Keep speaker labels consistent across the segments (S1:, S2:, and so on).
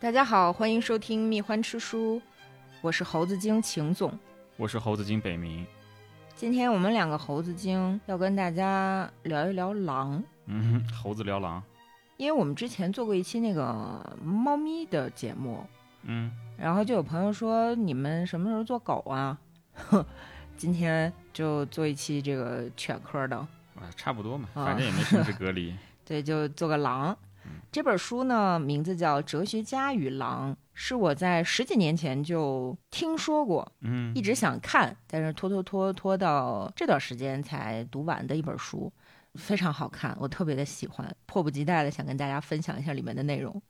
S1: 大家好，欢迎收听蜜獾吃书，我是猴子精秦总。
S2: 我是猴子精北冥。
S1: 今天我们两个猴子精要跟大家聊一聊狼，
S2: 嗯，猴子聊狼。
S1: 因为我们之前做过一期那个猫咪的节目，
S2: 嗯，
S1: 然后就有朋友说你们什么时候做狗啊？ 今天就做一期这个犬科的，
S2: 啊，差不多嘛，
S1: 啊
S2: 反正也没甚至 隔离。
S1: 对，就做个狼。这本书呢，名字叫《哲学家与狼》，是我在十几年前就听说过，
S2: 嗯
S1: 一直想看，但是拖拖拖拖到这段时间才读完的一本书，非常好看，我特别的喜欢，迫不及待的想跟大家分享一下里面的内容。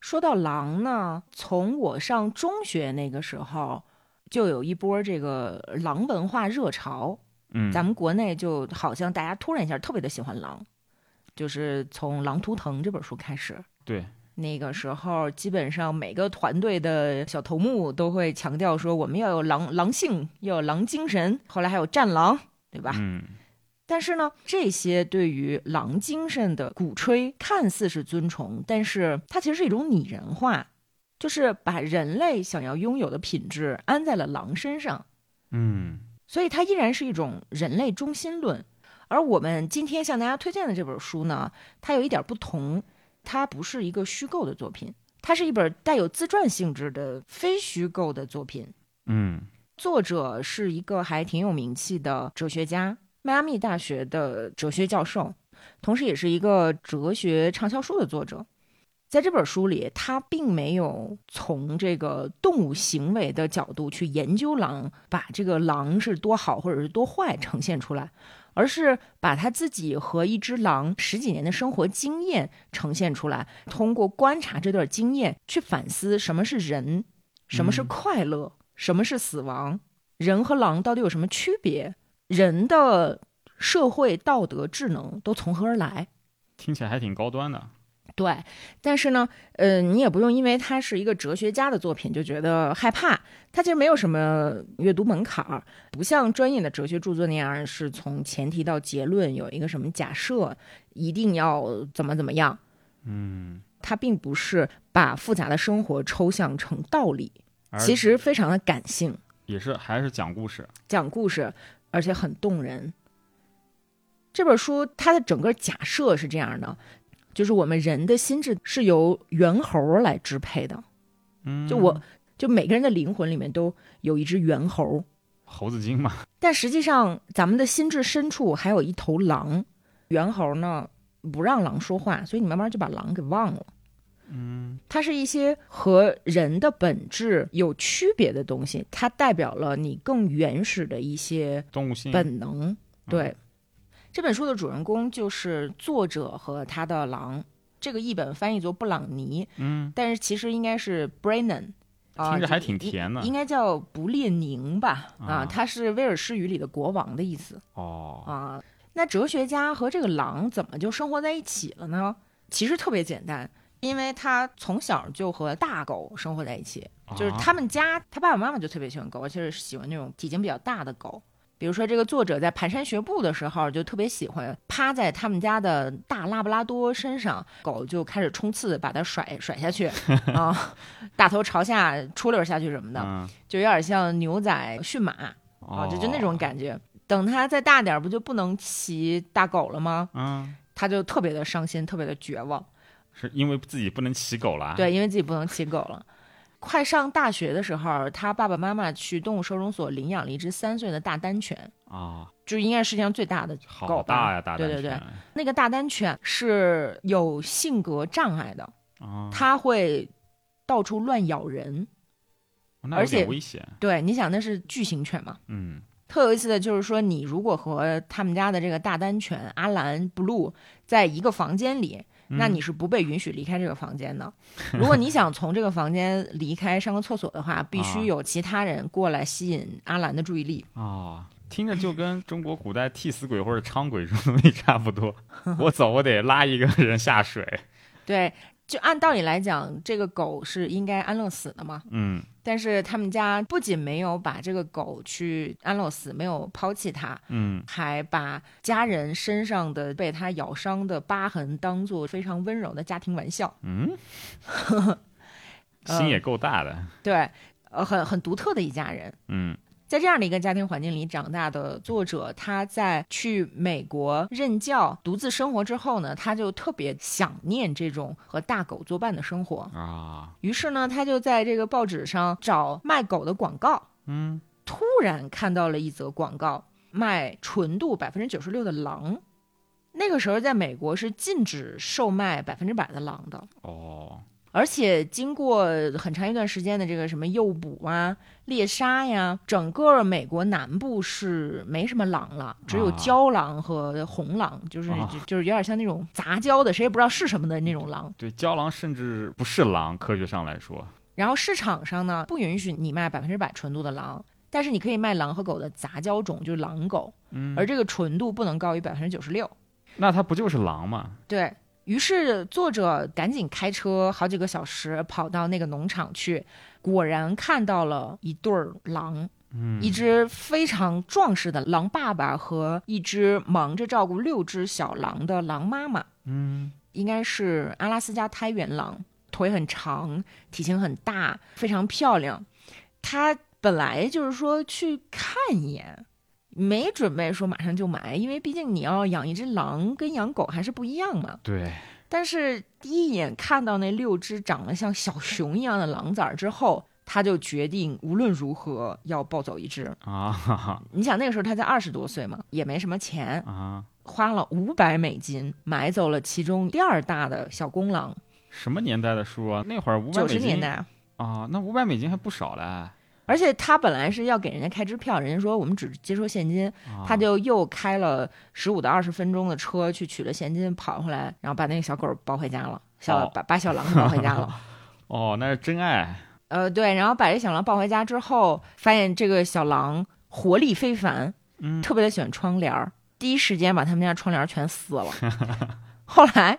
S1: 说到狼呢，从我上中学那个时候，就有一波这个狼文化热潮，
S2: 嗯，
S1: 咱们国内就好像大家突然一下特别的喜欢狼，就是从《狼图腾》这本书开始。
S2: 对，
S1: 那个时候，基本上每个团队的小头目都会强调说，我们要有狼狼性，要有狼精神。后来还有战狼，对吧？
S2: 嗯
S1: 但是呢，这些对于狼精神的鼓吹，看似是尊崇，但是它其实是一种拟人化，就是把人类想要拥有的品质安在了狼身上。
S2: 嗯
S1: 所以它依然是一种人类中心论。而我们今天向大家推荐的这本书呢，它有一点不同，它不是一个虚构的作品，它是一本带有自传性质的非虚构的作品。
S2: 嗯
S1: 作者是一个还挺有名气的哲学家，迈阿密大学的哲学教授，同时也是一个哲学畅销书的作者。在这本书里，他并没有从这个动物行为的角度去研究狼，把这个狼是多好或者是多坏呈现出来，而是把他自己和一只狼十几年的生活经验呈现出来，通过观察这段经验去反思什么是人，什么是
S2: 嗯
S1: 快乐，什么是死亡，人和狼到底有什么区别，人的社会道德智能都从何而来。
S2: 听起来还挺高端的。
S1: 对，但是呢，呃，你也不用因为它是一个哲学家的作品就觉得害怕，它其实没有什么阅读门槛儿，不像专业的哲学著作那样是从前提到结论有一个什么假设，一定要怎么怎么样。
S2: 嗯，
S1: 它并不是把复杂的生活抽象成道理，
S2: 而
S1: 其实非常的感性，
S2: 也是还是讲故事。
S1: 讲故事，而且很动人。这本书它的整个假设是这样的，就是我们人的心智是由猿猴来支配的。
S2: 嗯，
S1: 就我就每个人的灵魂里面都有一只猿猴，
S2: 猴子精嘛。
S1: 但实际上咱们的心智深处还有一头狼。猿猴呢不让狼说话，所以你慢慢就把狼给忘了。
S2: 嗯
S1: 它是一些和人的本质有区别的东西，它代表了你更原始的一些
S2: 动物性。
S1: 本能。对，这本书的主人公就是作者和他的狼。这个译本翻译作布朗尼，
S2: 嗯，
S1: 但是其实应该是 Brennan，啊、
S2: 听着还
S1: 就
S2: 挺
S1: 应
S2: 甜的
S1: 应该叫不列宁吧？啊，
S2: 啊
S1: 他是威尔士语里的国王的意思
S2: 哦，
S1: 啊。那哲学家和这个狼怎么就生活在一起了呢？其实特别简单，因为他从小就和大狗生活在一起，就是
S2: 啊
S1: 他们家他爸爸妈妈就特别喜欢狗，而且是喜欢那种体型比较大的狗。比如说，这个作者在蹒跚学步的时候，就特别喜欢趴在他们家的大拉布拉多身上，狗就开始冲刺，把它甩甩下 去啊，大头朝下出溜下去什么的，
S2: 嗯
S1: 就有点像牛仔驯马啊，
S2: 哦，
S1: 就就那种。感觉。等他再大点儿，不就不能骑大狗了吗？
S2: 嗯，
S1: 他就特别的伤心，特别的绝望。
S2: 是因为自己不能骑狗了。，
S1: 对，因为自己不能骑狗了。快上大学的时候，他爸爸妈妈去动物收容所领养了一只三岁的大丹犬，
S2: 啊，
S1: 就应该是世界上最大的狗
S2: 好
S1: 吧
S2: 大呀，大
S1: 对
S2: 胆
S1: 对对
S2: 犬。
S1: 那个大丹犬是有性格障碍的，
S2: 啊，
S1: 它会到处乱咬人。
S2: 那
S1: 而
S2: 有点
S1: 且
S2: 危险。
S1: 对，你想那是巨型犬嘛？
S2: 嗯
S1: 特有意思的就是说，你如果和他们家的这个大丹犬阿兰 blue 在一个房间里，
S2: 嗯
S1: 那你是不被允许离开这个房间的。如果你想从这个房间离开上个厕所的话，必须有其他人过来吸引阿兰的注意力。
S2: 哦，听着就跟中国古代替死鬼或者伥鬼这种东西差 不多。我走，我得拉一个人下水。
S1: 对，就按道理来讲，这个狗是应该安乐死的嘛。
S2: 嗯
S1: 但是他们家不仅没有把这个狗去安乐死，没有抛弃它，
S2: 嗯
S1: 还把家人身上的被它咬伤的疤痕当做非常温柔的家庭玩笑。
S2: 嗯，心也够大的，
S1: 对，呃，很很独特的一家人。
S2: 嗯
S1: 在这样的一个家庭环境里长大的作者，他在去美国任教、独自生活之后呢，他就特别想念这种和大狗作伴的生活。
S2: 啊，
S1: 于是呢，他就在这个报纸上找卖狗的广告，
S2: 嗯
S1: 突然看到了一则广告，卖纯度百分之九十六的狼。那个时候，在美国是禁止售卖百分之百的狼的。
S2: 哦，
S1: 而且经过很长一段时间的这个什么诱捕啊、猎杀呀，整个美国南部是没什么狼了，只有
S2: 啊
S1: 郊狼和红狼，就是、
S2: 啊
S1: 就就是有点像那种杂交的，谁也不知道是什么的那种狼。
S2: 对，郊狼甚至不是狼，科学上来说，
S1: 然后市场上呢，不允许你卖百分之百纯度的狼，但是你可以卖狼和狗的杂交种，就是狼狗，
S2: 嗯，
S1: 而这个纯度不能高于百分之九十六。
S2: 那它不就是狼吗？
S1: 对于是，作者赶紧开车好几个小时跑到那个农场去，果然看到了一对儿狼，
S2: 嗯，
S1: 一只非常壮实的狼爸爸和一只忙着照顾六只小狼的狼妈妈，
S2: 嗯
S1: 应该是阿拉斯加苔原狼，腿很长，体型很大，非常漂亮。他本来就是说去看一眼。没准备说马上就买，因为毕竟你要养一只狼跟养狗还是不一样嘛。
S2: 对，
S1: 但是第一眼看到那六只长得像小熊一样的狼崽儿之后，他就决定无论如何要抱走一只。
S2: 啊哈哈
S1: 你想那个时候他才二十多岁嘛，也没什么钱，
S2: 啊，
S1: 花了五百美金买走了其中第二大的小公狼，
S2: 什么年代的书啊？那会儿五百
S1: 九
S2: 美
S1: 十
S2: 金
S1: 年代啊。
S2: 啊，那五百美金还不少嘞，啊
S1: 而且他本来是要给人家开支票，人家说我们只接收现金，
S2: 啊
S1: 他就又开了十五到二十分钟的车去取了现金，跑回来，然后把那个小狗抱回家了，小、
S2: 哦
S1: 把把小狼抱回家了。
S2: 哦，那是真爱，
S1: 呃，对，然后把这小狼抱回家之后，发现这个小狼活力非凡，
S2: 嗯
S1: 特别的喜欢窗帘儿，第一时间把他们家窗帘儿全撕了。 后来，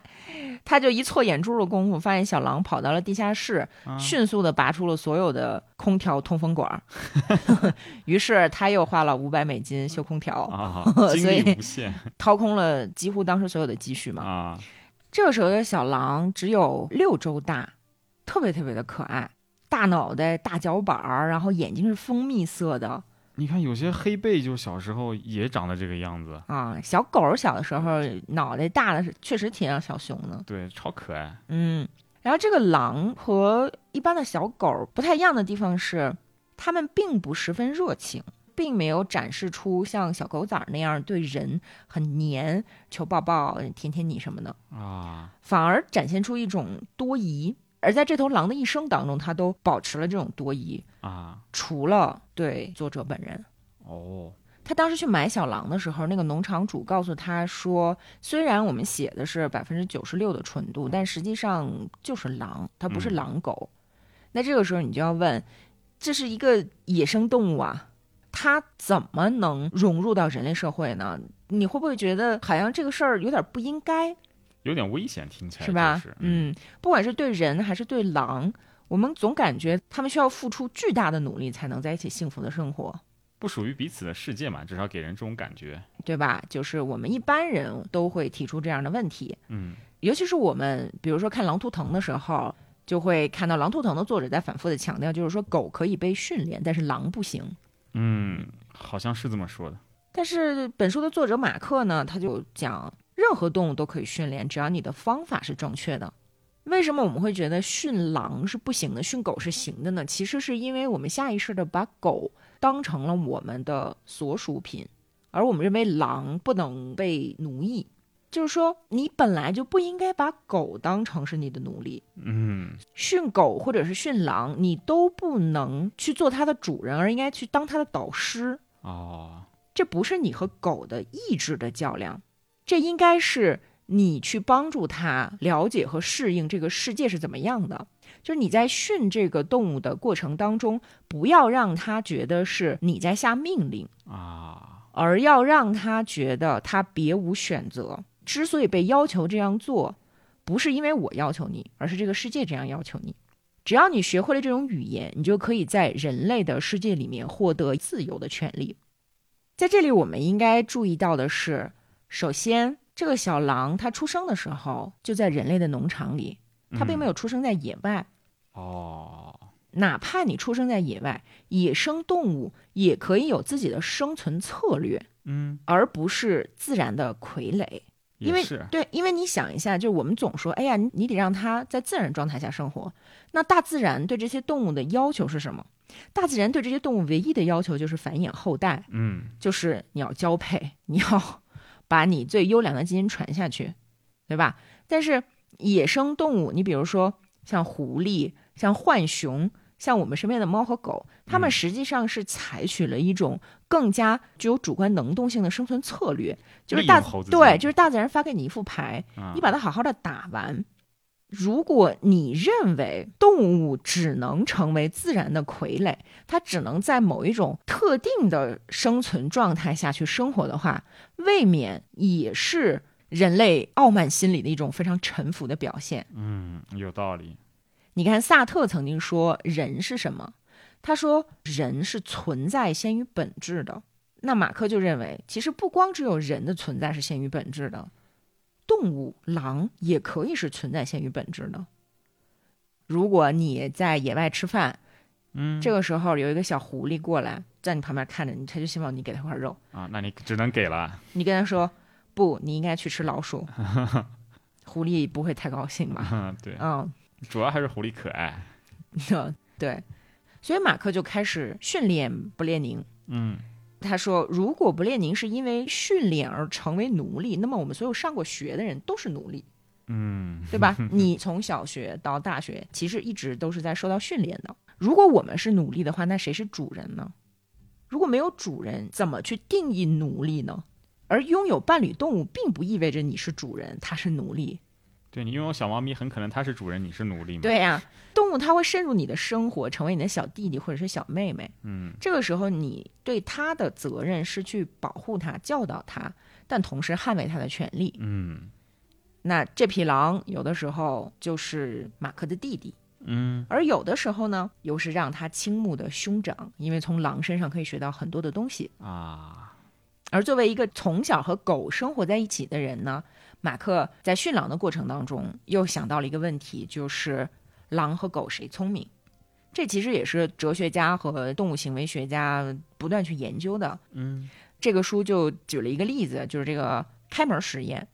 S1: 他就一错眼珠的功夫，发现小狼跑到了地下室，
S2: 啊
S1: 迅速的拔出了所有的空调通风管儿。 于是他又花了五百美金修空调，，
S2: 啊 精
S1: 所以
S2: 力无限
S1: 掏空了几乎当时所有的积蓄嘛。
S2: 啊，
S1: 这个时候的小狼只有六周大，特别特别的可爱，大脑袋、大脚板儿，然后眼睛是蜂蜜色的
S2: 你看有些黑背就小时候也长得这个样子，
S1: 啊。小狗儿小的时候脑袋大的是确实挺像小熊的，
S2: 对，超可爱，
S1: 嗯。然后这个狼和一般的小狗儿不太一样的地方是，它们并不十分热情。并没有展示出像小狗崽儿那样对人很黏、求抱抱、舔舔你什么的，
S2: 啊，
S1: 反而展现出一种多疑。而在这头狼的一生当中，它都保持了这种多疑，
S2: 啊，
S1: 除了对作者本人。
S2: 哦，
S1: 他当时去买小狼的时候，那个农场主告诉他说：“虽然我们写的是百分之九十六的纯度，但实际上就是狼，它不是
S2: 嗯
S1: 狼狗。那这个时候你就要问：这是一个野生动物啊，它怎么能融入到人类社会呢？你会不会觉得好像这个事儿有点不应该？
S2: 有点危险，听起来
S1: 是吧？
S2: 就嗯
S1: 嗯，不管是对人还是对狼，我们总感觉他们需要付出巨大的努力才能在一起幸福的生活，
S2: 不属于彼此的世界嘛，至少给人这种感觉，
S1: 对吧？就是我们一般人都会提出这样的问题，
S2: 嗯
S1: 尤其是我们比如说看《狼图腾》的时候。就会看到《狼图腾》的作者在反复的强调，就是说狗可以被训练，但是狼不行。
S2: 嗯，好像是这么说的，
S1: 但是本书的作者马克呢，他就讲，任何动物都可以训练，只要你的方法是正确的。为什么我们会觉得训狼是不行的，训狗是行的呢？其实是因为我们下意识的把狗当成了我们的所属品，而我们认为狼不能被奴役。就是说，你本来就不应该把狗当成是你的奴隶，
S2: 嗯
S1: 训狗或者是训狼，你都不能去做它的主人，而应该去当它的导师。
S2: 哦，
S1: 这不是你和狗的意志的较量，这应该是你去帮助它了解和适应这个世界是怎么样的。就是你在训这个动物的过程当中，不要让它觉得是你在下命令，
S2: 啊，
S1: 而要让它觉得它别无选择。之所以被要求这样做，不是因为我要求你，而是这个世界这样要求你。只要你学会了这种语言，你就可以在人类的世界里面获得自由的权利。在这里，我们应该注意到的是，首先，这个小狼它出生的时候就在人类的农场里，它并没有出生在野外。
S2: 哦，
S1: 哪怕你出生在野外，野生动物也可以有自己的生存策略，
S2: 嗯，
S1: 而不是自然的傀儡。因
S2: 也
S1: 为
S2: 是，
S1: 对，因为你想一下，就是我们总说，哎呀，你你得让它在自然状态下生活。那大自然对这些动物的要求是什么？大自然对这些动物唯一的要求就是繁衍后代，
S2: 嗯，
S1: 就是你要交配，你要把你最优良的基因传下去， 对吧？但是野生动物，你比如说像狐狸、像浣熊、像我们身边的猫和狗，它们
S2: 嗯
S1: 实际上是采取了一种更加具有主观能动性的生存策略，就是
S2: 利
S1: 大
S2: 用猴子
S1: 对，
S2: 精
S1: 就是大自然发给你一副牌，
S2: 啊
S1: 你把它好好的打完。如果你认为动物只能成为自然的傀儡，它只能在某一种特定的生存状态下去生活的话，未免也是人类傲慢心理的一种非常臣服的表现。
S2: 嗯，有道理，
S1: 你看，萨特曾经说人是什么？他说人是存在先于本质的。那马克就认为，其实不光只有人的存在是先于本质的，动物、狼也可以是存在先于本质的。如果你在野外吃饭，
S2: 嗯，
S1: 这个时候有一个小狐狸过来，在你旁边看着你，他就希望你给它块肉。
S2: 啊，那你只能给了，
S1: 你跟他说：“不，你应该去吃老鼠。”狐狸不会太高兴吧？
S2: 对，
S1: 嗯，
S2: 主要还是狐狸可爱，
S1: 对，所以马克就开始训练不列宁。
S2: 嗯，
S1: 他说，如果不列宁是因为训练而成为奴隶，那么我们所有上过学的人都是奴隶，
S2: 嗯，
S1: 对吧？你从小学到大学，其实一直都是在受到训练的。如果我们是奴隶的话，那谁是主人呢？如果没有主人，怎么去定义奴隶呢？而拥有伴侣动物，并不意味着你是主人，它是奴隶。
S2: 对你拥有小猫咪，很可能它是主人，你是奴隶嘛，，
S1: 对呀、动物它会渗入你的生活，成为你的小弟弟或者是小妹妹。
S2: 嗯，
S1: 这个时候，你对他的责任是去保护他、教导他，但同时捍卫他的权利。
S2: 嗯，
S1: 那这匹狼有的时候就是马克的弟弟，
S2: 嗯，
S1: 而有的时候呢，又是让他倾慕的兄长，因为从狼身上可以学到很多的东西。
S2: 啊，
S1: 而作为一个从小和狗生活在一起的人呢，马克在驯狼的过程当中，又想到了一个问题，就是狼和狗谁聪明？这其实也是哲学家和动物行为学家不断去研究的。
S2: 嗯，
S1: 这个书就举了一个例子，就是这个开门实验，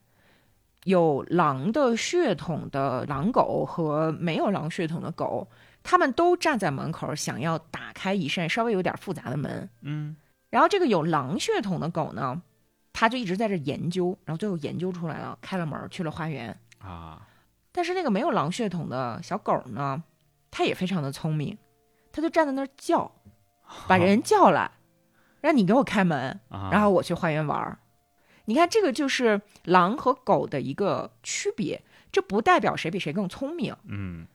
S1: 有狼的血统的狼狗和没有狼血统的狗，他们都站在门口想要打开一扇稍微有点复杂的门。
S2: 嗯，
S1: 然后这个有狼血统的狗呢，它就一直在这研究，然后最后研究出来了，开了门去了花园。
S2: 啊，
S1: 但是那个没有狼血统的小狗呢，它也非常的聪明，它就站在那儿叫， 把人叫来，让你给我开门。
S2: 啊，
S1: 然后我去花园玩儿。你看，这个就是狼和狗的一个区别，这不代表谁比谁更聪明，
S2: 嗯，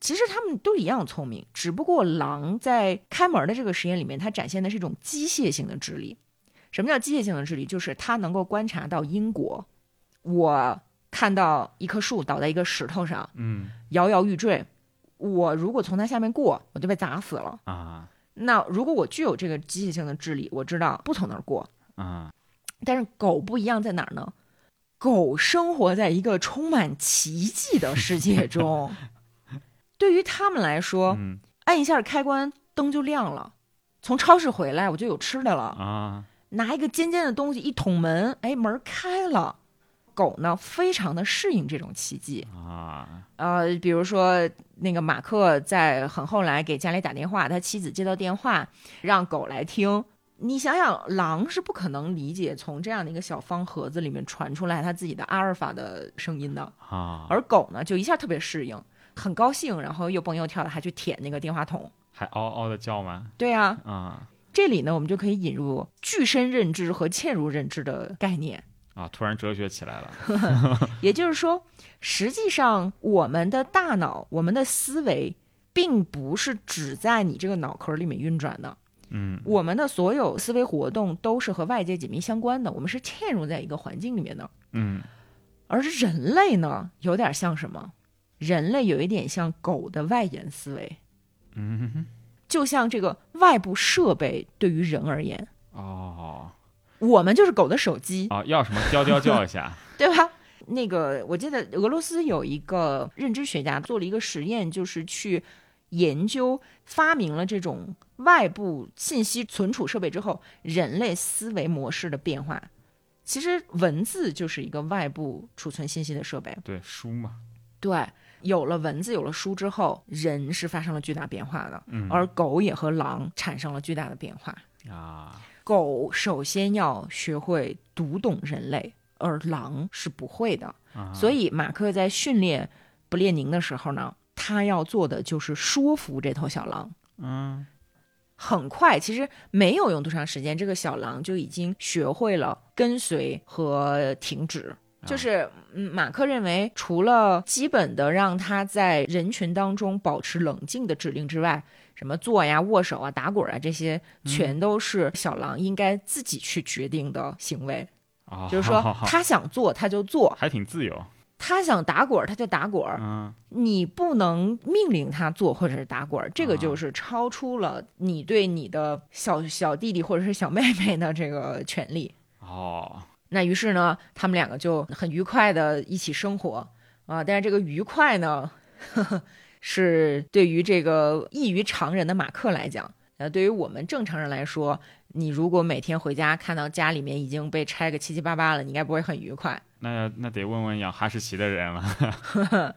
S1: 其实他们都一样聪明，只不过狼在开门的这个实验里面，它展现的是一种机械性的智力。什么叫机械性的智力？就是它能够观察到因果。我看到一棵树倒在一个石头上，
S2: 嗯，
S1: 摇摇欲坠，我如果从它下面过，我就被砸死了。
S2: 啊，
S1: 那如果我具有这个机械性的智力，我知道不从那儿过，
S2: 啊，
S1: 但是狗不一样在哪儿呢？狗生活在一个充满奇迹的世界中，对于它们来说，
S2: 嗯，
S1: 按一下开关，灯就亮了。从超市回来，我就有吃的了。
S2: 啊，
S1: 拿一个尖尖的东西一捅门，哎，门开了。狗呢，非常的适应这种奇迹。
S2: 啊，
S1: 呃，比如说那个马克在很后来给家里打电话，他妻子接到电话，让狗来听。你想想，狼是不可能理解从这样的一个小方盒子里面传出来它自己的阿尔法的声音的，
S2: 啊，
S1: 而狗呢，就一下特别适应，很高兴，然后又蹦又跳的还去舔那个电话筒。
S2: 还嗷嗷的叫吗？
S1: 对啊，
S2: 啊
S1: 这里呢，我们就可以引入具身认知和嵌入认知的概念。
S2: 啊，突然哲学起来了，
S1: 也就是说，实际上我们的大脑、我们的思维，并不是只在你这个脑壳里面运转的。
S2: 嗯，
S1: 我们的所有思维活动都是和外界紧密相关的，我们是嵌入在一个环境里面的。
S2: 嗯，
S1: 而人类呢，有点像什么？人类有一点像狗的外延思维，
S2: 嗯，
S1: 就像这个外部设备对于人而言，
S2: 哦，
S1: 我们就是狗的手机，
S2: 啊，要什么叫叫叫一下，
S1: 对吧？那个，我记得俄罗斯有一个认知学家做了一个实验，就是去研究发明了这种外部信息存储设备之后，人类思维模式的变化。其实文字就是一个外部储存信息的设备。
S2: 对书嘛，
S1: 对，有了文字，有了书之后，人是发生了巨大变化的，
S2: 嗯
S1: 而狗也和狼产生了巨大的变化。
S2: 啊，
S1: 狗首先要学会读懂人类，而狼是不会的。
S2: 啊
S1: 所以马克在训练不列宁的时候呢，他要做的就是说服这头小狼。
S2: 嗯
S1: 很快，其实没有用多长时间，这个小狼就已经学会了跟随和停止。
S2: 啊
S1: 就是，嗯，马克认为，除了基本的让他在人群当中保持冷静的指令之外，什么坐呀、握手啊、打滚啊，这些
S2: 嗯
S1: 全都是小狼应该自己去决定的行为。
S2: 啊，
S1: 就是说
S2: 好好，好
S1: 他想做他就做，
S2: 还挺自由，
S1: 他想打滚儿他就打滚儿，
S2: 嗯
S1: 你不能命令他做或者是打滚儿，这个
S2: 啊
S1: 就是超出了你对你的小小弟弟或者是小妹妹的这个权利。
S2: 哦，
S1: 那于是呢，他们两个就很愉快的一起生活啊、但是这个愉快呢， 呵呵是对于这个异于常人的马克来讲，呃，对于我们正常人来说，你如果每天回家看到家里面已经被拆个七七八八了，你应该不会很愉快。
S2: 那那得问问养哈士奇的人了，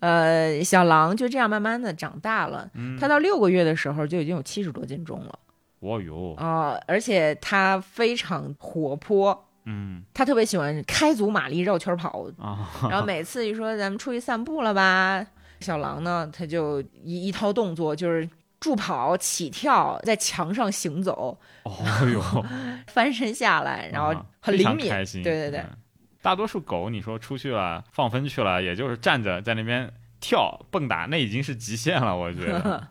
S1: 呃，小狼就这样慢慢的长大了。
S2: 嗯
S1: 它到六个月的时候就已经有七十多斤重了
S2: 哦哟，
S1: 啊、呃而且它非常活泼，
S2: 嗯
S1: 它特别喜欢开足马力绕圈跑。
S2: 啊，
S1: 然后每次一说咱们出去散步了吧，小狼呢，它就一一套动作就是助跑、起跳，在墙上行走，
S2: 哦哟，
S1: 翻身下来，然后
S2: 啊
S1: 很
S2: 非
S1: 灵
S2: 常
S1: 敏。
S2: 开心，
S1: 对对对
S2: 嗯。大多数狗，你说出去了放风去了，也就是站着在那边跳蹦跶，那已经是极限了，我觉得。 嗯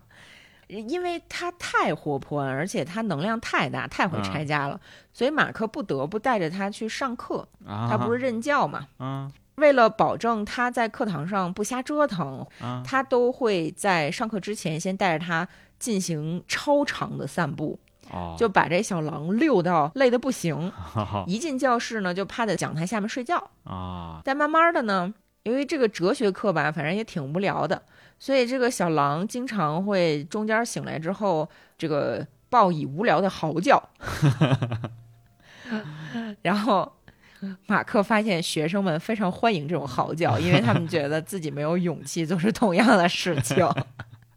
S1: 因为它太活泼，而且它能量太大，太会
S2: 嗯
S1: 拆家了，所以马克不得不带着它去上课。
S2: 啊，
S1: 他不是任教嘛？
S2: 嗯
S1: 为了保证他在课堂上不瞎折腾，
S2: 啊
S1: 他都会在上课之前先带着他进行超长的散步，
S2: 哦，
S1: 就把这小狼遛到累得不行。
S2: 啊
S1: 一进教室呢，就趴在讲台下面睡觉。
S2: 啊
S1: 但慢慢的呢，因为这个哲学课吧，反正也挺无聊的，所以这个小狼经常会中间醒来之后，这个报以无聊的嚎叫。然后马克发现学生们非常欢迎这种嚎叫，因为他们觉得自己没有勇气做出同样的事情。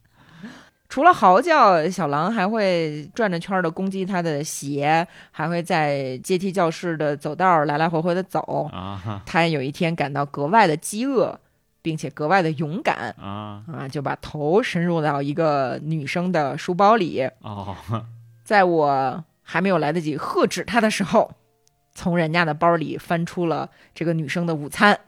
S1: 除了嚎叫，小狼还会转着圈的攻击他的鞋，还会在阶梯教室的走道儿来来回回的走。
S2: 啊
S1: 他有一天感到格外的饥饿，并且格外的勇敢
S2: 啊
S1: 啊，就把头伸入到一个女生的书包里。
S2: 哦
S1: 在我还没有来得及喝止他的时候，从人家的包里翻出了这个女生的午餐。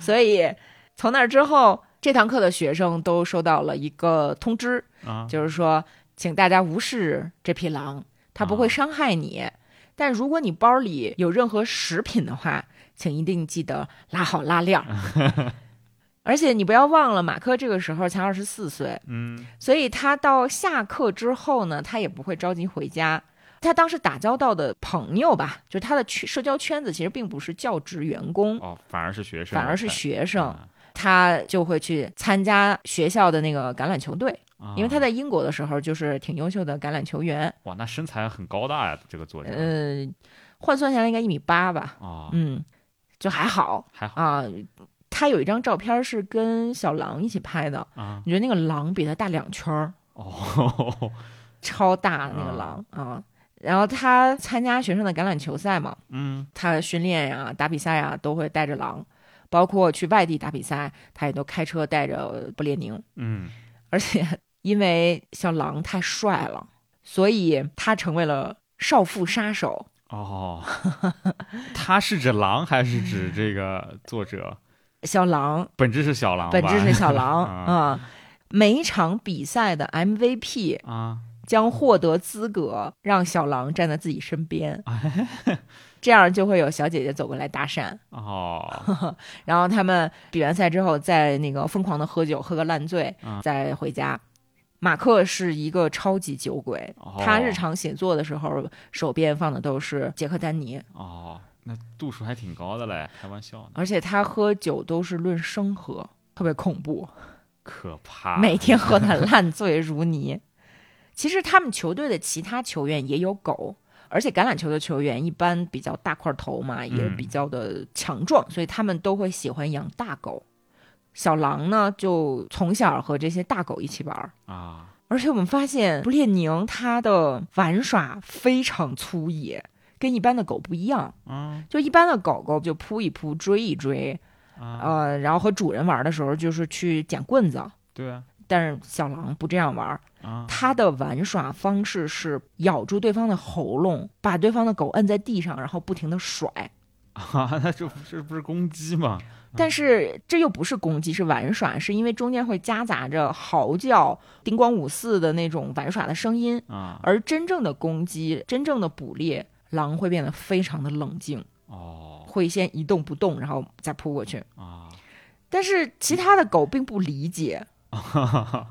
S1: 所以从那之后，这堂课的学生都收到了一个通知，
S2: 啊
S1: 就是说，请大家无视这匹狼，它不会
S2: 啊
S1: 伤害你。但如果你包里有任何食品的话，请一定记得拉好拉链儿。而且你不要忘了，马克这个时候才二十四岁，
S2: 嗯
S1: 所以他到下课之后呢，他也不会着急回家。他当时打交道的朋友吧，就是他的圈社交圈子其实并不是教职员工，
S2: 哦，反而是嗯学生，
S1: 反而是学
S2: 生
S1: 生，，他就会去参加学校的那个橄榄球队。
S2: 啊
S1: 因为他在英国的时候就是挺优秀的橄榄球员，
S2: 哇，那身材很高大呀，这个作者
S1: 呃，换算下来应该一米八吧，
S2: 啊，
S1: 嗯，就还好
S2: 还好
S1: 啊。他有一张照片是跟小狼一起拍的，
S2: 啊
S1: 你觉得那个狼比他大两圈儿，
S2: 哦，
S1: 超大的那个狼啊。然后他参加学生的橄榄球赛嘛，
S2: 嗯
S1: 他训练呀、打比赛呀、啊都会带着狼，包括去外地打比赛，他也都开车带着布列宁。
S2: 嗯
S1: 而且因为小狼太帅了，所以他成为了少妇杀手。
S2: 哦，他是指狼还是指这个作者？
S1: 小狼
S2: 本质是小狼吧，
S1: 本质是小狼
S2: 啊
S1: 啊、每一场比赛的 MVP
S2: 啊，
S1: 将获得资格让小狼站在自己身边，这样就会有小姐姐走过来搭讪。
S2: 哦，
S1: 然后他们比完赛之后，再那个疯狂的喝酒，喝个烂醉
S2: 嗯，
S1: 再回家。马克是一个超级酒鬼，
S2: 哦
S1: 他日常写作的时候手边放的都是杰克丹尼，
S2: 哦，那度数还挺高的嘞，开玩笑呢。
S1: 而且他喝酒都是论升喝，特别恐怖。
S2: 可怕。
S1: 每天喝得烂醉如泥。 其实他们球队的其他球员也有狗，而且橄榄球的球员一般比较大块头嘛，也比较的强壮，所以他们都会喜欢养大狗。小狼呢，就从小和这些大狗一起玩儿。
S2: 啊，
S1: 而且我们发现，不列宁它的玩耍非常粗野，跟一般的狗不一样。
S2: 嗯
S1: 就一般的狗狗就扑一扑、追一追，
S2: 啊，
S1: 呃，然后和主人玩的时候就是去捡棍子。
S2: 对啊，
S1: 但是小狼不这样玩儿，
S2: 啊，
S1: 它的玩耍方式是咬住对方的喉咙，把对方的狗摁在地上，然后不停地甩。
S2: 啊， 那这不这不是攻击吗？
S1: 但是这又不是攻击，是玩耍，是因为中间会夹杂着嚎叫、叮咣五四的那种玩耍的声音。
S2: 啊，
S1: 而真正的攻击、真正的捕猎，狼会变得非常的冷静，
S2: 哦
S1: 会先一动不动，然后再扑过去。
S2: 啊，
S1: 但是其他的狗并不理解，
S2: 啊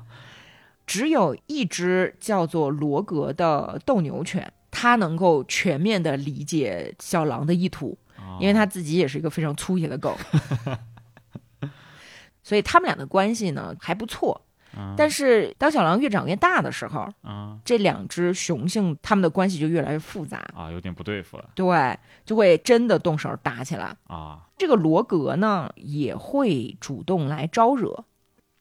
S1: 只有一只叫做罗格的斗牛犬，它能够全面的理解小狼的意图，
S2: 哦
S1: 因为它自己也是一个非常粗野的狗，所以他们俩的关系呢还不错。
S2: 嗯
S1: 但是当小狼越长越大的时候，
S2: 啊
S1: 这两只雄性它们的关系就越来越复杂。
S2: 啊，有点不对付了
S1: 对，就会真的动手打起来。
S2: 啊
S1: 这个罗格呢，也会主动来招惹。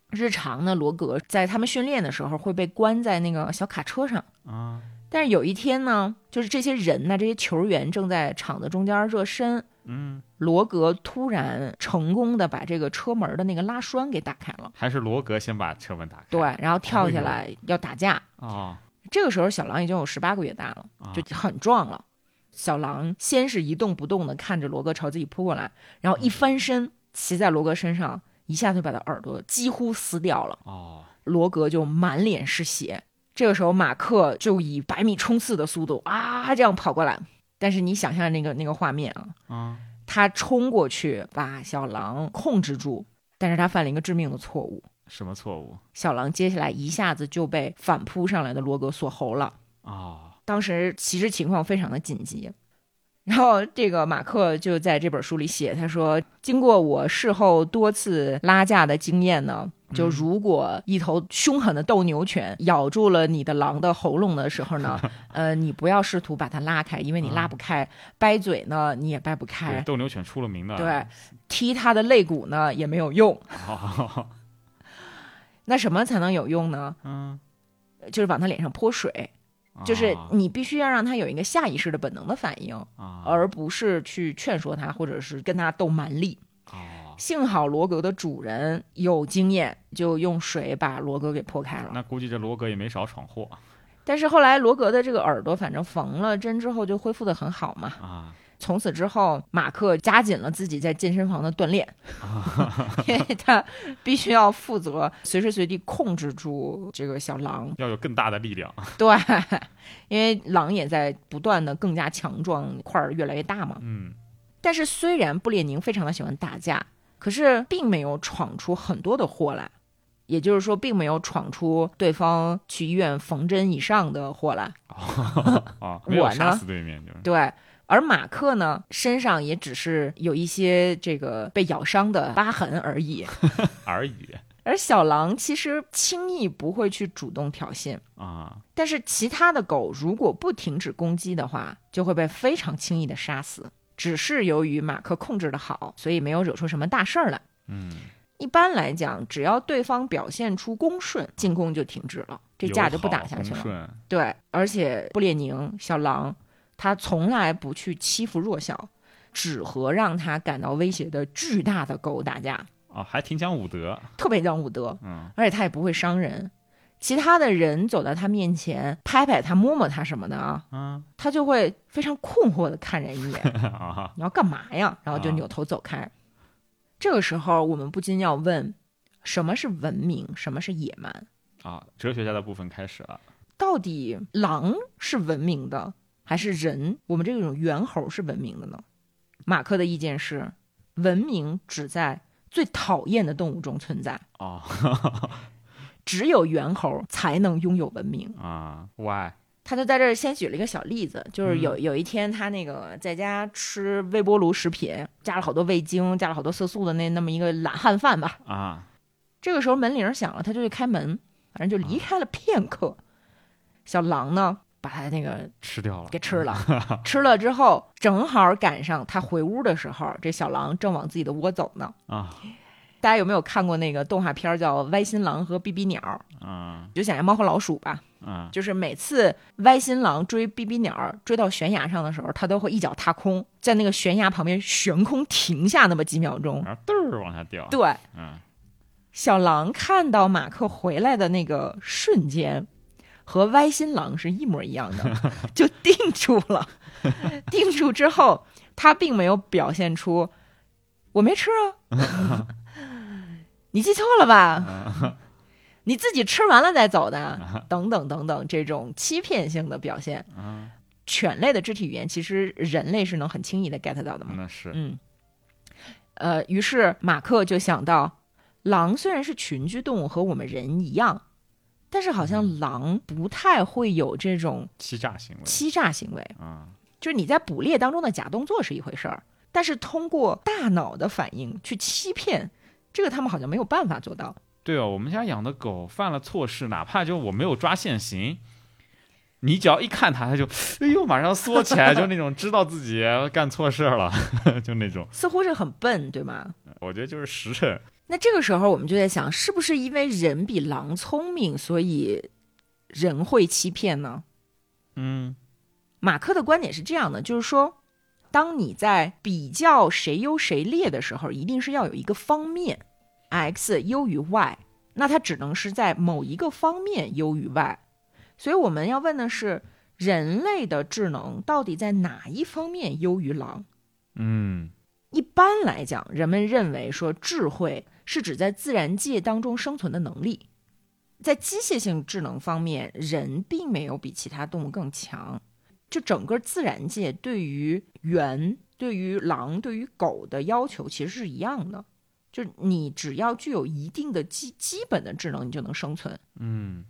S1: 日常呢，罗格在他们训练的时候会被关在那个小卡车上。
S2: 啊，
S1: 但是有一天呢，就是这些人呢，这些球员正在场子中间热身，
S2: 嗯，
S1: 罗格突然成功的把这个车门的那个拉栓给打开了，
S2: 还是罗格先把车门打开。
S1: 对，然后跳下来要打架。
S2: 啊
S1: 这个时候，小狼已经有十八个月大了。
S2: 啊，
S1: 就很壮了。小狼先是一动不动的看着罗格朝自己扑过来，然后一翻身骑在罗格身上，一下就把他耳朵几乎撕掉了。
S2: 哦
S1: 罗格就满脸是血。这个时候，马克就以百米冲刺的速度啊这样跑过来。但是你想象那个那个画面啊，
S2: 啊
S1: 他冲过去把小狼控制住，但是他犯了一个致命的错误。
S2: 什么错误
S1: 小狼接下来一下子就被反扑上来的罗格所喉了。
S2: 啊？
S1: 当时其实情况非常的紧急。然后这个马克就在这本书里写，他说：“经过我事后多次拉架的经验呢，
S2: 嗯
S1: 就如果一头凶狠的斗牛犬咬住了你的狼的喉咙的时候 呢，呃，你不要试图把它拉开，因为你拉
S2: 啊
S1: 不开；掰嘴呢，你也掰不
S2: 对，
S1: 开；
S2: 斗牛犬出了名的。
S1: 对，踢它的肋骨呢也没有用。
S2: 哦，
S1: 那什么才能有用呢？
S2: 嗯，
S1: 就是往它脸上泼水，就是
S2: 啊
S1: 你必须要让它有一个下意识的本能的反应。”
S2: 啊，
S1: 而不是去劝说他，或者是跟他斗蛮力。
S2: 哦，
S1: 幸好罗格的主人有经验，就用水把罗格给泼开了。
S2: 那估计这罗格也没少闯祸
S1: 但是后来罗格的这个耳朵反正缝了针之后就恢复的很好嘛。
S2: 啊
S1: 从此之后，马克加紧了自己在健身房的锻炼，因为他必须要负责随时随地控制住这个小狼。
S2: 要有更大的力量
S1: 对，因为狼也在不断的更加强壮，块儿越来越大嘛。
S2: 嗯
S1: 但是虽然布列宁非常的喜欢打架，可是并没有闯出很多的祸来，也就是说，并没有闯出对方去医院缝针以上的祸来。
S2: 啊，没有
S1: 我
S2: 杀
S1: 呢
S2: 死对面就是
S1: 对，而马克呢，身上也只是有一些这个被咬伤的疤痕而已。
S2: 而已
S1: 而小狼其实轻易不会去主动挑衅，
S2: 啊
S1: 但是其他的狗如果不停止攻击的话，就会被非常轻易的杀死。只是由于马克控制的好，所以没有惹出什么大事儿来。
S2: 嗯，
S1: 一般来讲，只要对方表现出恭顺，进攻就停止了，这架就不打下去
S2: 友
S1: 了。
S2: 好恭顺
S1: 对，而且布列宁小狼，他从来不去欺负弱小，只和让他感到威胁的巨大的狗打架，
S2: 啊，还挺讲武德
S1: 特别讲武德，
S2: 嗯
S1: 而且他也不会伤人。其他的人走到他面前，拍拍他、摸摸他什么的啊，
S2: 嗯
S1: 他就会非常困惑的看人一眼，
S2: 啊
S1: 你要干嘛呀？然后就
S2: 啊
S1: 扭头走开。这个时候，我们不禁要问：什么是文明？什么是野蛮？
S2: 啊，哲学家的部分开始了
S1: 到底狼是文明的，还是人？我们这种猿猴是文明的呢？马克的意见是，文明只在最讨厌的动物中存在，
S2: 啊
S1: 只有猿猴才能拥有文明。
S2: 啊，why
S1: 他就在这儿先举了一个小例子，就是有有一天他那个在家吃微波炉食品，加了好多味精，加了好多色素的那那么一个懒汉饭吧，
S2: 啊
S1: 这个时候门铃响了，他就去开门，反正就离开了片刻。小狼呢，把他那个
S2: 吃掉了，
S1: 给吃了，吃了之后正好赶上他回屋的时候，这小狼正往自己的窝走呢。
S2: 啊
S1: 大家有没有看过那个动画片儿叫《歪心狼和哔哔鸟》？
S2: 啊
S1: 就想象猫和老鼠吧，
S2: 啊！
S1: 就是每次歪心狼追哔哔鸟追到悬崖上的时候，它都会一脚踏空，在那个悬崖旁边悬空停下那么几秒钟。
S2: 然后嘚儿往下掉，
S1: 对，
S2: 嗯，
S1: 小狼看到马克回来的那个瞬间，和歪心狼是一模一样的，就定住了。定住之后，他并没有表现出我没吃啊，你记错了吧？你自己吃完了再走的，等等等等，这种欺骗性的表现，犬类的肢体语言其实人类是能很轻易的 get 到的嘛。
S2: 那是
S1: 嗯，呃，于是马克就想到，狼虽然是群居动物，和我们人一样，但是好像狼不太会有这种
S2: 欺诈嗯行为
S1: 欺诈行为，
S2: 啊，
S1: 就是你在捕猎当中的假动作是一回事儿，但是通过大脑的反应去欺骗，这个他们好像没有办法做到。
S2: 对哦，我们家养的狗犯了错事，哪怕就我没有抓现行，你只要一看它，它就哎呦，马上缩起来，就那种知道自己干错事儿了， 就那种。
S1: 似乎是很笨，对吗？
S2: 我觉得就是实诚，
S1: 那这个时候我们就在想，是不是因为人比狼聪明，所以人会欺骗呢？
S2: 嗯
S1: 马克的观点是这样的，就是说，当你在比较谁优谁劣的时候，一定是要有一个方面，x 优于 y，那它只能是在某一个方面优于 y。所以我们要问的是，人类的智能到底在哪一方面优于狼？
S2: 嗯
S1: 一般来讲，人们认为说智慧是指在自然界当中生存的能力，在机械性智能方面，人并没有比其他动物更强。就整个自然界对于猿、对于狼、对于狗的要求其实是一样的，就是你只要具有一定的基基本的智能，你就能生存。
S2: 嗯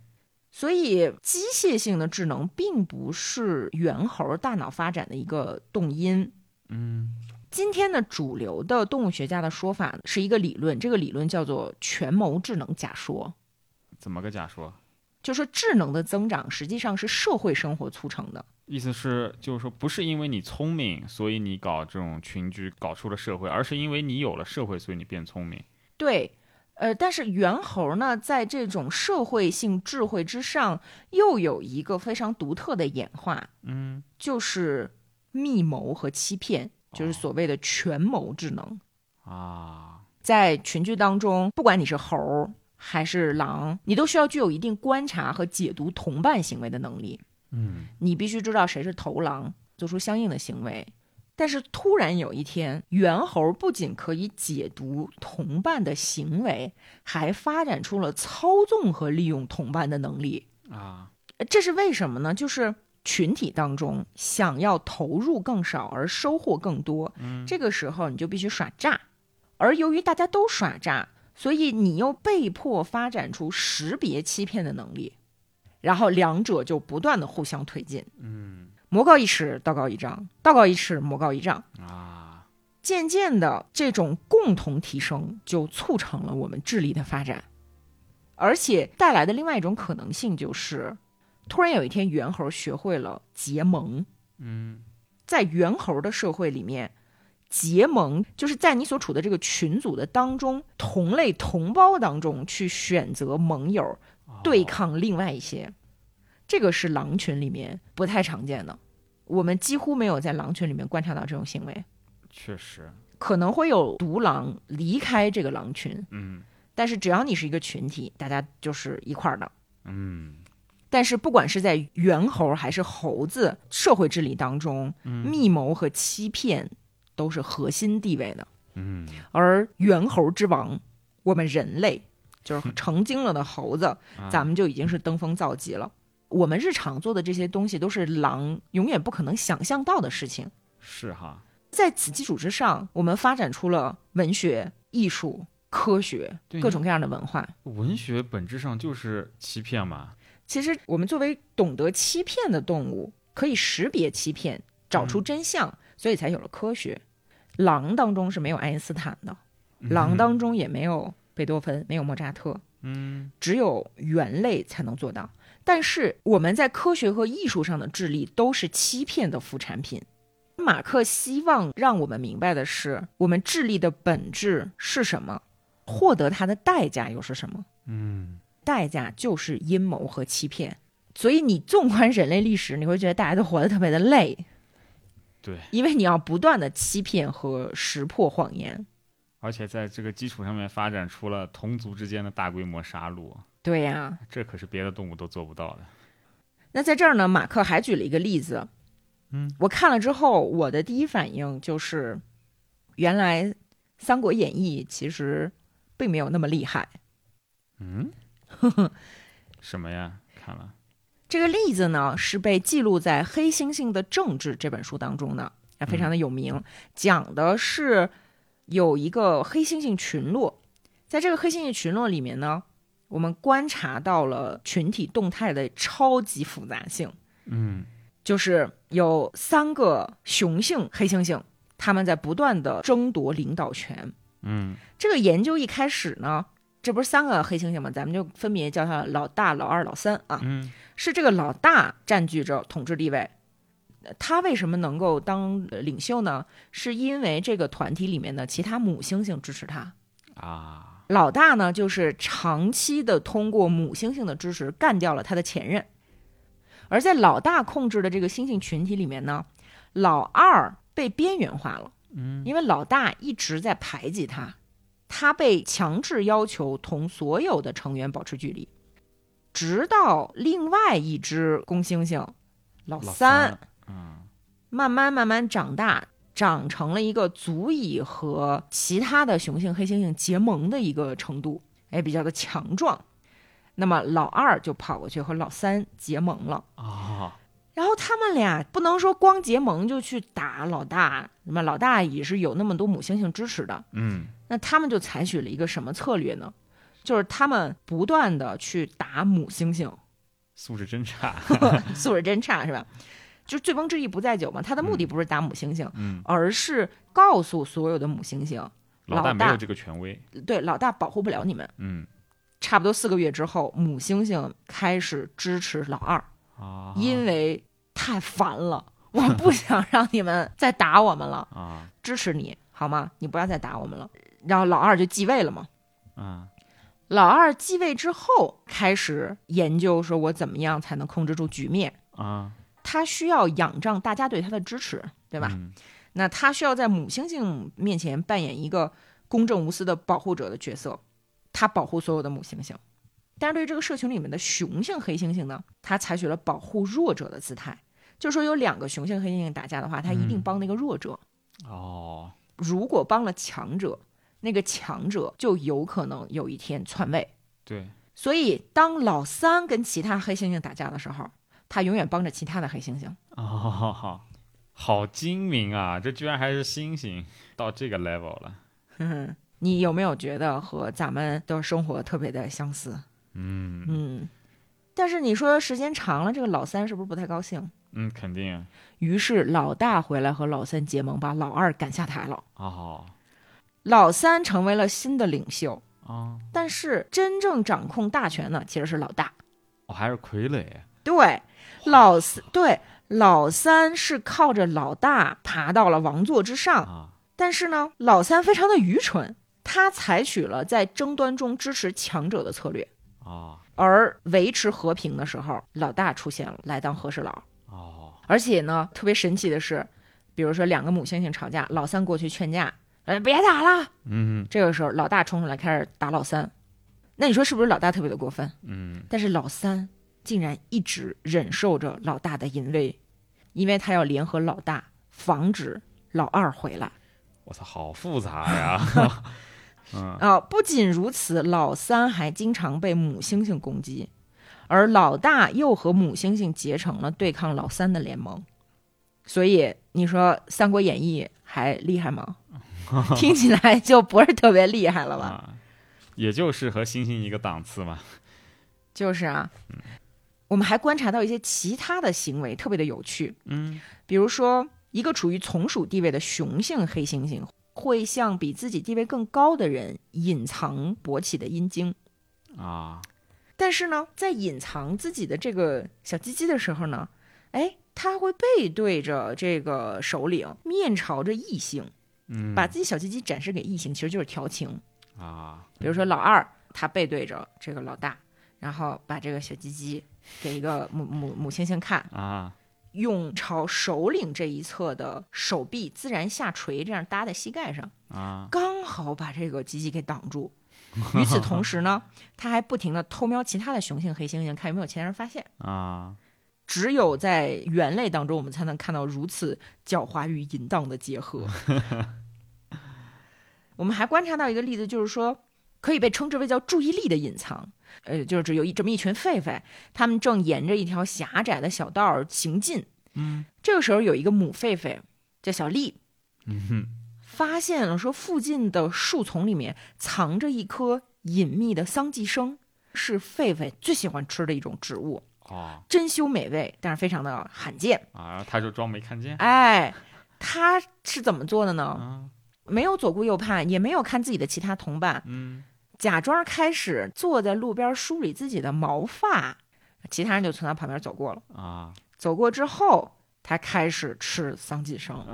S1: 所以，机械性的智能并不是猿猴大脑发展的一个动因，
S2: 嗯
S1: 今天的主流的动物学家的说法是一个理论，这个理论叫做权谋智能假说，
S2: 怎么个假说？
S1: 就说智能的增长实际上是社会生活促成的。
S2: 意思是，就是说，不是因为你聪明，所以你搞这种群居，搞出了社会，而是因为你有了社会，所以你变聪明。
S1: 对，呃，但是猿猴呢，在这种社会性智慧之上，又有一个非常独特的演化，
S2: 嗯，
S1: 就是密谋和欺骗，就是所谓的权谋智能。
S2: 啊，
S1: 在群居当中，不管你是猴儿还是狼，你都需要具有一定观察和解读同伴行为的能力。
S2: 嗯，
S1: 你必须知道谁是头狼，做出相应的行为。但是突然有一天，猿猴不仅可以解读同伴的行为，还发展出了操纵和利用同伴的能力。
S2: 啊，
S1: 呃这是为什么呢？就是群体当中想要投入更少而收获更多，这个时候你就必须耍诈，而由于大家都耍诈，所以你又被迫发展出识别欺骗的能力，然后两者就不断的互相推进，嗯，魔高一尺，道高一丈，道高一尺，魔高一丈。
S2: 啊，
S1: 渐渐的，这种共同提升就促成了我们智力的发展，而且带来的另外一种可能性就是，突然有一天，猿猴学会了结盟。
S2: 嗯，
S1: 在猿猴的社会里面，结盟就是在你所处的这个群组的当中，同类同胞当中去选择盟友
S2: 哦
S1: 对抗另外一些，这个是狼群里面不太常见的，我们几乎没有在狼群里面观察到这种行为。
S2: 确实，
S1: 可能会有独狼离开这个狼群，
S2: 嗯
S1: 但是只要你是一个群体，大家就是一块儿的。
S2: 嗯，
S1: 但是不管是在猿猴还是猴子社会治理当中，
S2: 嗯
S1: 密谋和欺骗都是核心地位的。
S2: 嗯，
S1: 而猿猴之王，我们人类 就是成精了的猴子，
S2: 啊
S1: 咱们就已经是登峰造极了。我们日常做的这些东西，都是狼永远不可能想象到的事情。
S2: 是哈，
S1: 在此基础之上，我们发展出了文学、艺术、科学
S2: 对
S1: 各种各样的文化。
S2: 文学本质上就是欺骗嘛。
S1: 其实，我们作为懂得欺骗的动物，可以识别欺骗，找出真相，所以才有了科学。狼当中是没有爱因斯坦的，狼当中也没有贝多芬，没有莫扎特，
S2: 嗯
S1: 只有猿类才能做到。但是我们在科学和艺术上的智力都是欺骗的副产品。马克希望让我们明白的是，我们智力的本质是什么，获得它的代价又是什么。
S2: 嗯
S1: 代价就是阴谋和欺骗。所以你纵观人类历史，你会觉得大家都活得特别的累，
S2: 对，
S1: 因为你要不断的欺骗和识破谎言。
S2: 而且在这个基础上面发展出了同族之间的大规模杀戮，
S1: 对呀、
S2: 这可是别的动物都做不到的。
S1: 那在这儿呢，马克还举了一个例子，
S2: 嗯，
S1: 我看了之后，我的第一反应就是，原来《三国演义》其实并没有那么厉害。
S2: 嗯，什么呀？看了，
S1: 这个例子呢，是被记录在《黑猩猩的政治》这本书当中的，啊，非常
S2: 嗯
S1: 的有名。讲的是有一个黑猩猩群落，在这个黑猩猩群落里面呢，我们观察到了群体动态的超级复杂性，
S2: 嗯
S1: 就是有三个雄性黑猩猩，他们在不断的争夺领导权。
S2: 嗯
S1: 这个研究一开始呢，这不是三个黑猩猩吗？咱们就分别叫它老大、老二、老三啊。
S2: 嗯
S1: 是这个老大占据着统治地位。呃他为什么能够当呃领袖呢？是因为这个团体里面的其他母猩猩支持他。
S2: 啊，
S1: 老大呢，就是长期的通过母猩猩的支持干掉了他的前任。而在老大控制的这个猩猩群体里面呢，老二被边缘化了，
S2: 嗯
S1: 因为老大一直在排挤他，他被强制要求同所有的成员保持距离，直到另外一只公猩猩老
S2: 老
S1: 三，
S2: 嗯
S1: 慢慢慢慢长大，长成了一个足以和其他的雄性黑猩猩结盟的一个程度，哎，比较的强壮。那么老二就跑过去和老三结盟了。
S2: 啊，
S1: 然后他们俩不能说光结盟就去打老大，那么老大也是有那么多母猩猩支持的，
S2: 嗯
S1: 那他们就采取了一个什么策略呢？就是他们不断的去打母猩猩，
S2: 素质真差，
S1: 素质真差是吧？就是醉翁之意不在酒嘛，他的目的不是打母猩猩，
S2: 嗯，
S1: 而是告诉所有的母猩猩，
S2: 老大
S1: 老
S2: 没
S1: 大
S2: 有这个权威，
S1: 对老大保护不了你们。
S2: 嗯
S1: 差不多四个月之后，母猩猩开始支持老二，
S2: 啊，
S1: 因为太烦了， 我不想让你们再打我们了，
S2: 啊
S1: 支持你好吗？你不要再打我们了。然后老二就继位了嘛，
S2: 啊
S1: 老二继位之后，开始研究说我怎么样才能控制住局面。
S2: 啊，
S1: 他需要仰仗大家对他的支持，对吧？
S2: 嗯
S1: 那他需要在母猩猩面前扮演一个公正无私的保护者的角色，他保护所有的母猩猩。但是对于这个社群里面的雄性黑猩猩呢，他采取了保护弱者的姿态，就是说有两个雄性黑猩猩打架的话，他一定
S2: 嗯
S1: 帮那个弱者。
S2: 哦，
S1: 如果帮了强者，那个强者就有可能有一天篡位。
S2: 对，
S1: 所以，当老三跟其他黑猩猩打架的时候，他永远帮着其他的黑猩猩。
S2: 哦， 好精明啊！这居然还是猩猩到这个 level 了。
S1: 嗯，你有没有觉得和咱们的生活特别的相似？
S2: 嗯
S1: 嗯，但是你说时间长了，这个老三是不是不太高兴？
S2: 嗯，肯定啊
S1: 于是老大回来和老三结盟，把老二赶下台了。
S2: 哦
S1: 老三成为了新的领袖，
S2: 啊，
S1: 但是真正掌控大权呢，其实是老大。
S2: 我、哦还是傀儡。
S1: 对，老三对老三是靠着老大爬到了王座之上，
S2: 啊
S1: 但是呢，老三非常的愚蠢，他采取了在争端中支持强者的策略，
S2: 哦
S1: 而维持和平的时候，老大出现了来当和事佬。
S2: 哦
S1: 而且呢，特别神奇的是，比如说两个母猩猩吵架，老三过去劝架，呃，别打了。
S2: 嗯
S1: 这个时候，老大冲出来开始打老三，那你说是不是老大特别的过分？
S2: 嗯
S1: 但是老三竟然一直忍受着老大的淫威，因为他要联合老大防止老二回来。
S2: 我操，好复杂 呀！嗯
S1: 啊、不仅如此，老三还经常被母猩猩攻击，而老大又和母猩猩结成了对抗老三的联盟。所以你说《三国演义》还厉害吗？ 听起来就不是特别厉害了吧？
S2: 啊，也就是和猩猩一个档次嘛。
S1: 就是啊，我们还观察到一些其他的行为特别的有趣，
S2: 嗯
S1: 比如说一个处于从属地位的雄性黑猩猩会向比自己地位更高的人隐藏勃起的阴茎。
S2: 啊，
S1: 但是呢，在隐藏自己的这个小鸡鸡的时候呢，哎，他会背对着这个首领，面朝着异性，
S2: 嗯，
S1: 把自己小鸡鸡展示给异性，其实就是调情。
S2: 啊，
S1: 比如说老二，他背对着这个老大，然后把这个小鸡鸡给一个母母母猩猩看，
S2: 啊，
S1: 用朝首领这一侧的手臂自然下垂，这样搭在膝盖上，
S2: 啊，
S1: 刚好把这个鸡鸡给挡住。与此同时呢，他还不停地偷瞄其他的雄性黑猩猩，看有没有其他人发现。
S2: 啊，
S1: 只有在猿类当中，我们才能看到如此狡猾与淫荡的结 合。我们还观察到一个例子，就是说可以被称之为叫注意力的隐藏。呃，就是只有一这么一群狒狒，他们正沿着一条狭窄的小道儿行进。
S2: 嗯，
S1: 这个时候有一个母狒狒叫小丽，
S2: 嗯哼，
S1: 发现了说附近的树丛里面藏着一颗隐秘的桑寄生，是狒狒最喜欢吃的一种植物，
S2: 哦，
S1: 珍馐美味，但是非常的罕见。
S2: 啊，然后他就装没看见，
S1: 哎，他是怎么做的呢？
S2: 啊，
S1: 没有左顾右盼，也没有看自己的其他同伴，
S2: 嗯，
S1: 假装开始坐在路边梳理自己的毛发，其他人就从他旁边走过了。
S2: 啊，
S1: 走过之后，他开始吃桑寄生。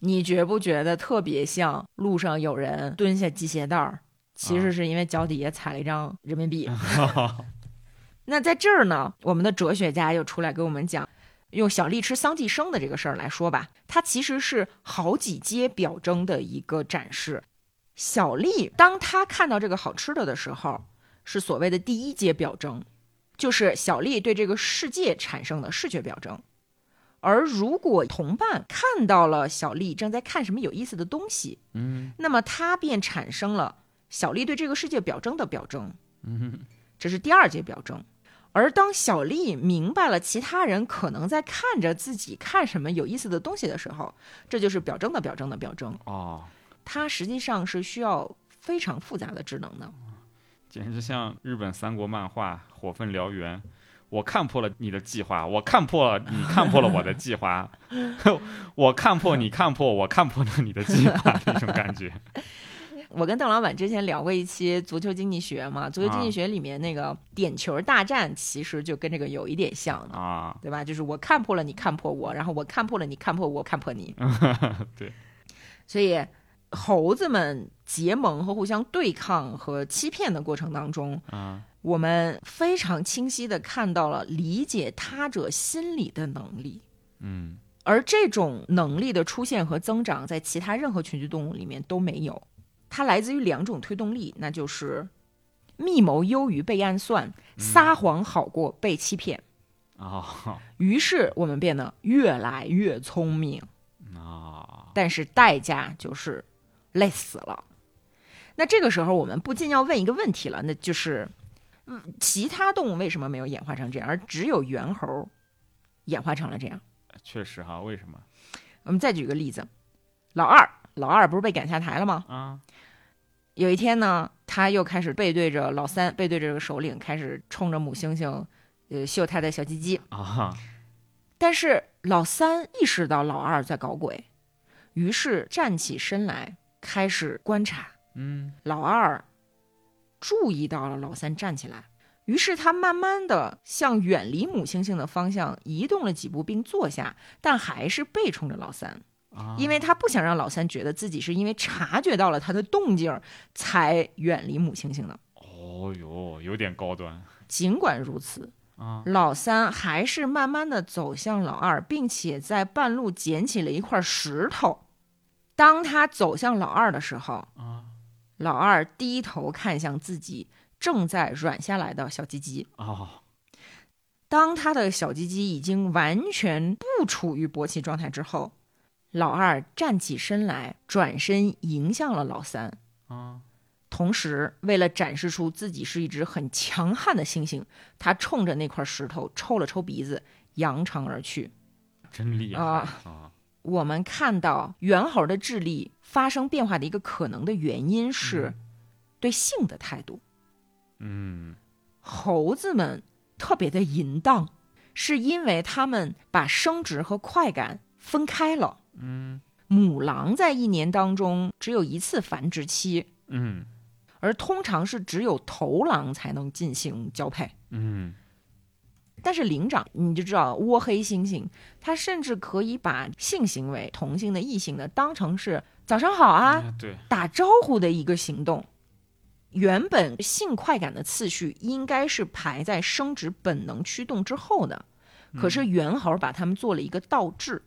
S1: 你觉不觉得特别像路上有人蹲下系鞋带儿，其实是因为脚底下踩了一张人民币？那在这儿呢，我们的哲学家又出来给我们讲，用小丽吃桑寄生的这个事儿来说吧，它其实是好几阶表征的一个展示。小丽当她看到这个好吃的的时候，是所谓的第一阶表征，就是小丽对这个世界产生的视觉表征。而如果同伴看到了小丽正在看什么有意思的东西，
S2: 嗯，
S1: 那么他便产生了小丽对这个世界表征的表征。
S2: 嗯，
S1: 这是第二阶表征。而当小丽明白了其他人可能在看着自己看什么有意思的东西的时候，这就是表征的表征的表征。
S2: 哦，
S1: 它实际上是需要非常复杂的智能的。
S2: 简直像日本三国漫画《火焚燎原》。我看破了你的计划，我看破了你看破了我的计划， 我看破你看破我看破了你的计划， 那种感觉。
S1: 我跟邓老板之前聊过一期足球经济学嘛，足球经济学里面那个点球大战其实就跟这个有一点像的，
S2: 啊，
S1: 对吧？就是我看破了你看破我，然后我看破了你看破我看破你。
S2: 对，
S1: 所以猴子们结盟和互相对抗和欺骗的过程当中，
S2: 啊，
S1: 我们非常清晰地看到了理解他者心理的能力，
S2: 嗯，
S1: 而这种能力的出现和增长，在其他任何群居动物里面都没有。它来自于两种推动力，那就是密谋优于被暗算，
S2: 嗯
S1: 撒谎好过被欺骗。
S2: 哦，
S1: 于是我们变得越来越聪明，
S2: 啊，
S1: 但是代价就是累死了。那这个时候，我们不禁要问一个问题了，那就是，嗯，其他动物为什么没有演化成这样，而只有猿猴演化成了这样？
S2: 确实哈，为什么
S1: 我们再举个例子，老二，老二不是被赶下台了吗？
S2: 啊？
S1: 有一天呢，他又开始背对着老三，背对着这个首领，开始冲着母猩猩，呃，秀他的小鸡鸡。
S2: 啊，
S1: 但是老三意识到老二在搞鬼，于是站起身来，开始观察。
S2: 嗯，
S1: 老二注意到了老三站起来，于是他慢慢的向远离母猩猩的方向移动了几步，并坐下，但还是背冲着老三，
S2: 啊，
S1: 因为他不想让老三觉得自己是因为察觉到了他的动静儿才远离母猩猩的。
S2: 哦哟，有点高端
S1: 尽管如此，
S2: 啊，
S1: 老三还是慢慢的走向老二，并且在半路捡起了一块石头。当他走向老二的时候，
S2: 啊
S1: 老二低头看向自己正在软下来的小鸡鸡。
S2: 哦，
S1: 当他的小鸡鸡已经完全不处于勃起状态之后，老二站起身来，转身迎向了老三。
S2: 啊，
S1: 同时，为了展示出自己是一只很强悍的猩猩，他冲着那块石头抽了抽鼻子，扬长而去。
S2: 真厉害啊，
S1: 我们看到猿猴的智力发生变化的一个可能的原因是对性的态度。
S2: 嗯，
S1: 猴子们特别的淫荡，是因为他们把生殖和快感分开了。嗯，母狼在一年当中只有一次繁殖期，
S2: 嗯
S1: 而通常是只有头狼才能进行交配。
S2: 嗯
S1: 但是灵长，你就知道窝黑猩猩，它甚至可以把性行为、同性的、异性的当成是“早上好啊”
S2: 哎对，
S1: 打招呼的一个行动。原本性快感的次序应该是排在生殖本能驱动之后的，可是猿猴把它们做了一个倒置，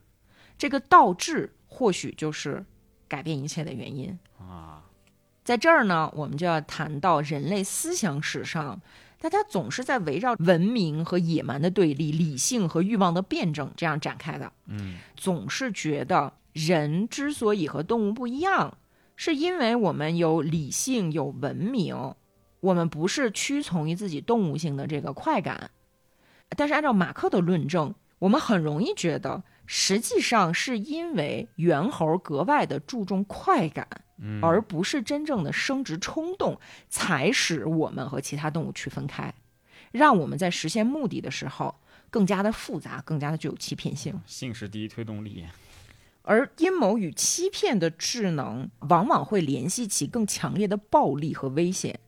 S1: 这个倒置或许就是改变一切的原因。
S2: 啊，
S1: 在这儿呢，我们就要谈到人类思想史上，大家总是在围绕文明和野蛮的对立、理性和欲望的辩证这样展开的，
S2: 嗯
S1: 总是觉得人之所以和动物不一样，是因为我们有理性、有文明，我们不是屈从于自己动物性的这个快感。但是按照马克的论证，我们很容易觉得，实际上是因为猿猴格外的注重快感。
S2: 嗯，
S1: 而不是真正的生殖冲动，才使我们和其他动物区分开，让我们在实现目的的时候更加的复杂，更加的具有欺骗性。
S2: 性是第一推动力，
S1: 而阴谋与欺骗的智能往往会联系起更强烈的暴力和危险。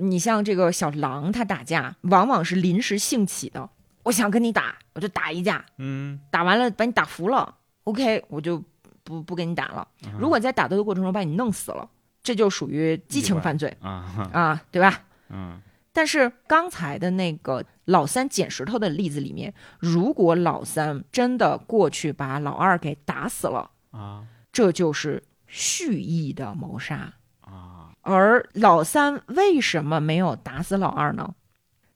S1: 你像这个小狼，它打架往往是临时兴起的，我想跟你打，我就打一架，
S2: 嗯
S1: 打完了把你打服了，OK，我就不不跟你打了。如果在打斗的过程中把你弄死了，这就属于激情犯罪
S2: 啊
S1: 啊，对吧？
S2: 嗯
S1: 但是刚才的那个老三捡石头的例子里面，如果老三真的过去把老二给打死了，
S2: 啊
S1: 这就是蓄意的谋杀。
S2: 啊，
S1: 而老三为什么没有打死老二呢？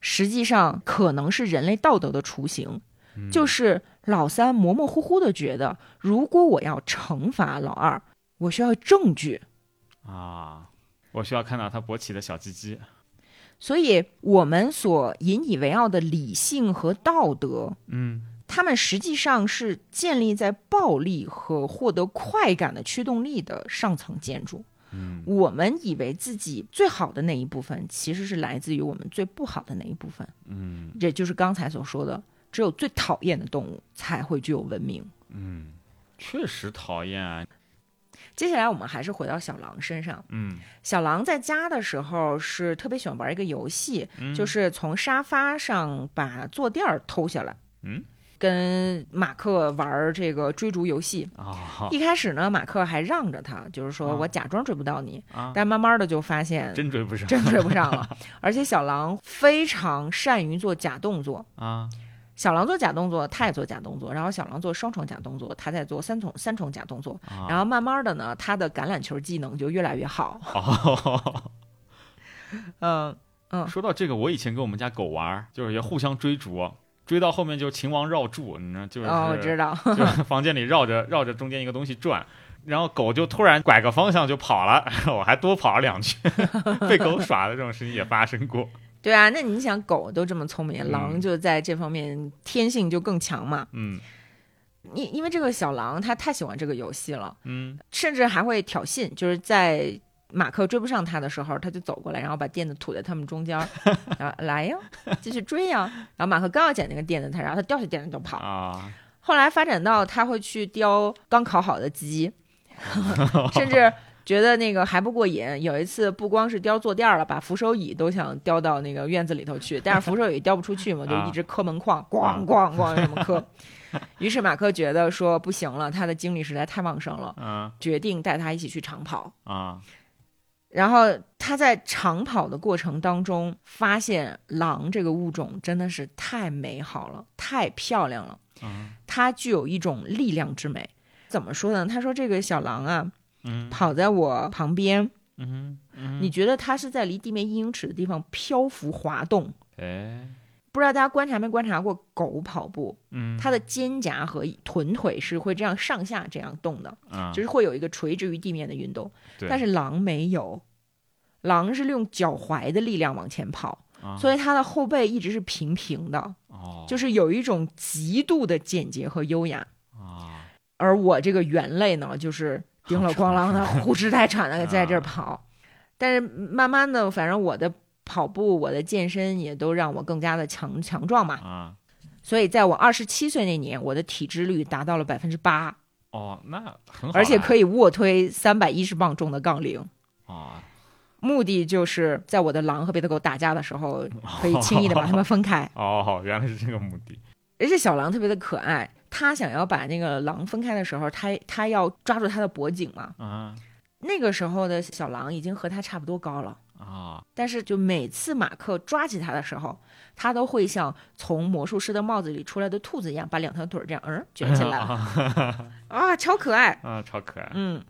S1: 实际上可能是人类道德的雏形，
S2: 嗯
S1: 就是老三模模糊糊的觉得，如果我要惩罚老二，我需要证据，
S2: 啊，我需要看到他勃起的小鸡鸡，
S1: 所以我们所引以为傲的理性和道德，
S2: 嗯
S1: 他们实际上是建立在暴力和获得快感的驱动力的上层建筑。
S2: 嗯
S1: 我们以为自己最好的那一部分，其实是来自于我们最不好的那一部分。
S2: 嗯
S1: 这就是刚才所说的，只有最讨厌的动物才会具有文明。
S2: 嗯，确实讨厌啊，
S1: 接下来我们还是回到小狼身上。
S2: 嗯
S1: 小狼在家的时候是特别喜欢玩一个游戏，
S2: 嗯
S1: 就是从沙发上把坐垫儿偷下来，
S2: 嗯，
S1: 跟马克玩这个追逐游戏。
S2: 啊
S1: 一开始呢，马克还让着他，就是说
S2: 啊
S1: 我假装追不到你，
S2: 啊，
S1: 但慢慢的就发现
S2: 真追不 上
S1: 真追不上 了。而且小狼非常善于做假动作，
S2: 啊，
S1: 小狼做假动作，他也做假动作，然后小狼做双重假动作，他在做三重三重假动作，
S2: 啊
S1: 然后慢慢的呢，他的橄榄球技能就越来越好。
S2: 哦，
S1: 嗯嗯，
S2: 说到这个，我以前跟我们家狗玩儿，就是也互相追逐，追到后面就秦王绕柱，你知道，就是、
S1: 哦，我知道，
S2: 就是房间里绕着绕着中间一个东西转，然后狗就突然拐个方向就跑了， 我还多跑了两圈， 被狗耍的这种事情也发生过。
S1: 对啊，那你想，狗都这么聪明，
S2: 嗯
S1: 狼就在这方面天性就更强嘛。
S2: 嗯
S1: 因因为这个小狼它太喜欢这个游戏了，
S2: 嗯
S1: 甚至还会挑衅，就是在马克追不上他的时候，他就走过来，然后把垫子吐在他们中间儿，然后来呀，继续追呀。然后马克刚要捡那个垫子，他然后他掉下垫子就跑。
S2: 啊，
S1: 后来发展到他会去叼刚烤好的鸡，甚至觉得那个还不过瘾。有一次不光是叼坐垫儿了，把扶手椅都想叼到那个院子里头去，但是扶手椅叼不出去嘛，就一直磕门框，咣咣咣什么磕。于是马克觉得说不行了，他的精力实在太旺盛了，
S2: 嗯
S1: 决定带他一起去长跑。
S2: 啊
S1: 然后他在长跑的过程当中，发现狼这个物种真的是太美好了，太漂亮了。
S2: 嗯
S1: 它具有一种力量之美。怎么说呢？他说这个小狼啊，
S2: 嗯
S1: 跑在我旁边，
S2: 嗯嗯，
S1: 你觉得它是在离地面一英尺的地方漂浮滑动？
S2: 哎
S1: 不知道大家观察没观察过狗跑步，
S2: 嗯
S1: 它的肩胛和臀腿是会这样上下这样动的，
S2: 啊
S1: 就是会有一个垂直于地面的运动。
S2: 对
S1: 但是狼没有，狼是利用脚踝的力量往前跑，
S2: 啊
S1: 所以它的后背一直是平平的，
S2: 哦
S1: 就是有一种极度的简洁和优雅。
S2: 啊
S1: 而我这个猿类呢，就是叮了咣啷的呼哧带喘
S2: 啊
S1: 的在这儿跑。但是慢慢的，反正我的跑步、我的健身也都让我更加的强强壮嘛。
S2: 啊
S1: 所以在我二十七岁那年，我的体脂率达到了百分之八，
S2: 哦，那很好啦，
S1: 而且可
S2: 以
S1: 以卧推三百一十磅重的杠铃。
S2: 啊，
S1: 目的就是在我的狼和别的狗打架的时 候，可以轻易的把它们分开。
S2: 哦，原来是这个目的
S1: 而且小狼特别的可爱，它想要把那个狼分开的时候，它它要抓住它的脖颈嘛。
S2: 啊
S1: 那个时候的小狼已经和它差不多高了，
S2: 啊
S1: 但是就每次马克抓起它的时候，它都会像从魔术师的帽子里出来的兔子一样，把两条腿儿这样嗯卷起 来了啊，超可爱。
S2: 啊，超可爱，
S1: 嗯，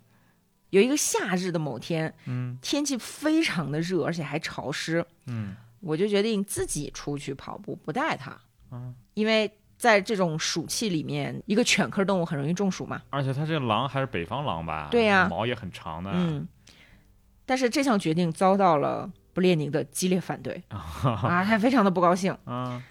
S1: 有一个夏日的某天，
S2: 嗯
S1: 天气非常的热，而且还潮湿，
S2: 嗯
S1: 我就决定自己出去跑步，不带它。
S2: 嗯，
S1: 因为在这种暑气里面，一个犬科动物很容易中暑嘛。
S2: 而且它这个狼还是北方狼吧？
S1: 对呀
S2: 毛也很长的，
S1: 嗯，但是这项决定遭到了不列宁的激烈反对 啊，他非常的不高兴。
S2: 啊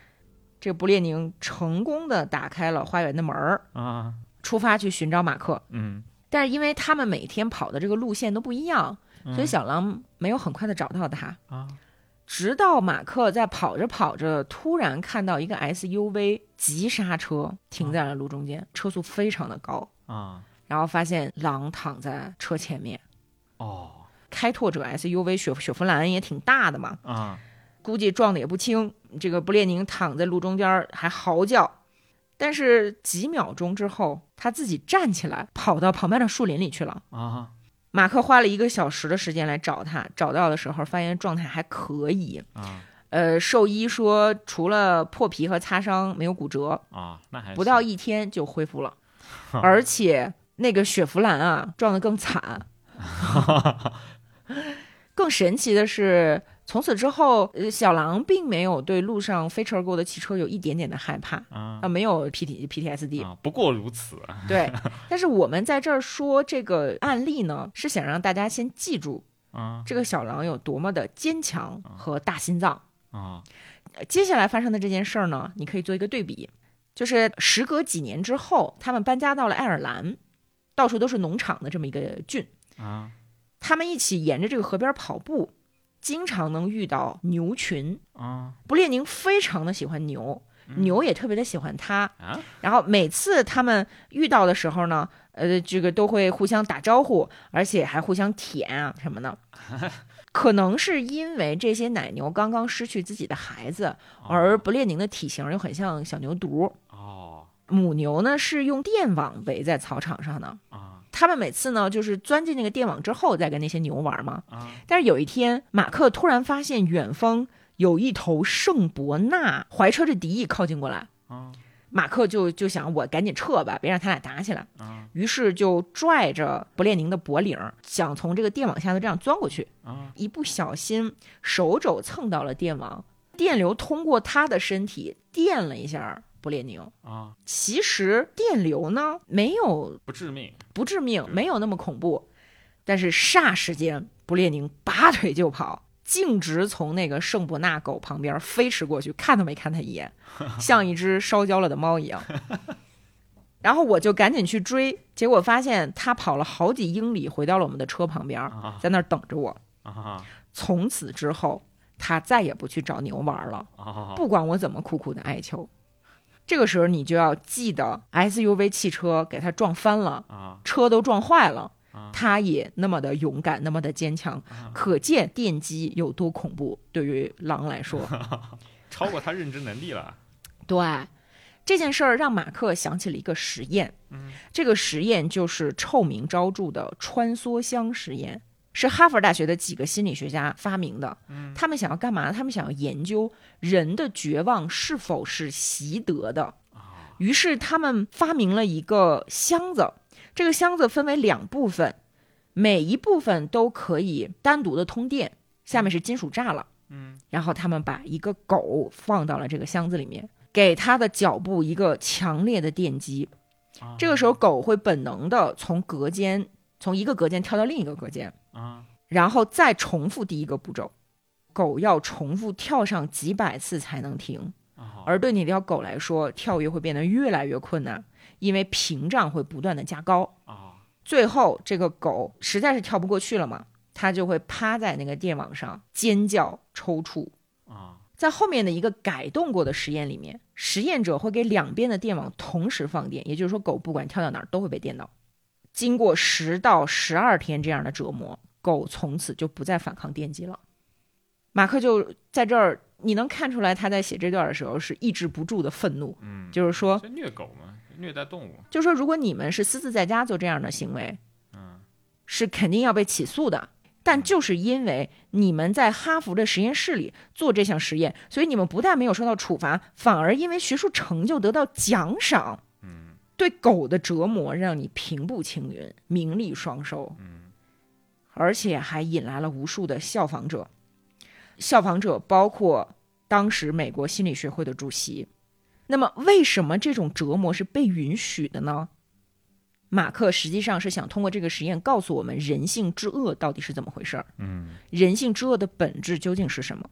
S1: 这个不列宁成功的打开了花园的门儿，
S2: 啊
S1: 出发去寻找马克。
S2: 嗯
S1: 但是因为他们每天跑的这个路线都不一样，所以小狼没有很快的找到他。
S2: 啊
S1: 直到马克在跑着跑着，突然看到一个 SUV 急刹车停在了路中间，车速非常的高。
S2: 啊
S1: 然后发现狼躺在车前面。
S2: 哦
S1: 开拓者 SUV 雪雪佛兰也挺大的嘛，
S2: 啊
S1: 估计撞的也不轻。这个布列宁躺在路中间儿还嚎叫，但是几秒钟之后，他自己站起来，跑到旁边的树林里去了。
S2: 啊
S1: 马克花了一个小时的时间来找他，找到的时候发现状态还可以。
S2: 啊
S1: 呃，兽医说除了破皮和擦伤没有骨折，
S2: 啊，那还
S1: 不到
S2: 行
S1: 一天就恢复了， 而且那个雪佛兰啊撞得更惨。 更神奇的是，从此之后，呃，小狼并没有对路上飞驰而过的汽车有一点点的害怕。
S2: 啊
S1: 啊，没有 P T P T S D，
S2: 啊，不过如此
S1: 对。但是我们在这儿说这个案例呢，是想让大家先记住
S2: 啊
S1: 这个小狼有多么的坚强和大心脏。
S2: 啊
S1: 呃接下来发生的这件事儿呢，你可以做一个对比，就是时隔几年之后，他们搬家到了爱尔兰，到处都是农场的这么一个郡，
S2: 啊
S1: 他们一起沿着这个河边跑步，经常能遇到牛群。
S2: 啊
S1: 不列宁非常的喜欢牛，牛也特别的喜欢他。
S2: 啊
S1: 然后每次他们遇到的时候呢，呃，这个都会互相打招呼，而且还互相舔啊什么的。可能是因为这些奶牛刚刚失去自己的孩子，
S2: 啊
S1: 而不列宁的体型又很像小牛犊。
S2: 哦
S1: 母牛呢是用电网围在草场上的，
S2: 啊
S1: 他们每次呢就是钻进那个电网之后再跟那些牛玩嘛。
S2: 啊
S1: 但是有一天，马克突然发现远方有一头圣伯纳怀揣着敌意靠近过来，
S2: 啊
S1: 马克就就想我赶紧撤吧，别让他俩打起来。
S2: 啊
S1: 于是就拽着不列宁的脖领，想从这个电网下头这样钻过去。
S2: 啊
S1: 一不小心手肘蹭到了电网，电流通过他的身体电了一下布列宁。
S2: 啊，
S1: 其实电流呢没有
S2: 不致命
S1: 不致命，
S2: 对
S1: 没有那么恐怖，但是霎时间布列宁拔腿就跑，径直从那个圣伯纳狗旁边飞驰过去，看都没看他一眼，像一只烧焦了的猫一样。然后我就赶紧去追，结果发现他跑了好几英里，回到了我们的车旁边，
S2: 啊
S1: 在那儿等着我。
S2: 啊
S1: 从此之后，他再也不去找牛玩了，
S2: 啊
S1: 不管我怎么苦苦的哀求。这个时候，你就要记得 SUV 汽车给他撞翻了，
S2: 啊
S1: 车都撞坏了
S2: 啊，
S1: 他也那么的勇敢，那么的坚强，
S2: 啊，
S1: 可见电击有多恐怖对于狼来说。
S2: 超过他认知能力了
S1: 对，这件事儿让马克想起了一个实验，这个实验就是臭名昭著的穿梭箱实验，是哈佛大学的几个心理学家发明的。他们想要干嘛？他们想要研究人的绝望是否是习得的。于是他们发明了一个箱子，这个箱子分为两部分，每一部分都可以单独的通电，下面是金属栅栏。
S2: 嗯，
S1: 然后他们把一个狗放到了这个箱子里面，给它的脚部一个强烈的电击。这个时候，狗会本能的从隔间，从一个隔间跳到另一个隔间，
S2: 啊
S1: 然后再重复第一个步骤。狗要重复跳上几百次才能停，
S2: 啊
S1: 而对你条狗来说，跳跃会变得越来越困难，因为屏障会不断的加高。
S2: 啊
S1: 最后，这个狗实在是跳不过去了嘛，它就会趴在那个电网上尖叫抽搐。
S2: 啊
S1: 在后面的一个改动过的实验里面，实验者会给两边的电网同时放电，也就是说，狗不管跳到哪儿都会被电到。经过十到十二天这样的折磨，狗从此就不再反抗电击了。马克就在这儿，你能看出来他在写这段的时候是抑制不住的愤怒，
S2: 嗯，
S1: 就是说，
S2: 这虐狗嘛，虐待动物，
S1: 就是说，如果你们是私自在家做这样的行为，
S2: 嗯
S1: 是肯定要被起诉的。但就是因为你们在哈佛的实验室里做这项实验，所以你们不但没有受到处罚，反而因为学术成就得到奖赏。
S2: 嗯
S1: 对狗的折磨让你平步青云，名利双收，
S2: 嗯
S1: 而且还引来了无数的效仿者。效仿者包括当时美国心理学会的主席。那么，为什么这种折磨是被允许的呢？马克实际上是想通过这个实验告诉我们人性之恶到底是怎么回事儿。
S2: 嗯
S1: 人性之恶的本质究竟是什么？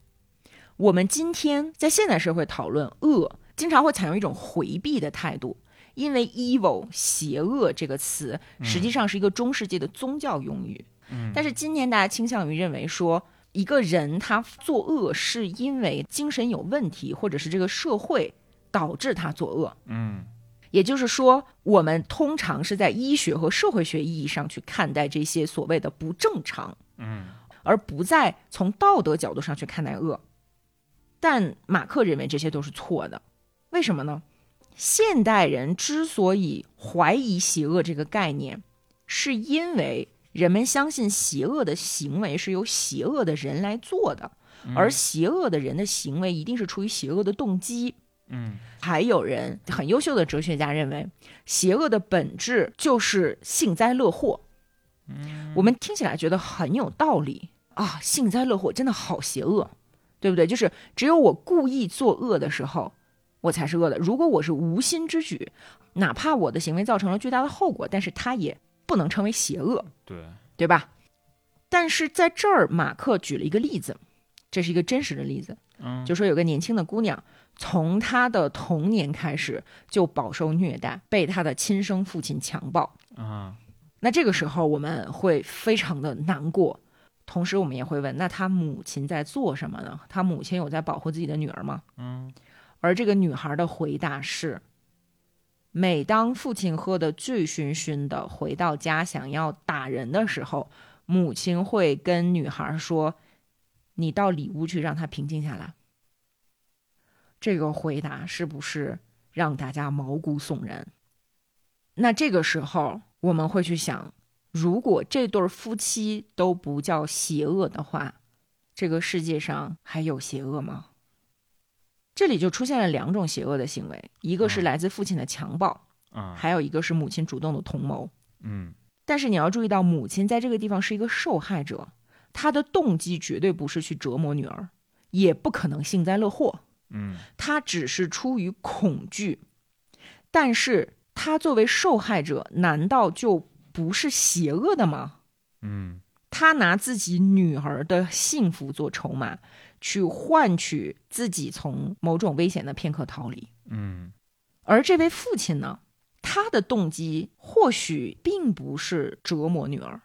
S1: 我们今天在现代社会讨论恶，经常会采用一种回避的态度，因为 evil 邪恶这个词实际上是一个中世纪的宗教用语。
S2: 嗯
S1: 但是今年大家倾向于认为说，一个人他作恶是因为精神有问题，或者是这个社会导致他作恶。
S2: 嗯
S1: 也就是说，我们通常是在医学和社会学意义上去看待这些所谓的不正常。
S2: 嗯
S1: 而不再从道德角度上去看待恶。但马克认为这些都是错的，为什么呢？现代人之所以怀疑邪恶这个概念，是因为人们相信邪恶的行为是由邪恶的人来做的，
S2: 嗯
S1: 而邪恶的人的行为一定是出于邪恶的动机。
S2: 嗯
S1: 还有人很优秀的哲学家认为，邪恶的本质就是幸灾乐祸。我们听起来觉得很有道理啊，幸灾乐祸真的好邪恶，对不对？就是只有我故意作恶的时候，我才是恶的。如果我是无心之举，哪怕我的行为造成了巨大的后果，但是它也不能成为邪恶。
S2: 对，
S1: 对吧？但是在这儿，马克举了一个例子，这是一个真实的例子，
S2: 嗯
S1: 就说有个年轻的姑娘，从她的童年开始就饱受虐待，被她的亲生父亲强暴。
S2: 啊
S1: 那这个时候我们会非常的难过，同时我们也会问，那她母亲在做什么呢？她母亲有在保护自己的女儿吗？
S2: 嗯
S1: 而这个女孩的回答是：每当父亲喝得醉醺醺的回到家，想要打人的时候，母亲会跟女孩说：“你到里屋去，让她平静下来。”这个回答是不是让大家毛骨悚然？那这个时候，我们会去想，如果这对夫妻都不叫邪恶的话，这个世界上还有邪恶吗？这里就出现了两种邪恶的行为，一个是来自父亲的强暴，
S2: 啊
S1: 还有一个是母亲主动的同谋。
S2: 嗯
S1: 但是你要注意到，母亲在这个地方是一个受害者，她的动机绝对不是去折磨女儿，也不可能幸灾乐祸，
S2: 嗯
S1: 她只是出于恐惧。但是她作为受害者，难道就不是邪恶的吗？
S2: 嗯
S1: 他拿自己女儿的幸福做筹码，去换取自己从某种危险的片刻逃离。
S2: 嗯
S1: 而这位父亲呢，他的动机或许并不是折磨女儿，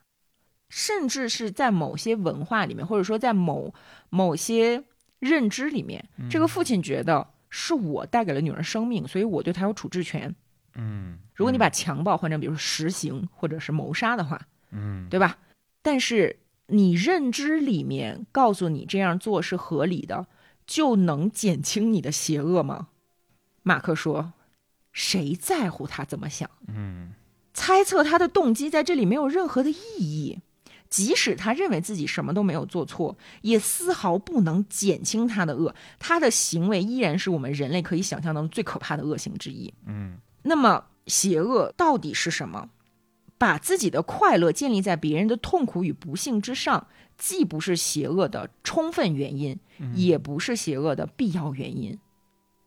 S1: 甚至是在某些文化里面，或者说在某某些认知里面，
S2: 嗯
S1: 这个父亲觉得是我带给了女儿生命，所以我对她有处置权。
S2: 嗯，
S1: 如果你把强暴换成比如说实行或者是谋杀的话，
S2: 嗯
S1: 对吧？但是你认知里面告诉你这样做是合理的，就能减轻你的邪恶吗？马克说：“谁在乎他怎么想？
S2: 嗯
S1: 猜测他的动机在这里没有任何的意义。即使他认为自己什么都没有做错，也丝毫不能减轻他的恶。他的行为依然是我们人类可以想象当中最可怕的恶行之一。”
S2: 嗯
S1: 那么，邪恶到底是什么？把自己的快乐建立在别人的痛苦与不幸之上，既不是邪恶的充分原因，
S2: 嗯
S1: 也不是邪恶的必要原因。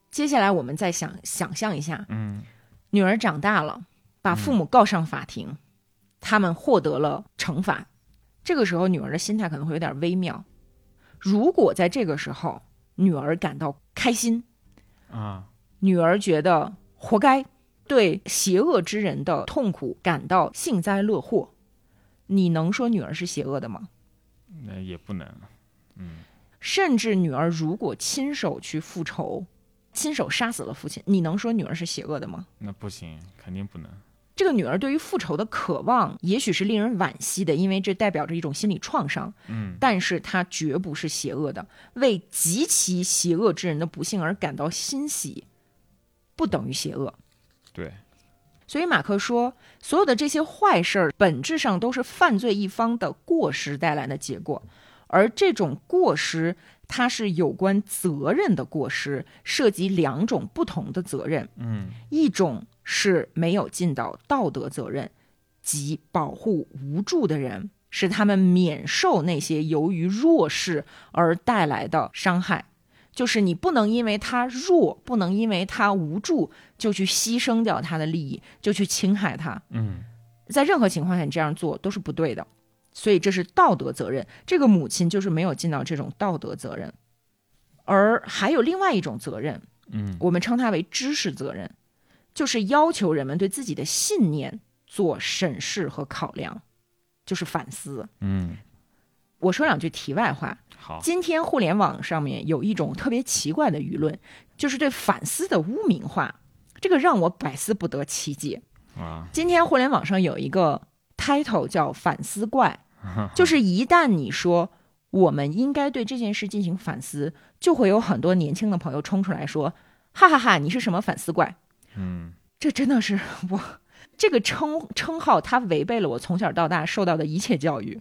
S1: 接下来，我们再想想象一下，
S2: 嗯
S1: 女儿长大了，把父母告上法庭，他们获得了惩罚。这个时候，女儿的心态可能会有点微妙。如果在这个时候，女儿感到开心，
S2: 啊
S1: 女儿觉得活该，对邪恶之人的痛苦感到幸灾乐祸。你能说女儿是邪恶的吗？
S2: 那也不能，嗯
S1: 甚至女儿如果亲手去复仇，亲手杀死了父亲，你能说女儿是邪恶的吗？
S2: 那不行，肯定不能，
S1: 这个女儿对于复仇的渴望，也许是令人惋惜的，因为这代表着一种心理创伤。
S2: 嗯，
S1: 但是她绝不是邪恶的，为极其邪恶之人的不幸而感到欣喜，不等于邪恶。
S2: 对，
S1: 所以马克说，所有的这些坏事儿本质上都是犯罪一方的过失带来的结果，而这种过失它是有关责任的过失，涉及两种不同的责任，
S2: 嗯
S1: 一种是没有尽到道德责任，即保护无助的人，使他们免受那些由于弱势而带来的伤害。就是你不能因为他弱，不能因为他无助就去牺牲掉他的利益，就去侵害他。
S2: 嗯
S1: 在任何情况下，你这样做都是不对的。所以这是道德责任。这个母亲就是没有尽到这种道德责任，而还有另外一种责任，
S2: 嗯
S1: 我们称它为知识责任，就是要求人们对自己的信念做审视和考量，就是反思。
S2: 嗯，
S1: 我说两句题外话，
S2: 好，
S1: 今天互联网上面有一种特别奇怪的舆论，就是对反思的污名化，这个让我百思不得其解。
S2: 啊，
S1: 今天互联网上有一个 title 叫“反思怪”，就是一旦你说我们应该对这件事进行反思，就会有很多年轻的朋友冲出来说：“哈哈哈你是什么反思怪
S2: 嗯？”
S1: 这真的是我这个称称号，它违背了我从小到大受到的一切教育。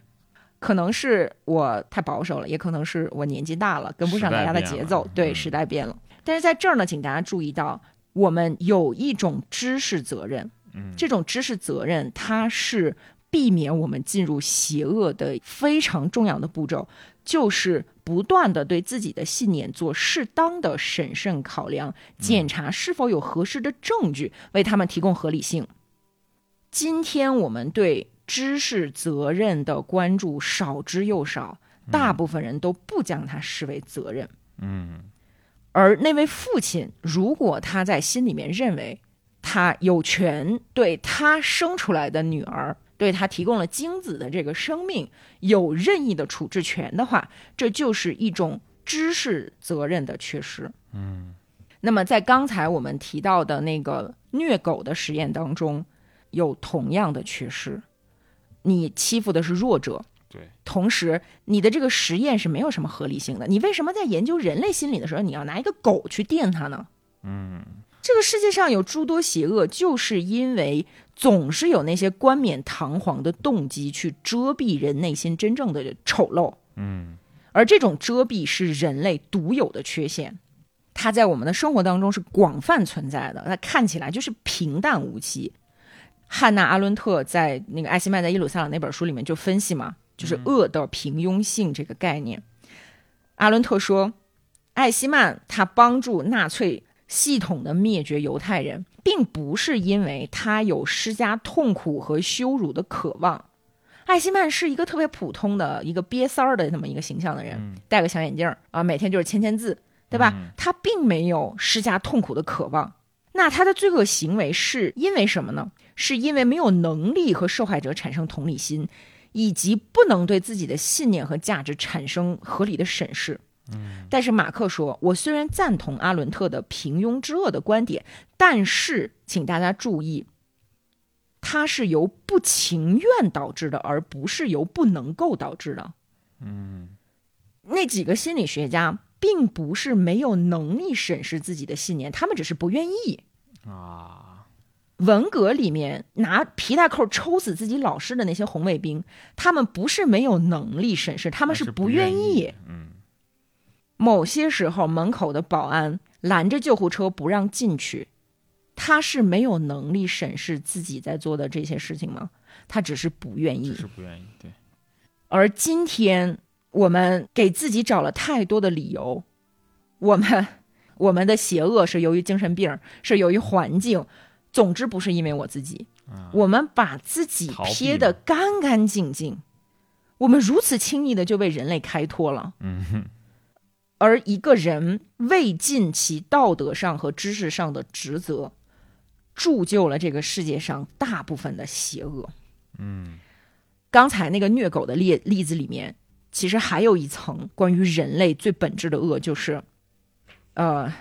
S1: 可能是我太保守了，也可能是我年纪大了，跟不上
S2: 时代
S1: 大家的
S2: 变
S1: 节
S2: 了
S1: 奏。对，
S2: 嗯
S1: 时代变了。但是在这儿呢，请大家注意到，我们有一种知识责任，
S2: 嗯，
S1: 这种知识责任，它是避免我们进入邪恶的非常重要的步骤，就是不断的对自己的信念做适当的审慎考量，检查是否有合适的证据为他们提供合理性。今天我们对知识责任的关注少之又少，大部分人都不将它视为责任。
S2: 嗯
S1: 而那位父亲，如果他在心里面认为他有权对他生出来的女儿，对他提供了精子的这个生命有任意的处置权的话，这就是一种知识责任的缺失。
S2: 嗯
S1: 那么在刚才我们提到的那个虐狗的实验当中，有同样的缺失，你欺负的是弱者，
S2: 对，
S1: 同时，你的这个实验是没有什么合理性的。你为什么在研究人类心理的时候，你要拿一个狗去电它呢？
S2: 嗯
S1: 这个世界上有诸多邪恶，就是因为总是有那些冠冕堂皇的动机去遮蔽人内心真正的丑陋，
S2: 嗯
S1: 而这种遮蔽是人类独有的缺陷，它在我们的生活当中是广泛存在的。它看起来就是平淡无奇。汉娜·阿伦特在那个《艾希曼在耶路撒冷》那本书里面就分析嘛，就是恶的平庸性这个概念。阿伦特说，艾希曼他帮助纳粹系统的灭绝犹太人，并不是因为他有施加痛苦和羞辱的渴望。艾希曼是一个特别普通的一个瘪三儿的那么一个形象的人，
S2: 嗯
S1: 戴个小眼镜儿啊，每天就是签签字，对吧？
S2: 嗯
S1: 他并没有施加痛苦的渴望。那他的罪恶行为是因为什么呢？是因为没有能力和受害者产生同理心，以及不能对自己的信念和价值产生合理的审视。
S2: 嗯
S1: 但是马克说，我虽然赞同阿伦特的平庸之恶的观点，但是请大家注意，它是由不情愿导致的，而不是由不能够导致的。
S2: 嗯
S1: 那几个心理学家并不是没有能力审视自己的信念，他们只是不愿意。
S2: 啊，
S1: 文革里面拿皮带扣抽死自己老师的那些红卫兵，他们不是没有能力审视，他
S2: 他
S1: 们是
S2: 是
S1: 不
S2: 愿
S1: 愿意。，
S2: 嗯
S1: 某些时候，门口的保安拦着救护车不让进去，他是没有能力审视自己在做的这些事情吗？他只是不愿
S2: 只
S1: 意。
S2: 是不愿意，对，
S1: 而今天我们给自己找了太多的理由，我们我们的邪恶是由于精神病，是由于环境，总之不是因为我自己。我们把自己
S2: 啊逃避
S1: 撇得
S2: 嘛
S1: 干干净净，我们如此轻易的就被人类开脱了。
S2: 嗯哼
S1: 而一个人未尽其道德上和知识上的职责，铸就了这个世界上大部分的邪恶。
S2: 嗯
S1: 刚才那个虐狗的例例子里面，其实还有一层关于人类最本质的恶，就是，呃，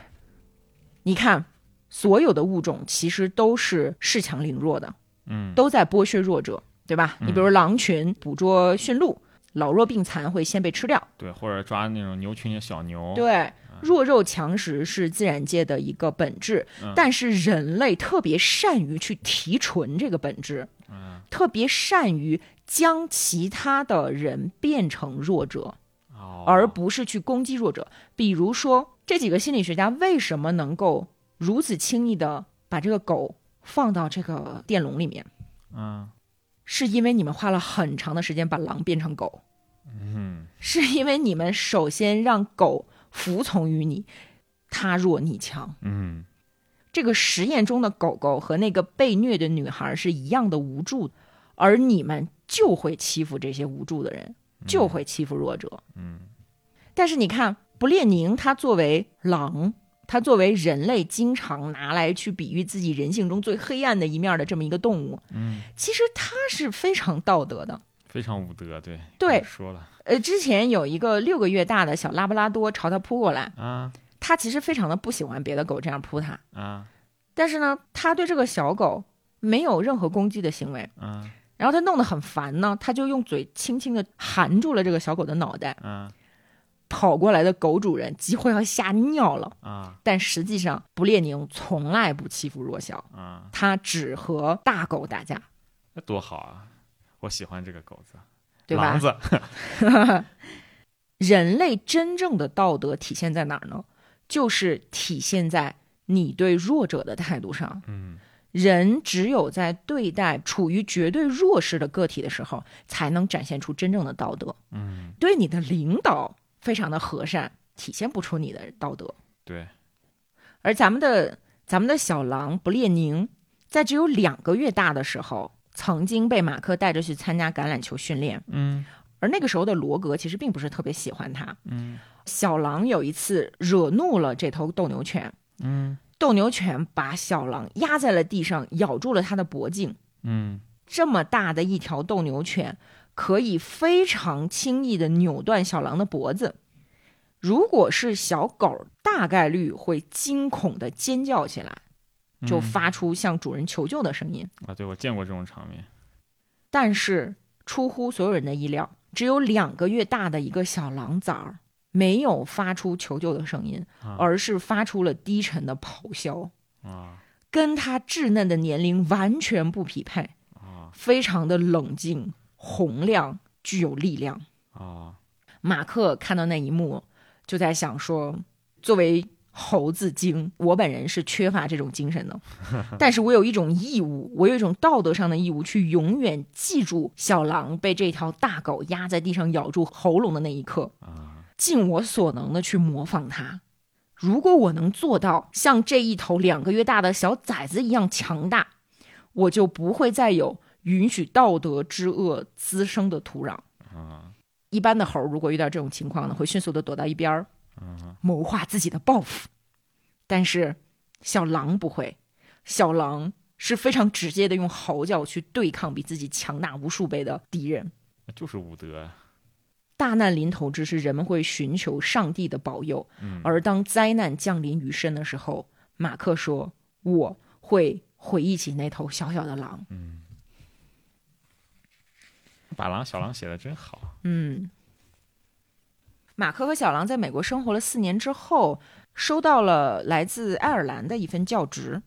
S1: 你看，所有的物种其实都是恃强凌弱的，
S2: 嗯
S1: 都在剥削弱者，对吧？你比如狼群捕捉驯鹿，老弱病残会先被吃掉。
S2: 对，或者抓那种牛群里的小牛，
S1: 对，弱肉强食是自然界的一个本质，
S2: 嗯
S1: 但是人类特别善于去提纯这个本质，
S2: 嗯
S1: 特别善于将其他的人变成弱者，
S2: 哦，
S1: 而不是去攻击弱者。比如说，这几个心理学家为什么能够如此轻易的把这个狗放到这个电笼里面？
S2: 嗯
S1: 是因为你们花了很长的时间把狼变成狗，
S2: 嗯
S1: 是因为你们首先让狗服从于你，它弱你强。
S2: 嗯
S1: 这个实验中的狗狗和那个被虐的女孩是一样的无助，而你们就会欺负这些无助的人，就会欺负弱者。
S2: 嗯
S1: 但是你看，不列宁他作为狼，他作为人类经常拿来去比喻自己人性中最黑暗的一面的这么一个动物，
S2: 嗯，
S1: 其实他是非常道德的。
S2: 非常武德，对
S1: 对
S2: 刚才说了
S1: 呃，之前有一个六个月大的小拉布拉多朝他扑过来，
S2: 啊
S1: 他其实非常的不喜欢别的狗这样扑他，
S2: 啊
S1: 但是呢，他对这个小狗没有任何攻击的行为，
S2: 啊
S1: 然后他弄得很烦呢，他就用嘴轻轻的含住了这个小狗的脑袋，
S2: 啊
S1: 跑过来的狗主人几乎要吓尿了。
S2: 啊
S1: 但实际上，不列宁从来不欺负弱小，
S2: 啊，
S1: 他只和大狗打架，
S2: 那多好啊！我喜欢这个狗子，
S1: 对吧
S2: 狼？子，
S1: 人类真正的道德体现在哪儿呢？就是体现在你对弱者的态度上。
S2: 嗯
S1: 人只有在对待处于绝对弱势的个体的时候，才能展现出真正的道德。
S2: 嗯，
S1: 对你的领导非常的和善，体现不出你的道德。
S2: 对，
S1: 而咱们的咱们的小狼不列宁，在只有两个月大的时候，曾经被马克带着去参加橄榄球训练。
S2: 嗯
S1: 而那个时候的罗格其实并不是特别喜欢他。
S2: 嗯
S1: 小狼有一次惹怒了这头斗牛犬，
S2: 嗯
S1: 斗牛犬把小狼压在了地上，咬住了它的脖颈。
S2: 嗯
S1: 这么大的一条斗牛犬，可以非常轻易的扭断小狼的脖子。如果是小狗，大概率会惊恐的尖叫起来，就
S2: 嗯
S1: 发出向主人求救的声音。
S2: 啊！对，我见过这种场面，
S1: 但是出乎所有人的意料，只有两个月大的一个小狼崽儿没有发出求救的声音，
S2: 啊
S1: 而是发出了低沉的咆哮，
S2: 啊
S1: 跟它稚嫩的年龄完全不匹配。
S2: 啊
S1: 非常的冷静、洪亮、具有力量。
S2: 啊！
S1: 马克看到那一幕，就在想说，作为猴子精，我本人是缺乏这种精神的，但是我有一种义务，我有一种道德上的义务，去永远记住小狼被这条大狗压在地上咬住喉咙的那一刻，
S2: 啊，
S1: 尽我所能的去模仿它。如果我能做到像这一头两个月大的小崽子一样强大，我就不会再有允许道德之恶滋生的土壤。
S2: 啊
S1: 一般的猴儿如果遇到这种情况呢，会迅速的躲到一边儿，
S2: 嗯
S1: 谋划自己的报复。但是小狼不会，小狼是非常直接的用嚎叫去对抗比自己强大无数倍的敌人。
S2: 那就是武德，
S1: 大难临头之时，人们会寻求上帝的保佑。
S2: 嗯
S1: 而当灾难降临于身的时候，马克说：“我会回忆起那头小小的狼。
S2: 嗯，把狼小狼写的真好，”
S1: 嗯，马克和小狼在美国生活了四年之后，收到了来自爱尔兰的一份教职。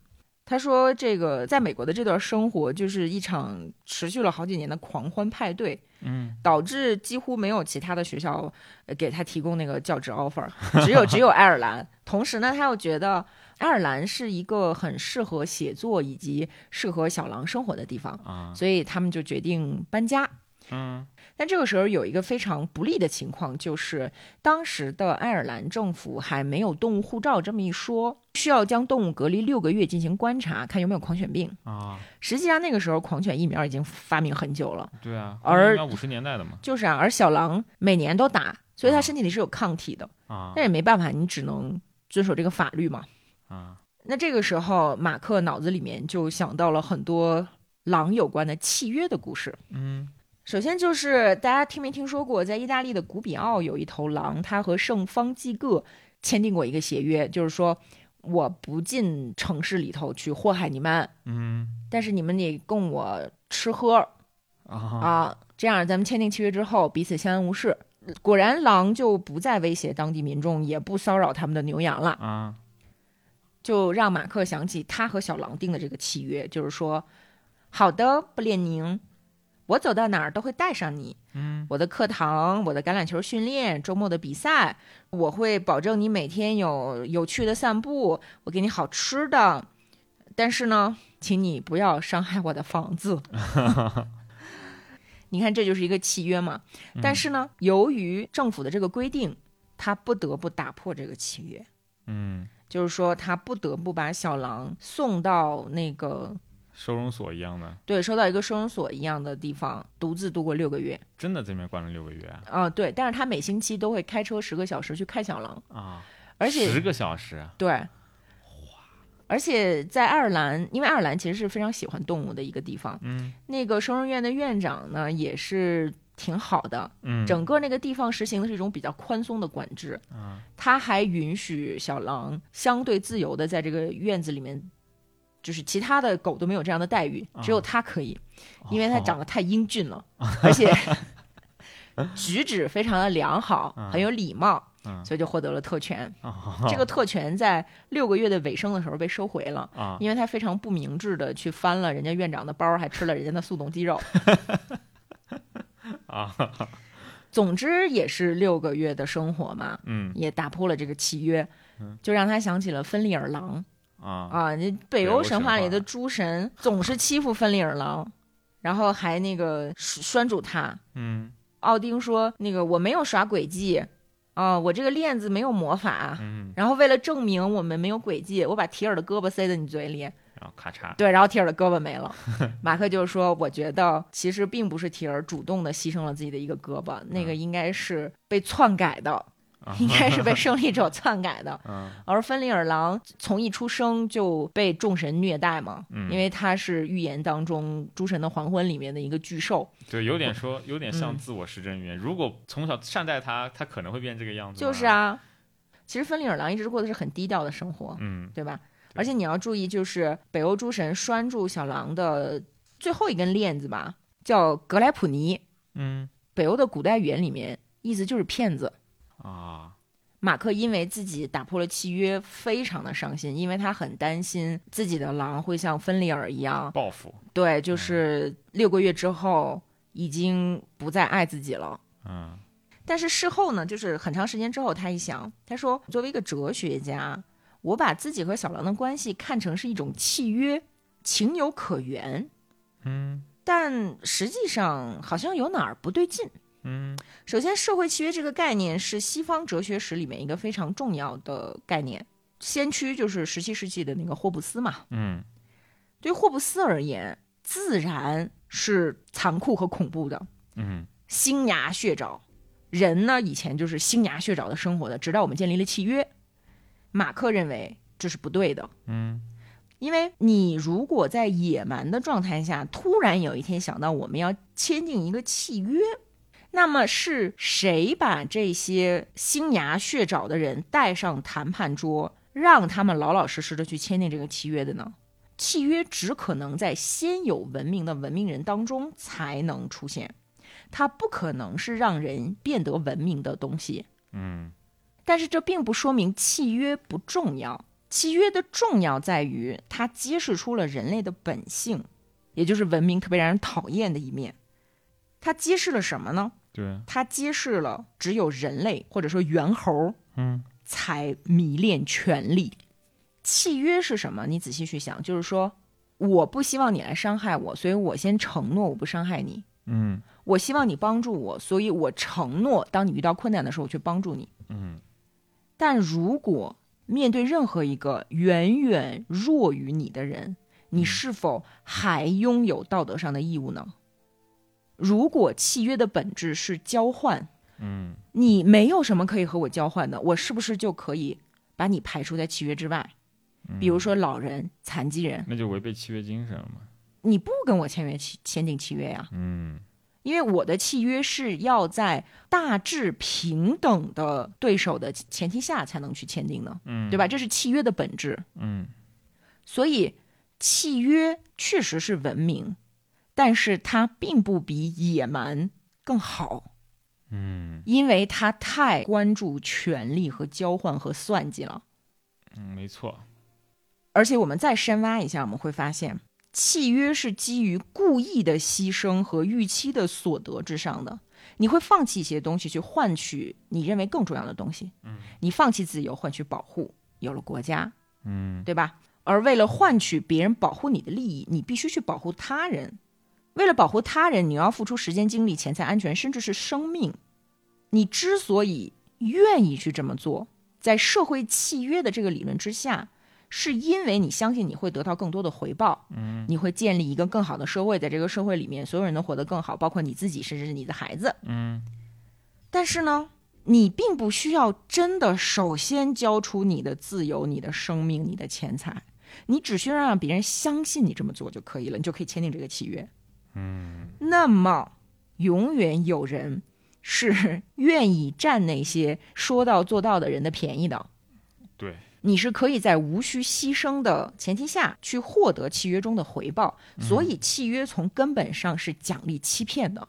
S1: 他说：“这个在美国的这段生活就是一场持续了好几年的狂欢派对，
S2: 嗯
S1: 导致几乎没有其他的学校呃给他提供那个教职 offer，只有只有爱尔兰。同时呢，他又觉得爱尔兰是一个很适合写作以及适合小狼生活的地方，
S2: 啊
S1: 所以他们就决定搬家。
S2: 嗯
S1: 但这个时候有一个非常不利的情况，就是当时的爱尔兰政府还没有动物护照这么一说，需要将动物隔离六个月进行观察，看有没有狂犬病。
S2: 啊，
S1: 实际上那个时候狂犬疫苗已经发明很久了。
S2: 对啊，
S1: 而
S2: 五十年代的嘛
S1: 就是啊，而小狼每年都打，所以它身体里是有抗体的，
S2: 啊
S1: 那也没办法，你只能遵守这个法律嘛。
S2: 啊
S1: 那这个时候，马克脑子里面就想到了很多狼有关的契约的故事。
S2: 嗯
S1: 首先就是大家听没听说过，在意大利的古比奥有一头狼，它和圣方济各签订过一个协约，就是说我不进城市里头去祸害你们，
S2: 嗯
S1: 但是你们得供我吃喝
S2: 啊
S1: 啊，这样咱们签订契约之后彼此相安无事。果然，狼就不再威胁当地民众，也不骚扰他们的牛羊了，
S2: 啊
S1: 就让马克想起他和小狼定的这个契约，就是说，好的，布列宁，我走到哪儿都会带上你，
S2: 嗯
S1: 我的课堂、我的橄榄球训练、周末的比赛，我会保证你每天有有趣的散步，我给你好吃的。但是呢，请你不要伤害我的房子。 你看，这就是一个契约嘛。但是呢，由于政府的这个规定，他不得不打破这个契约，
S2: 嗯，
S1: 就是说他不得不把小狼送到那个
S2: 收容所一样的，
S1: 对，收到一个收容所一样的地方，独自度过六个月。
S2: 真的这边关了六个月啊
S1: 啊、对，但是他每星期都会开车十个小时去看小狼，
S2: 啊，
S1: 而
S2: 十
S1: 且
S2: 个小时啊，
S1: 对，而且在爱尔兰，因为爱尔兰其实是非常喜欢动物的一个地方，
S2: 嗯
S1: 那个收容院的院长呢也是挺好的，
S2: 嗯，
S1: 整个那个地方实行的是一种比较宽松的管制，
S2: 啊
S1: 他还允许小狼相对自由的在这个院子里面。就是其他的狗都没有这样的待遇，只有
S2: 啊
S1: 它可以，因为它长
S2: 哦
S1: 得太英俊 了，而且举止非常的良好，很有礼貌。
S2: 嗯
S1: 所以就获得了特权。
S2: 啊
S1: 这个特权在六个月的尾声的时候被收回了，
S2: 啊
S1: 因为他非常不明智的去翻了人家院长的包，还吃了人家的速冻鸡肉。
S2: 啊
S1: 总之也是六个月的生活嘛，
S2: 嗯
S1: 也打破了这个契约，就让他想起了芬利尔狼
S2: 啊
S1: 啊，那北
S2: 欧
S1: 欧神话
S2: 神
S1: 里的
S2: 话
S1: 诸神总是欺负芬利尔狼，然后还那个拴住他。
S2: 嗯
S1: 奥丁说：“那个我没有耍诡计，啊、我这个链子没有魔法，
S2: 嗯，
S1: 然后为了证明我们没有诡计，我把提尔的胳膊塞在你嘴里，
S2: 然后咔嚓，
S1: 对，然后提尔的胳膊没 了。马克就说：“我觉得其实并不是提尔主动的牺牲了自己的一个胳膊，那
S2: 嗯
S1: 个应该是被篡改的，应该是 被胜利者篡改的。
S2: 啊嗯
S1: 而芬利尔狼从一出生就被众神虐待嘛，
S2: 嗯
S1: 因为他是预言当中《诸神的黄昏》里面的一个巨兽，
S2: 对，有点说有点像
S1: 嗯
S2: 自我实证预言，如果从小善待他，他可能会变这个样子，
S1: 就是，啊。其实芬利尔狼一直过的是很低调的生活，
S2: 嗯
S1: 对吧？
S2: 对
S1: 而且你要注意，就是北欧诸神拴住小狼的最后一根链子吧，叫格莱普尼。
S2: 嗯
S1: 北欧的古代语言里面，意思就是骗子。
S2: 啊
S1: 马克因为自己打破了契约，非常的伤心，因为他很担心自己的狼会像芬利尔一样，
S2: 报复，
S1: 对，就是六个月之后已经不再爱自己了。
S2: 嗯
S1: 但是事后呢，就是很长时间之后，他一想，他说：“作为一个哲学家，我把自己和小狼的关系看成是一种契约，情有可原，
S2: 嗯
S1: 但实际上好像有哪儿不对劲。”
S2: 嗯
S1: 首先，社会契约这个概念是西方哲学史里面一个非常重要的概念，先驱就是十七世纪的那个霍布斯嘛。
S2: 嗯
S1: 对于霍布斯而言，自然是残酷和恐怖的，
S2: 嗯
S1: 星牙血爪。人呢，以前就是星牙血爪的生活的，直到我们建立了契约。马克认为这是不对的，
S2: 嗯
S1: 因为你如果在野蛮的状态下，突然有一天想到我们要签订一个契约，那么是谁把这些星牙血爪的人带上谈判桌，让他们老老实实的去签订这个契约的呢？契约只可能在先有文明的文明人当中才能出现，它不可能是让人变得文明的东西。
S2: 嗯
S1: 但是这并不说明契约不重要。契约的重要在于它揭示出了人类的本性，也就是文明特别让人讨厌的一面。它揭示了什么呢？
S2: 对，
S1: 它揭示了只有人类或者说猿猴
S2: 嗯
S1: 才迷恋权利。契约是什么？你仔细去想，就是说，我不希望你来伤害我，所以我先承诺我不伤害你。
S2: 嗯
S1: 我希望你帮助我，所以我承诺，当你遇到困难的时候，我去帮助你。
S2: 嗯
S1: 但如果面对任何一个远远弱于你的人，
S2: 嗯
S1: 你是否还拥有道德上的义务呢？如果契约的本质是交换，
S2: 嗯
S1: 你没有什么可以和我交换的，我是不是就可以把你排除在契约之外？
S2: 嗯，
S1: 比如说老人、残疾人，
S2: 那就违背契约精神了嘛，
S1: 你不跟我签约契签订契约呀、
S2: 嗯
S1: 因为我的契约是要在大致平等的对手的前提下才能去签订的，
S2: 嗯，
S1: 对吧？？这是契约的本质。
S2: 嗯
S1: 所以，契约确实是文明，但是它并不比野蛮更好，
S2: 嗯
S1: 因为它太关注权力和交换和算计了。
S2: 嗯，没错。
S1: 而且我们再深挖一下，我们会发现，契约是基于故意的牺牲和预期的所得之上的。你会放弃一些东西去换取你认为更重要的东西。嗯，你放弃自由换取保护，有了国家，
S2: 嗯
S1: 对吧？而为了换取别人保护你的利益，你必须去保护他人。为了保护他人，你要付出时间、精力、钱财、安全，甚至是生命。你之所以愿意去这么做，在社会契约的这个理论之下，是因为你相信你会得到更多的回报，嗯，你会建立一个更好的社会，在这个社会里面，所有人都活得更好，包括你自己，甚至是你的孩子。
S2: 嗯
S1: 但是呢，你并不需要真的首先交出你的自由、你的生命、你的钱财，你只需要让别人相信你这么做就可以了，你就可以签订这个契约。嗯，那么永远有人是愿意占那些说到做到的人的便宜的。
S2: 对，
S1: 你是可以在无需牺牲的前提下去获得契约中的回报，所以契约从根本上是奖励欺骗的。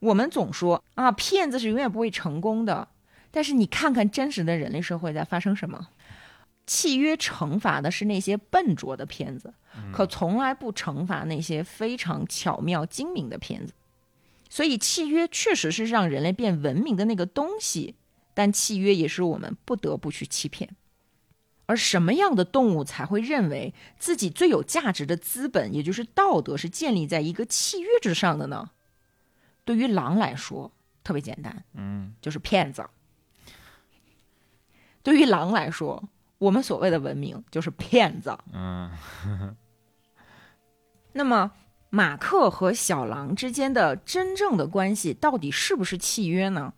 S1: 我们总说啊，骗子是永远不会成功的，但是你看看真实的人类社会在发生什么。契约惩罚的是那些笨拙的骗子，可从来不惩罚那些非常巧妙精明的骗子。所以，契约确实是让人类变文明的那个东西，但契约也是我们不得不去欺骗。而什么样的动物才会认为自己最有价值的资本，也就是道德，是建立在一个契约之上的呢？对于狼来说，特别简单，
S2: 嗯
S1: 就是骗子。对于狼来说，我们所谓的文明就是骗子。
S2: 嗯
S1: 那么，马克和小狼之间的真正的关系到底是不是契约呢？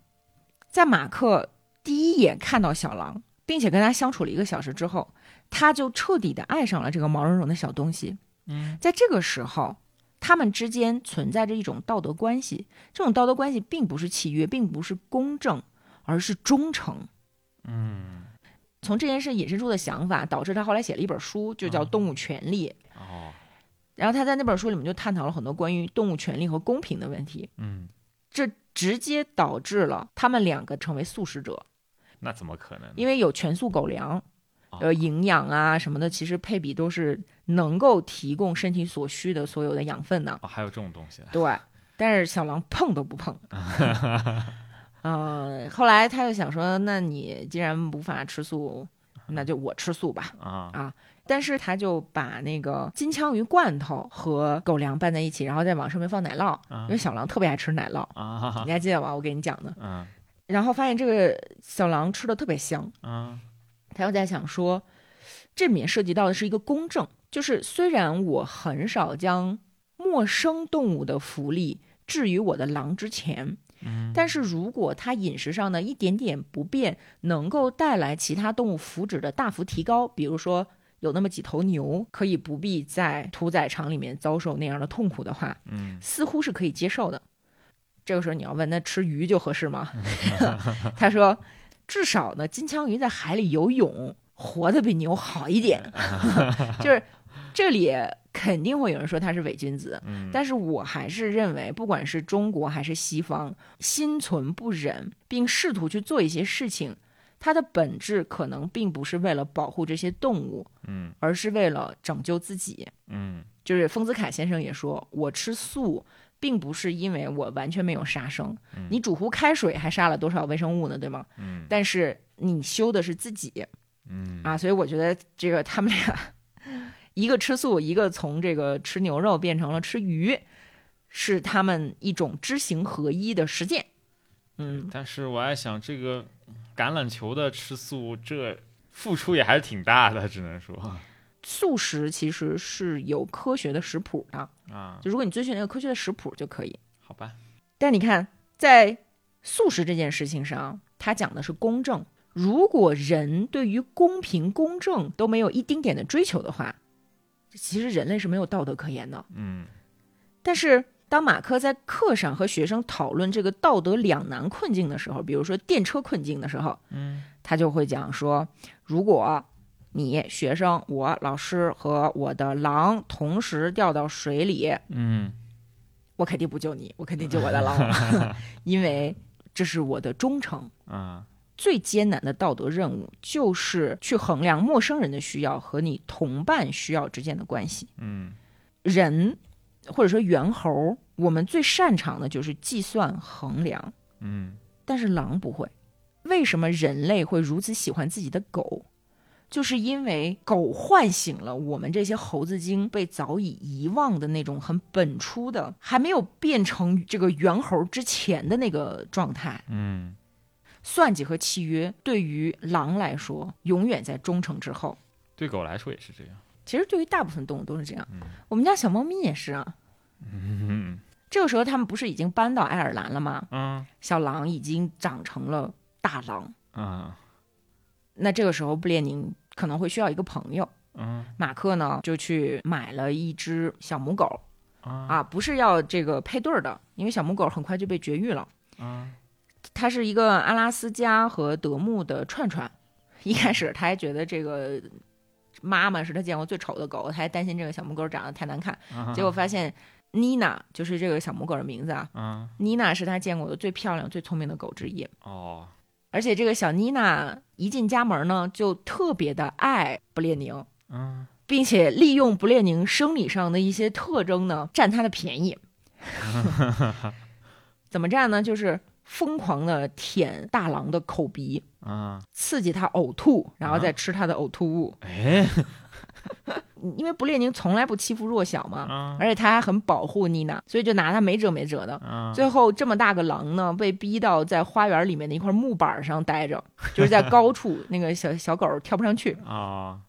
S1: 在马克第一眼看到小狼，并且跟他相处了一个小时之后，他就彻底的爱上了这个毛茸茸的小东西。
S2: 嗯，
S1: 在这个时候，他们之间存在着一种道德关系，这种道德关系并不是契约，并不是公正，而是忠诚。
S2: 嗯
S1: 从这件事引申出的想法，导致他后来写了一本书，就
S2: 嗯
S1: 叫《动物权利》。
S2: 哦
S1: 然后他在那本书里面就探讨了很多关于动物权利和公平的问题，
S2: 嗯，
S1: 这直接导致了他们两个成为素食者，
S2: 那怎么可能呢？
S1: 因为有全素狗粮，
S2: 哦
S1: 呃，营养啊什么的，其实配比都是能够提供身体所需的所有的养分的。
S2: 哦，还有这种东西啊，
S1: 对， 但是小狼碰都不 碰。嗯、后来他又想说，那你既然无法吃素，那就我吃素吧。
S2: 啊
S1: 但是他就把那个金枪鱼罐头和狗粮拌在一起，然后再往上面放奶酪，因为小狼特别爱吃奶酪，
S2: 啊
S1: 你还记得吗？我给你讲的。
S2: 嗯
S1: 然后发现这个小狼吃的特别香，
S2: 嗯
S1: 他又在想说，这里面涉及到的是一个公正，就是虽然我很少将陌生动物的福利置于我的狼之前，
S2: 嗯
S1: 但是如果它饮食上的一点点不便，能够带来其他动物福祉的大幅提高，比如说有那么几头牛可以不必在屠宰场里面遭受那样的痛苦的话，
S2: 嗯
S1: 似乎是可以接受的。这个时候你要问，那吃鱼就合适吗？ 他说，至少呢，金枪鱼在海里游泳，活得比牛好一点。就是这里肯定会有人说他是伪君子，
S2: 嗯，
S1: 但是我还是认为，不管是中国还是西方，心存不忍并试图去做一些事情，它的本质可能并不是为了保护这些动物，
S2: 嗯
S1: 而是为了拯救自己。
S2: 嗯
S1: 就是丰子恺先生也说，我吃素并不是因为我完全没有杀生，
S2: 嗯
S1: 你煮壶开水还杀了多少微生物呢，对吗？
S2: 嗯
S1: 但是你修的是自己
S2: 嗯
S1: 啊，所以我觉得这个他们俩一个吃素，一个从这个吃牛肉变成了吃鱼，是他们一种知行合一的实践。嗯，
S2: 但是我还想，这个橄榄球的吃素，这付出也还是挺大的，只能说
S1: 素食其实是有科学的食谱的，
S2: 啊，
S1: 就如果你遵循那个科学的食谱就可以。
S2: 好吧，
S1: 但你看，在素食这件事情上，他讲的是公正。如果人对于公平、公正都没有一丁点的追求的话，其实人类是没有道德可言的。
S2: 嗯
S1: 但是当马克在课上和学生讨论这个道德两难困境的时候，比如说电车困境的时候，
S2: 嗯，
S1: 他就会讲说，如果你学生、我老师和我的狼同时掉到水里，
S2: 嗯，
S1: 我肯定不救你，我肯定救我的狼，因为这是我的忠诚。
S2: 啊，
S1: 最艰难的道德任务就是去衡量陌生人的需要和你同伴需要之间的关系。
S2: 嗯，
S1: 人或者说猿猴，我们最擅长的就是计算衡量，
S2: 嗯，
S1: 但是狼不会。为什么人类会如此喜欢自己的狗？就是因为狗唤醒了我们这些猴子精被早已遗忘的那种很本初的，还没有变成这个猿猴之前的那个状态。
S2: 嗯，
S1: 算计和契约对于狼来说，永远在忠诚之后。
S2: 对狗来说也是这样。
S1: 其实对于大部分动物都是这样。我们家小猫咪也是啊。
S2: 嗯
S1: 这个时候，它们不是已经搬到爱尔兰了吗？
S2: 嗯
S1: 小狼已经长成了大狼。
S2: 嗯
S1: 那这个时候，布列宁可能会需要一个朋友。
S2: 嗯
S1: 马克呢，就去买了一只小母狗
S2: 啊
S1: 啊，不是要这个配对儿的，因为小母狗很快就被绝育了。
S2: 啊
S1: 它是一个阿拉斯加和德牧的串串。一开始他还觉得这个妈妈是他见过最丑的狗，他还担心这个小母狗长得太难看。
S2: 啊！
S1: 结果发现妮娜就是这个小母狗的名字啊，
S2: 啊
S1: 妮娜是他见过的最漂亮、最聪明的狗之一。
S2: 哦，
S1: 而且这个小妮娜一进家门呢，就特别的爱不列宁，
S2: 嗯
S1: 并且利用不列宁生理上的一些特征呢，占他的便宜。 怎么占呢？就是疯狂的舔大狼的口鼻，
S2: 啊，
S1: 刺激它呕吐，然后
S2: 啊
S1: 再吃它的呕吐物。
S2: 哎
S1: 因为不列宁从来不欺负弱小嘛，
S2: 啊
S1: 而且他还很保护妮娜，所以就拿他没辙没辙的。
S2: 啊，
S1: 最后这么大个狼呢，被逼到在花园里面的一块木板上待着，就是在高处，那个小小狗跳不上去。
S2: 哦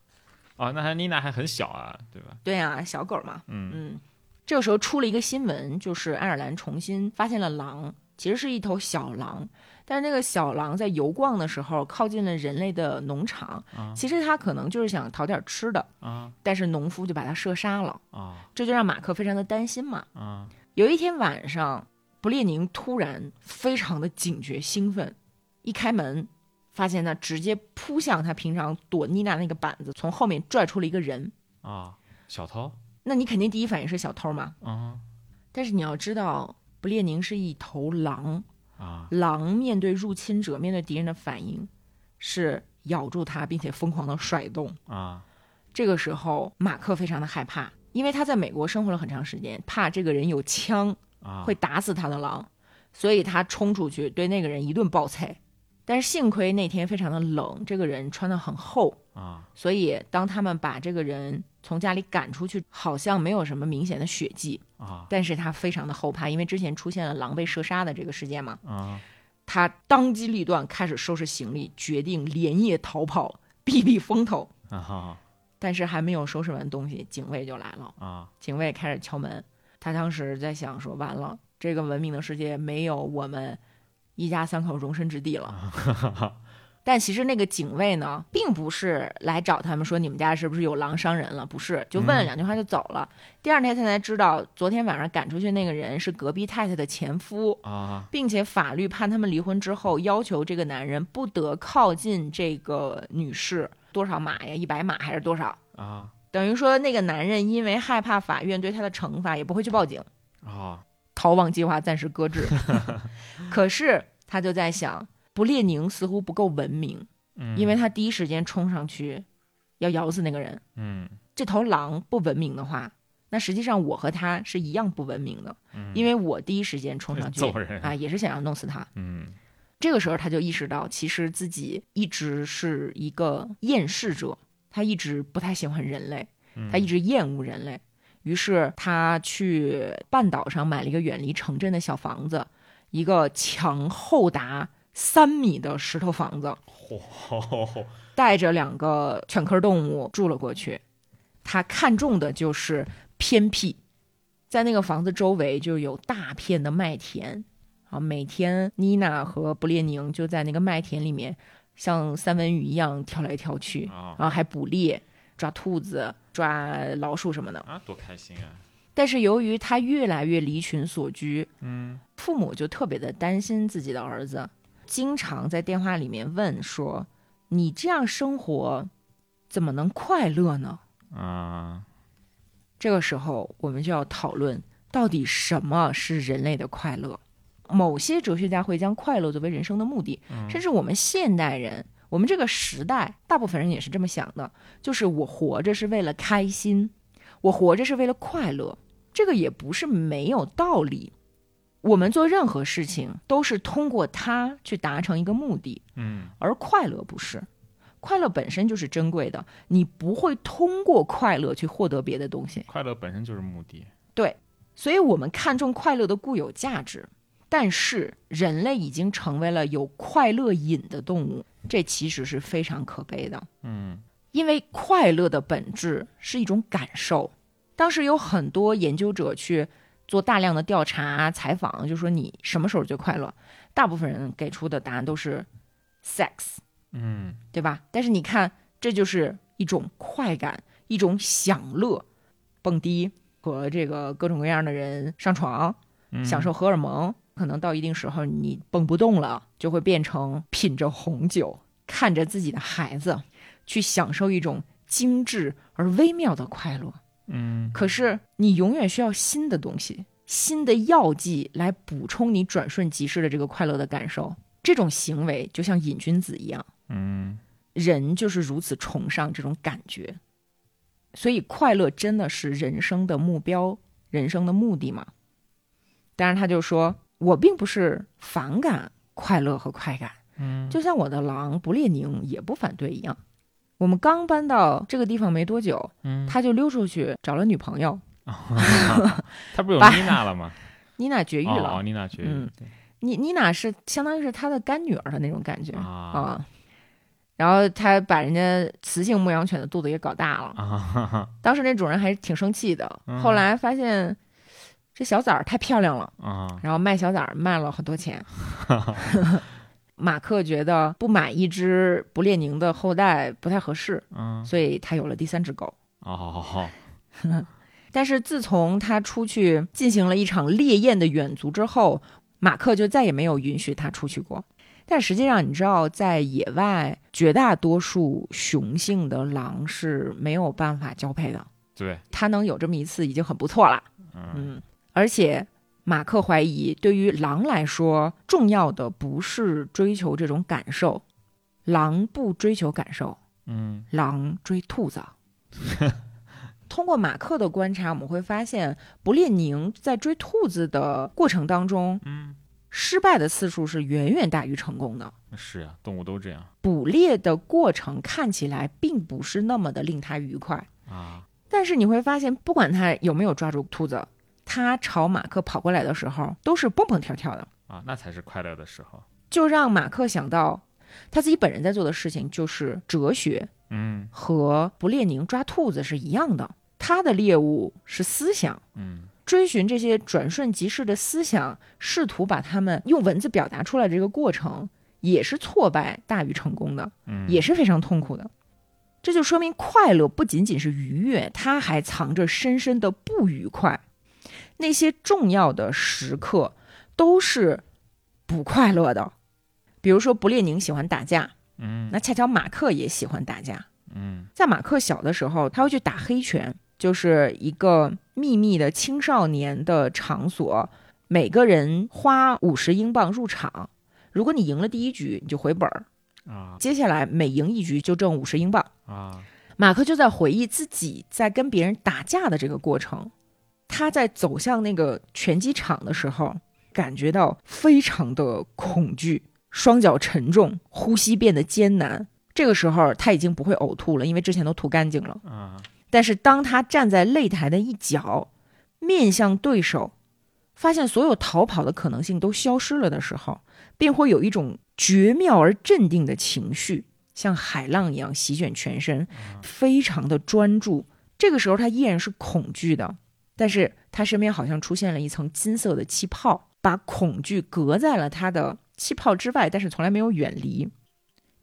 S2: 哦，那还妮娜还很小啊，对吧？
S1: 对啊，小狗嘛，
S2: 嗯
S1: 嗯。这个时候出了一个新闻，就是爱尔兰重新发现了狼，其实是一头小狼，但是那个小狼在游逛的时候靠近了人类的农场
S2: 啊，
S1: 其实它可能就是想讨点吃的，
S2: 啊
S1: 但是农夫就把它射杀了，
S2: 啊
S1: 这就让马克非常的担心嘛。
S2: 啊
S1: 有一天晚上，布列宁突然非常的警觉兴奋，一开门，发现呢直接扑向他平常躲妮娜那个板子，从后面拽出了一个人。
S2: 啊，小偷
S1: 那你肯定第一反应是小偷嘛？
S2: 啊
S1: 但是你要知道，布列宁是一头狼，
S2: 啊
S1: 狼面对入侵者、面对敌人的反应是咬住它，并且疯狂的甩动。
S2: 啊
S1: 这个时候，马克非常的害怕，因为他在美国生活了很长时间，怕这个人有枪，
S2: 啊，
S1: 会打死他的狼，所以他冲出去对那个人一顿暴踩。但是幸亏那天非常的冷，这个人穿的很厚，
S2: 啊
S1: 所以当他们把这个人从家里赶出去，好像没有什么明显的血迹，
S2: 啊
S1: 但是他非常的后怕，因为之前出现了狼被射杀的这个事件嘛，
S2: 啊
S1: 他当机立断开始收拾行李，决定连夜逃跑，避避风头。
S2: 啊
S1: 但是还没有收拾完东西，警卫就来了。
S2: 啊
S1: 警卫开始敲门。他当时在想说，完了，这个文明的世界没有我们一家三口容身之地了。但其实那个警卫呢，并不是来找他们说你们家是不是有狼伤人了，不是，就问了两句话就走了。第二天他才知道，昨天晚上赶出去那个人是隔壁太太的前夫，
S2: 啊
S1: 并且法律判他们离婚之后，要求这个男人不得靠近这个女士多少码呀，一百码还是多少？
S2: 啊
S1: 等于说，那个男人因为害怕法院对他的惩罚，也不会去报警，
S2: 啊
S1: 逃亡计划暂时搁 置。可是他就在想，不列宁似乎不够文明，
S2: 嗯，
S1: 因为他第一时间冲上去要咬死那个人。
S2: 嗯
S1: 这头狼不文明的话，那实际上我和他是一样不文明的，
S2: 嗯
S1: 因为我第一时间冲上去
S2: 揍人
S1: 啊，也是想要弄死他。
S2: 嗯
S1: 这个时候他就意识到，其实自己一直是一个厌世者，他一直不太喜欢人类，
S2: 嗯
S1: 他一直厌恶人类。于是他去半岛上买了一个远离城镇的小房子，一个墙厚达三米的石头房子，
S2: 嚯
S1: 带着两个犬科动物住了过去。他看中的就是偏僻，在那个房子周围就有大片的麦田，啊，每天妮娜和不列宁就在那个麦田里面像三文鱼一样跳来跳去，
S2: 啊
S1: 然后还捕猎、抓兔子、抓老鼠什么的。
S2: 啊，多开心啊！
S1: 但是由于他越来越离群所居，
S2: 嗯
S1: 父母就特别的担心自己的儿子，经常在电话里面问说：“你这样生活怎么能快乐呢
S2: 啊，？”
S1: 这个时候，我们就要讨论到底什么是人类的快乐。某些哲学家会将快乐作为人生的目的，甚至我们现代人，我们这个时代，大部分人也是这么想的，就是我活着是为了开心，我活着是为了快乐，这个也不是没有道理。我们做任何事情都是通过它去达成一个目的，
S2: 嗯
S1: 而快乐不是。快乐本身就是珍贵的，你不会通过快乐去获得别的东西，
S2: 快乐本身就是目的。
S1: 所以我们看重快乐的固有价值。但是人类已经成为了有快乐瘾的动物，这其实是非常可悲的。
S2: 嗯
S1: 因为快乐的本质是一种感受。当时有很多研究者去做大量的调查采访，就说你什么时候最快乐？大部分人给出的答案都是 sex，
S2: 嗯
S1: 对吧？但是你看，这就是一种快感，一种享乐，蹦迪和这个各种各样的人上床，
S2: 嗯，
S1: 享受荷尔蒙。可能到一定时候你蹦不动了，就会变成品着红酒，看着自己的孩子，去享受一种精致而微妙的快乐。
S2: 嗯
S1: 可是你永远需要新的东西，新的药剂来补充你转瞬即逝的这个快乐的感受。这种行为就像瘾君子一样，
S2: 嗯
S1: 人就是如此崇尚这种感觉。所以，快乐真的是人生的目标、人生的目的吗？当然，他就说我并不是反感快乐和快感，
S2: 嗯
S1: 就像我的狼不列宁也不反对一样。我们刚搬到这个地方没多久，
S2: 嗯，
S1: 他就溜出去找了女朋友，
S2: 他不是有
S1: 把
S2: 妮娜了吗？
S1: 妮娜绝育
S2: 哦
S1: 了。
S2: 哦，妮娜绝育
S1: 嗯妮妮娜是相当于是他的干女儿的那种感觉
S2: 啊
S1: 啊。然后他把人家雌性牧羊犬的肚子也搞大了，
S2: 啊哈哈
S1: 当时那主人还是挺生气的
S2: 嗯。
S1: 后来发现这小崽儿太漂亮了，
S2: 啊！
S1: 然后卖小崽儿卖了很多 钱。马克觉得不买一只不列宁的后代不太合适，
S2: 嗯
S1: 所以他有了第三只狗。
S2: 哦，
S1: 但是自从他出去进行了一场烈焰的远足之后，马克就再也没有允许他出去过。但实际上，你知道，在野外，绝大多数雄性的狼是没有办法交配的。
S2: 对，
S1: 他能有这么一次已经很不错了。
S2: 嗯
S1: 嗯，而且马克怀疑，对于狼来说，重要的不是追求这种感受，狼不追求感受，
S2: 嗯
S1: 狼追兔子。 通过马克的观察，我们会发现，不列宁在追兔子的过程当中，
S2: 嗯，
S1: 失败的次数是远远大于成功的。
S2: 是啊，动物都这样
S1: 捕猎的过程看起来并不是那么的令他愉快，
S2: 啊。
S1: 但是你会发现，不管他有没有抓住兔子，他朝马克跑过来的时候都是蹦蹦跳跳的，
S2: 啊，那才是快乐的时候。
S1: 就让马克想到他自己本人在做的事情就是哲学
S2: 嗯
S1: 和不列宁抓兔子是一样的。他的猎物是思想，
S2: 嗯
S1: 追寻这些转瞬即逝的思想，试图把它们用文字表达出来的这个过程，也是挫败大于成功的。
S2: 嗯，
S1: 也是非常痛苦的。这就说明快乐不仅仅是愉悦，它还藏着深深的不愉快。那些重要的时刻都是不快乐的。比如说，不列宁喜欢打架，
S2: 嗯
S1: 那恰巧马克也喜欢打架。
S2: 嗯
S1: 在马克小的时候，他会去打黑拳，就是一个秘密的青少年的场所，每个人花五十英镑入场。如果你赢了第一局，你就回本儿；
S2: 啊
S1: 接下来每赢一局就挣五十英镑。
S2: 啊
S1: 马克就在回忆自己在跟别人打架的这个过程。他在走向那个拳击场的时候，感觉到非常的恐惧，双脚沉重，呼吸变得艰难。这个时候他已经不会呕吐了，因为之前都吐干净了。
S2: 啊
S1: 但是当他站在擂台的一角，面向对手，发现所有逃跑的可能性都消失了的时候，便会有一种绝妙而镇定的情绪，像海浪一样席卷全身，非常的专注。这个时候他依然是恐惧的，但是他身边好像出现了一层金色的气泡，把恐惧隔在了他的气泡之外，但是从来没有远离。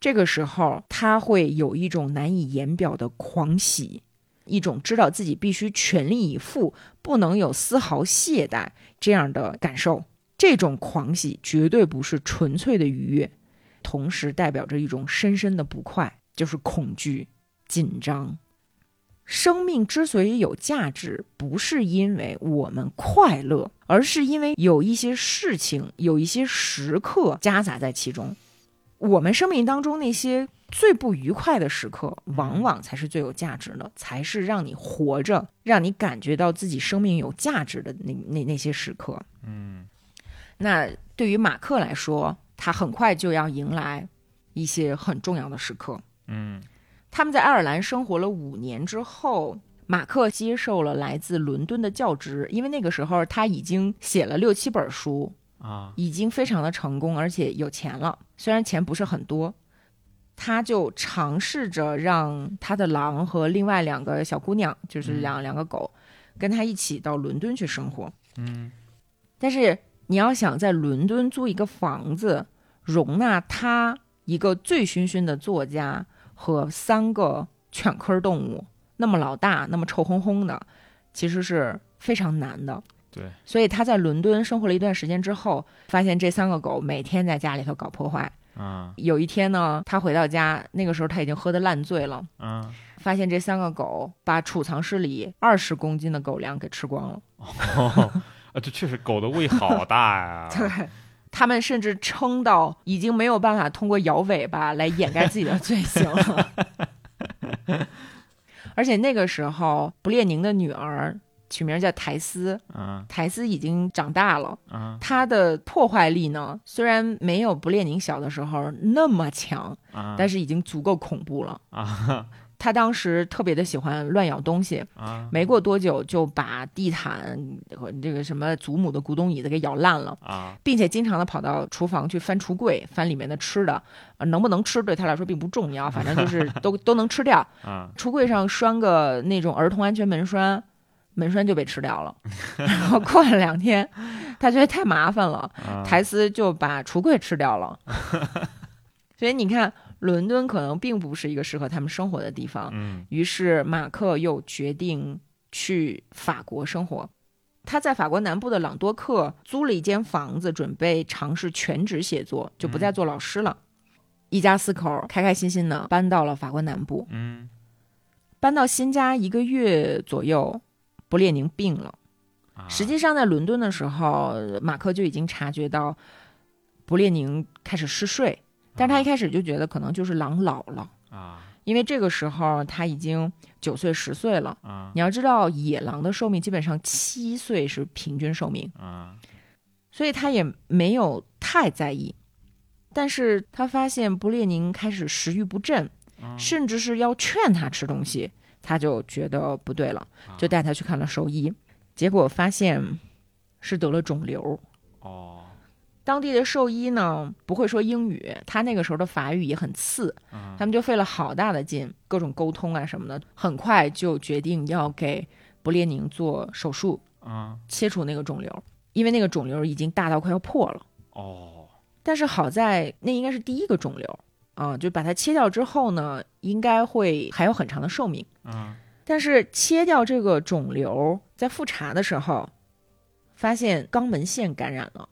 S1: 这个时候，他会有一种难以言表的狂喜，一种知道自己必须全力以赴，不能有丝毫懈怠这样的感受。这种狂喜绝对不是纯粹的愉悦，同时代表着一种深深的不快，就是恐惧、紧张。生命之所以有价值，不是因为我们快乐，而是因为有一些事情、有一些时刻夹杂在其中。我们生命当中那些最不愉快的时刻，往往才是最有价值的，才是让你活着、让你感觉到自己生命有价值的那那那些时刻。
S2: 嗯
S1: 那对于马克来说，他很快就要迎来一些很重要的时刻。
S2: 嗯
S1: 他们在爱尔兰生活了五年之后，马克接受了来自伦敦的教职，因为那个时候他已经写了六七本书，
S2: 啊
S1: 已经非常的成功，而且有钱了。虽然钱不是很多，他就尝试着让他的狼和另外两个小姑娘，就是两、两个狗，跟他一起到伦敦去生活。
S2: 嗯
S1: 但是你要想在伦敦租一个房子，容纳他一个醉醺醺的作家和三个犬科动物，那么老大，那么臭烘烘的，其实是非常难的。
S2: 对，
S1: 所以他在伦敦生活了一段时间之后，发现这三个狗每天在家里头搞破坏。
S2: 啊
S1: 有一天呢，他回到家，那个时候他已经喝得烂醉了，
S2: 啊
S1: 发现这三个狗把储藏室里二十公斤的狗粮给吃光了。。
S2: 哦 啊，这确实狗的胃好大呀
S1: 对，他们甚至撑到已经没有办法通过摇尾巴来掩盖自己的罪行了。而且那个时候，不列宁的女儿取名叫苔丝，
S2: 啊
S1: 苔丝已经长大了。
S2: 啊
S1: 她的破坏力呢，虽然没有不列宁小的时候那么强，
S2: 啊！
S1: 但是已经足够恐怖了。
S2: 啊
S1: 她当时特别的喜欢乱咬东西，
S2: 啊
S1: 没过多久就把地毯和这个什么祖母的古董椅子给咬烂了。
S2: 啊
S1: 并且经常的跑到厨房去翻橱柜，翻里面的吃的，呃能不能吃对他来说并不重要，反正就是都都能吃掉。
S2: 啊！
S1: 橱柜上拴个那种儿童安全门栓，门栓就被吃掉了。 然后过了两天，他觉得太麻烦了，
S2: 啊嗯
S1: 苔丝就把橱柜吃掉了。 所以你看，伦敦可能并不是一个适合他们生活的地方。
S2: 嗯
S1: 于是马克又决定去法国生活。他在法国南部的朗多克租了一间房子，准备尝试全职写作，就不再做老师了。一家四口开开心心的搬到了法国南部。
S2: 嗯
S1: 搬到新家一个月左右，不列宁病了。
S2: 啊
S1: 实际上，在伦敦的时候，马克就已经察觉到不列宁开始嗜睡，但是他一开始就觉得可能就是狼老了，
S2: 啊
S1: 因为这个时候他已经九岁十岁了。
S2: 啊
S1: 你要知道，野狼的寿命基本上七岁是平均寿命，
S2: 啊
S1: 所以他也没有太在意。但是他发现不列宁开始食欲不振，甚至是要劝他吃东西，他就觉得不对了，就带他去看了兽医，结果发现是得了肿瘤。
S2: 哦
S1: 当地的兽医呢不会说英语，他那个时候的法语也很次，他们就费了好大的劲，各种沟通啊什么的，很快就决定要给不列宁做手术，
S2: 啊
S1: 切除那个肿瘤，因为那个肿瘤已经大到快要破了。
S2: 哦
S1: 但是好在那应该是第一个肿瘤啊，就把它切掉之后呢，应该会还有很长的寿命。
S2: 啊
S1: 但是切掉这个肿瘤，在复查的时候，发现肛门腺感染了，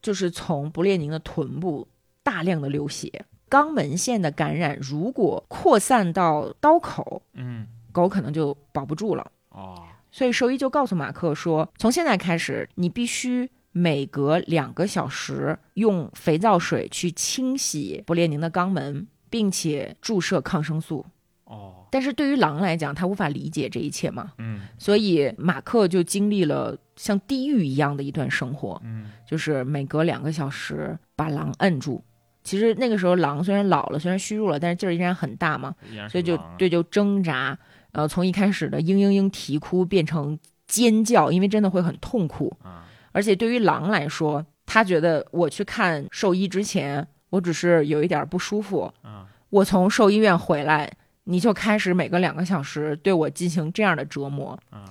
S1: 就是从不列宁的臀部大量的流血。肛门腺的感染如果扩散到刀口，
S2: 嗯
S1: 狗可能就保不住了。
S2: 哦
S1: 所以兽医就告诉马克说，从现在开始，你必须每隔两个小时用肥皂水去清洗不列宁的肛门，并且注射抗生素。
S2: 哦
S1: 但是对于狼来讲，它无法理解这一切嘛，
S2: 嗯
S1: 所以马克就经历了像地狱一样的一段生活，
S2: 嗯
S1: 就是每隔两个小时把狼摁住。其实那个时候狼虽然老了，虽然虚弱了，但是劲儿依然很大嘛，
S2: 依然是
S1: 所以就
S2: 狼啊
S1: 对就挣扎，呃，从一开始的嘤嘤嘤啼哭变成尖叫，因为真的会很痛苦。
S2: 啊
S1: 而且对于狼来说，他觉得我去看兽医之前，我只是有一点儿不舒服，
S2: 啊
S1: 我从兽医院回来，你就开始每隔两个小时对我进行这样的折磨，
S2: 啊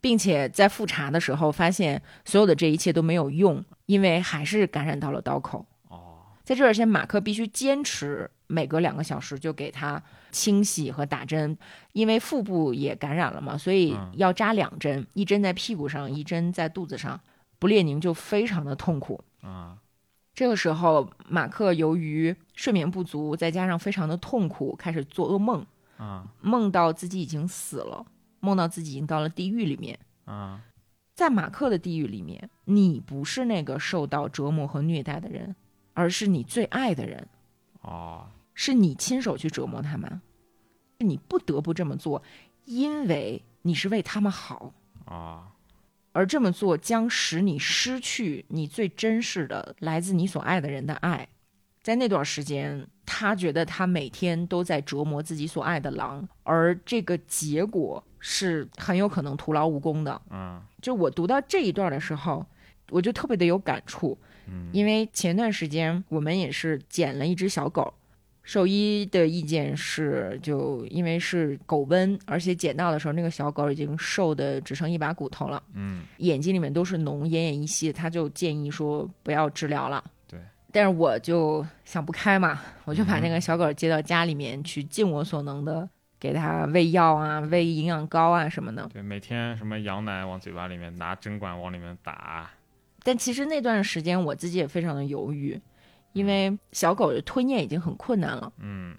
S1: 并且在复查的时候发现所有的这一切都没有用，因为还是感染到了刀口。
S2: 哦
S1: 在这儿先，马克必须坚持每隔两个小时就给他清洗和打针，因为腹部也感染了嘛，所以
S2: 嗯
S1: 要扎两针，一针在屁股上，一针在肚子上。不列宁就非常的痛苦。
S2: 啊，
S1: 这个时候，马克由于睡眠不足，再加上非常的痛苦，开始做噩梦，
S2: 啊
S1: 梦到自己已经死了，梦到自己已经到了地狱里面。
S2: 啊
S1: 在马克的地狱里面，你不是那个受到折磨和虐待的人，而是你最爱的人，
S2: 哦，
S1: 是你亲手去折磨他们，你不得不这么做，因为你是为他们好，
S2: 啊
S1: 而这么做将使你失去你最真实的来自你所爱的人的爱。在那段时间，他觉得他每天都在折磨自己所爱的狼，而这个结果是很有可能徒劳无功的。
S2: 嗯
S1: 就我读到这一段的时候，我就特别的有感触，
S2: 嗯
S1: 因为前段时间我们也是捡了一只小狗，兽医的意见是，就因为是狗瘟，而且捡到的时候那个小狗已经瘦的只剩一把骨头了，
S2: 嗯
S1: 眼睛里面都是脓，奄奄一息，他就建议说不要治疗了。
S2: 对。
S1: 但是我就想不开嘛，我就把
S2: 嗯
S1: 那个小狗接到家里面去，尽我所能的给它喂药啊、喂营养膏啊什么的。
S2: 对，每天什么羊奶往嘴巴里面拿，针管往里面打，
S1: 但其实那段时间我自己也非常的犹豫，因为小狗的吞咽已经很困难了，
S2: 嗯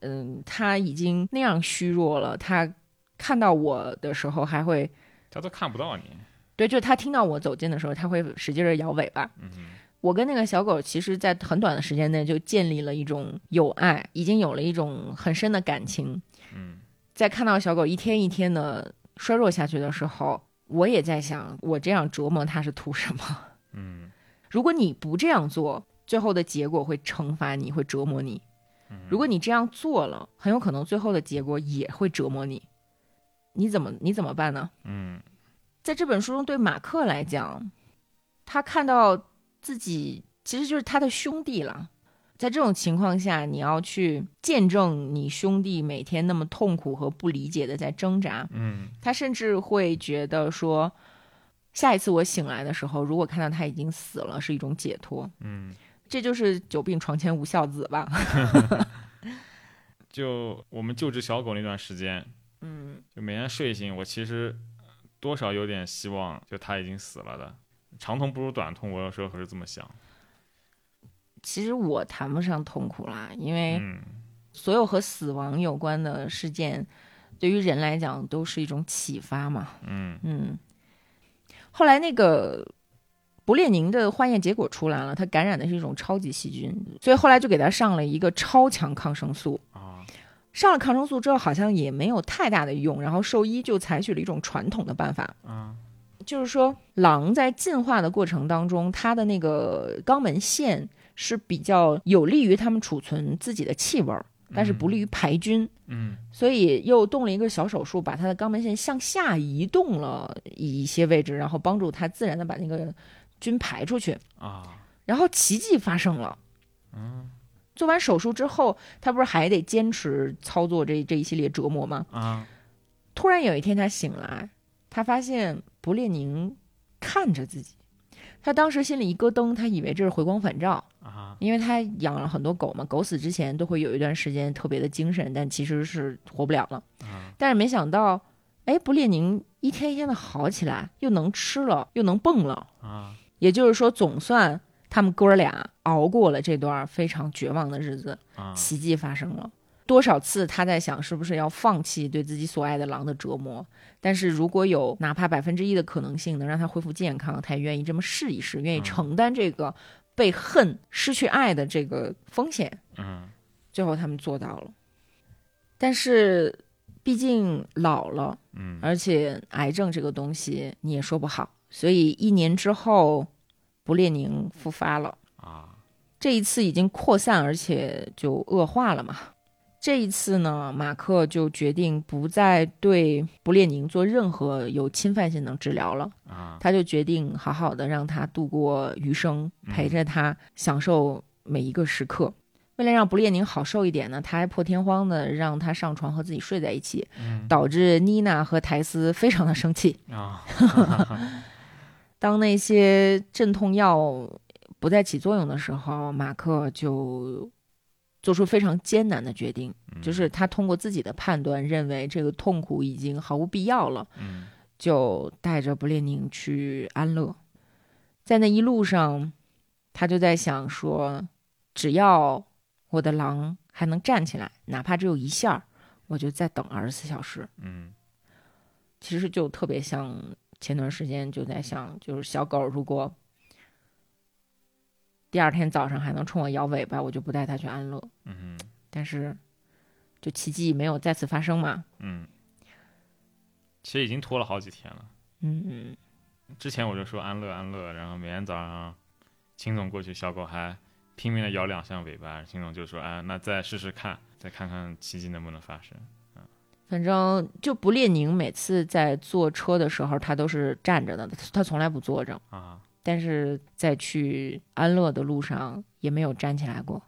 S1: 嗯，它已经那样虚弱了，它看到我的时候还会，
S2: 它都看不到你，
S1: 对，就是它听到我走近的时候，它会使劲的摇尾巴。
S2: 嗯哼
S1: 我跟那个小狗，其实在很短的时间内就建立了一种友爱，已经有了一种很深的感情。
S2: 嗯
S1: 在看到小狗一天一天的衰弱下去的时候，我也在想，我这样折磨它是图什么？
S2: 嗯
S1: 如果你不这样做，最后的结果会惩罚你，会折磨你；
S2: 嗯，
S1: 如果你这样做了，很有可能最后的结果也会折磨你。你怎么你怎么办呢？
S2: 嗯
S1: 在这本书中，对马克来讲，他看到自己其实就是他的兄弟了。在这种情况下，你要去见证你兄弟每天那么痛苦和不理解的在挣扎，
S2: 嗯
S1: 他甚至会觉得说，下一次我醒来的时候，如果看到他已经死了，是一种解脱。
S2: 嗯。
S1: 这就是久病床前无孝子吧？
S2: 就我们救治小狗那段时间，
S1: 嗯，
S2: 就每天睡醒，我其实呃多少有点希望，就它已经死了的。长痛不如短痛，我有时候可是这么想。
S1: 其实我谈不上痛苦啦，因为
S2: 嗯
S1: 所有和死亡有关的事件，对于人来讲都是一种启发嘛。
S2: 嗯
S1: 嗯，后来那个勃列宁的化验结果出来了，他感染的是一种超级细菌，所以后来就给他上了一个超强抗生素。
S2: 啊
S1: 上了抗生素之后，好像也没有太大的用，然后兽医就采取了一种传统的办法，
S2: 啊
S1: 就是说，狼在进化的过程当中，它的那个肛门腺是比较有利于它们储存自己的气味儿，但是不利于排菌，
S2: 嗯
S1: 所以又动了一个小手术，把它的肛门腺向下移动了一些位置，然后帮助它自然的把那个菌排出去。
S2: 啊
S1: 然后奇迹发生了。
S2: 嗯
S1: 做完手术之后，他不是还得坚持操作这这一系列折磨吗？
S2: 啊
S1: 突然有一天，他醒来，他发现不列宁看着自己。他当时心里一咯噔，他以为这是回光返照，
S2: 啊
S1: 因为他养了很多狗嘛，狗死之前都会有一段时间特别的精神，但其实是活不了了。
S2: 啊
S1: 但是没想到，哎，不列宁一天一天的好起来，又能吃了，又能蹦了。
S2: 啊！
S1: 也就是说，总算他们哥俩熬过了这段非常绝望的日子，
S2: 啊
S1: 奇迹发生了。多少次他在想，是不是要放弃对自己所爱的狼的折磨？但是如果有哪怕百分之一的可能性能让他恢复健康，他也愿意这么试一试，愿意
S2: 嗯
S1: 承担这个被恨、失去爱的这个风险。
S2: 嗯
S1: 最后他们做到了，但是毕竟老了，
S2: 嗯
S1: 而且癌症这个东西你也说不好，所以一年之后，不列宁复发了。
S2: 啊
S1: 这一次已经扩散，而且就恶化了嘛。这一次呢，马克就决定不再对不列宁做任何有侵犯性的治疗了，
S2: 啊
S1: 他就决定好好的让他度过余生，
S2: 嗯
S1: 陪着他享受每一个时刻。为了让不列宁好受一点呢，他还破天荒的让他上床和自己睡在一起，
S2: 嗯
S1: 导致妮娜和苔丝非常的生气。
S2: 啊
S1: 当那些镇痛药不不再起作用的时候，马克就做出非常艰难的决定，
S2: 嗯
S1: 就是他通过自己的判断，认为这个痛苦已经毫无必要了，
S2: 嗯
S1: 就带着布列宁去安乐。在那一路上，他就在想说，只要我的狼还能站起来，哪怕只有一下儿，我就再等二十四小时。
S2: 嗯
S1: 其实就特别像前段时间就在想，就是小狗如果第二天早上还能冲我摇尾巴，我就不带它去安乐。
S2: 嗯
S1: 但是就奇迹没有再次发生嘛。
S2: 嗯，其实已经拖了好几天了。
S1: 嗯
S2: 之前我就说安乐安乐，然后每天早上秦总过去，小狗还拼命的摇两下尾巴，秦总就说：“啊，那再试试看，再看看奇迹能不能发生。
S1: 反正就不列宁每次在坐车的时候，他都是站着的，他从来不坐着。”
S2: 啊，
S1: 但是在去安乐的路上也没有站起来过。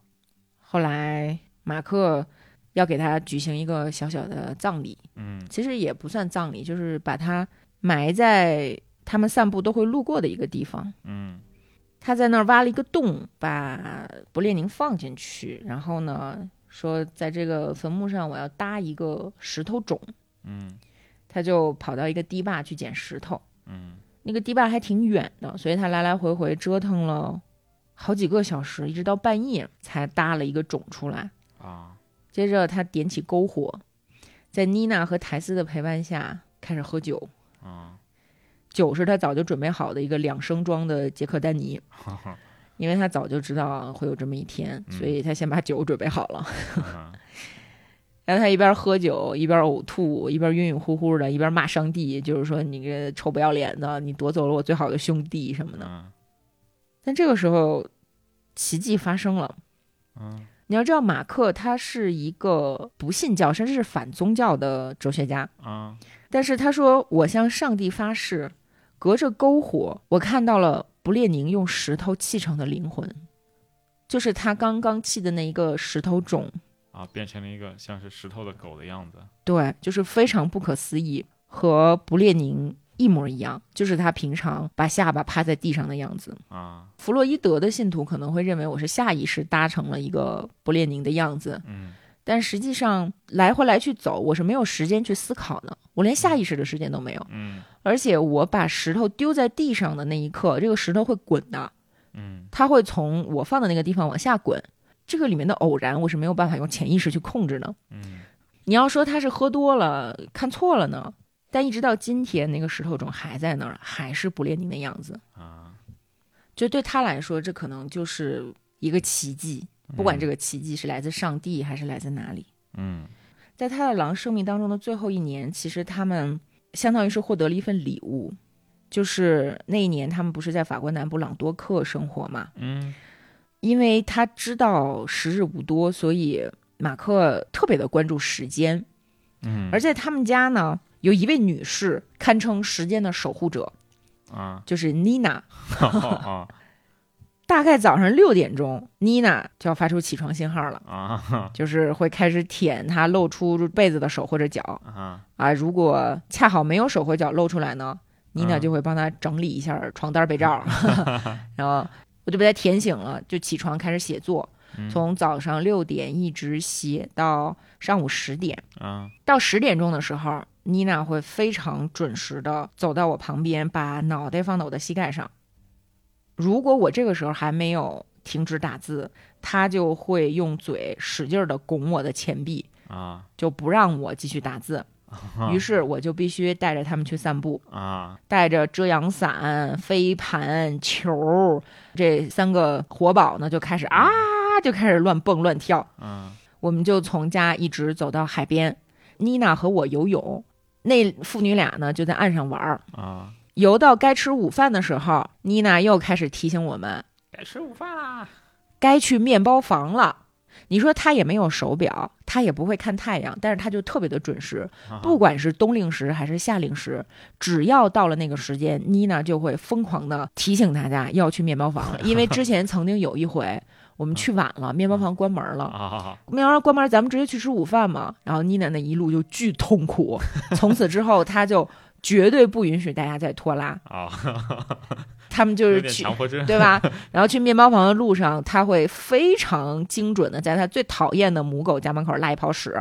S1: 后来马克要给他举行一个小小的葬礼，
S2: 嗯
S1: 其实也不算葬礼，就是把他埋在他们散步都会路过的一个地方。
S2: 嗯
S1: 他在那儿挖了一个洞，把勃列宁放进去，然后呢说在这个坟墓上我要搭一个石头冢，
S2: 嗯
S1: 他就跑到一个堤坝去捡石头。
S2: 嗯
S1: 那个堤坝还挺远的，所以他来来回回折腾了好几个小时，一直到半夜才搭了一个种出来。
S2: 啊，
S1: 接着他点起篝火，在妮娜和苔丝的陪伴下开始喝酒。
S2: 啊，
S1: 酒是他早就准备好的一个两升装的杰克丹尼，
S2: 哈哈，
S1: 因为他早就知道会有这么一天，
S2: 嗯
S1: 所以他先把酒准备好了。
S2: 嗯
S1: 然后他一边喝酒，一边呕吐，一边晕晕乎乎的，一边骂上帝，就是说你这臭不要脸的，你夺走了我最好的兄弟什么的。
S2: 嗯
S1: 但这个时候，奇迹发生了。
S2: 嗯
S1: 你要知道，马克他是一个不信教，甚至是反宗教的哲学家。
S2: 啊，
S1: 但是他说：“我向上帝发誓，隔着篝火，我看到了不列宁用石头砌成的灵魂，就是他刚刚砌的那一个石头种。
S2: 啊，变成了一个像是石头的狗的样子。
S1: 对，就是非常不可思议，和不列宁一模一样，就是他平常把下巴趴在地上的样子。”
S2: 啊，
S1: 弗洛伊德的信徒可能会认为我是下意识搭成了一个不列宁的样子，
S2: 嗯
S1: 但实际上来回来去走，我是没有时间去思考的，我连下意识的时间都没有。
S2: 嗯
S1: 而且我把石头丢在地上的那一刻，这个石头会滚的，
S2: 嗯
S1: 它会从我放的那个地方往下滚。这个里面的偶然，我是没有办法用潜意识去控制的。
S2: 嗯
S1: 你要说他是喝多了看错了呢，但一直到今天，那个石头种还在那儿，还是不列宁的样子。
S2: 啊，
S1: 就对他来说，这可能就是一个奇迹，不管这个奇迹是来自上帝还是来自哪里。
S2: 嗯
S1: 在他的狼生命当中的最后一年，其实他们相当于是获得了一份礼物，就是那一年他们不是在法国南部朗多克生活嘛？
S2: 嗯
S1: 因为他知道时日无多，所以马克特别的关注时间，
S2: 嗯，
S1: 而且他们家呢有一位女士，堪称时间的守护者，
S2: 啊，
S1: 就是妮娜。
S2: 啊
S1: 大概早上六点钟，妮娜就要发出起床信号了。
S2: 啊
S1: 就是会开始舔它露出被子的手或者脚
S2: 啊
S1: 啊。如果恰好没有手或脚露出来呢，妮娜
S2: 嗯
S1: 就会帮他整理一下床单被 罩， 然后我就被他舔醒了，就起床开始写作，
S2: 嗯
S1: 从早上六点一直写到上午十点。
S2: 啊
S1: 到十点钟的时候，妮娜会非常准时的走到我旁边，把脑袋放到我的膝盖上。如果我这个时候还没有停止打字，她就会用嘴使劲的拱我的前臂，
S2: 啊
S1: 就不让我继续打字。于是我就必须带着他们去散步，
S2: 啊
S1: 带着遮阳伞、飞盘、球这三个活宝呢，就开始啊，就开始乱蹦乱跳。
S2: 啊
S1: 我们就从家一直走到海边。妮娜和我游泳，那父女俩呢就在岸上玩儿。
S2: 啊，
S1: 游到该吃午饭的时候，妮娜又开始提醒我们
S2: 该吃午饭啦。
S1: 该去面包房了。你说她也没有手表，她也不会看太阳，但是她就特别的准时，
S2: 啊
S1: 不管是冬令时还是夏令时，只要到了那个时间，妮娜就会疯狂的提醒大家要去面包房 了。因为之前曾经有一回我们去晚了，面包房关门了，
S2: 啊
S1: 面包关门，咱们直接去吃午饭嘛。然后妮娜那一路就巨痛苦，从此之后她就绝对不允许大家再拖拉。
S2: 啊，
S1: 他们就
S2: 有
S1: 是
S2: 点
S1: 去
S2: 强迫症。
S1: 对吧？然后去面包房的路上，他会非常精准的在他最讨厌的母狗家门口拉一泡屎。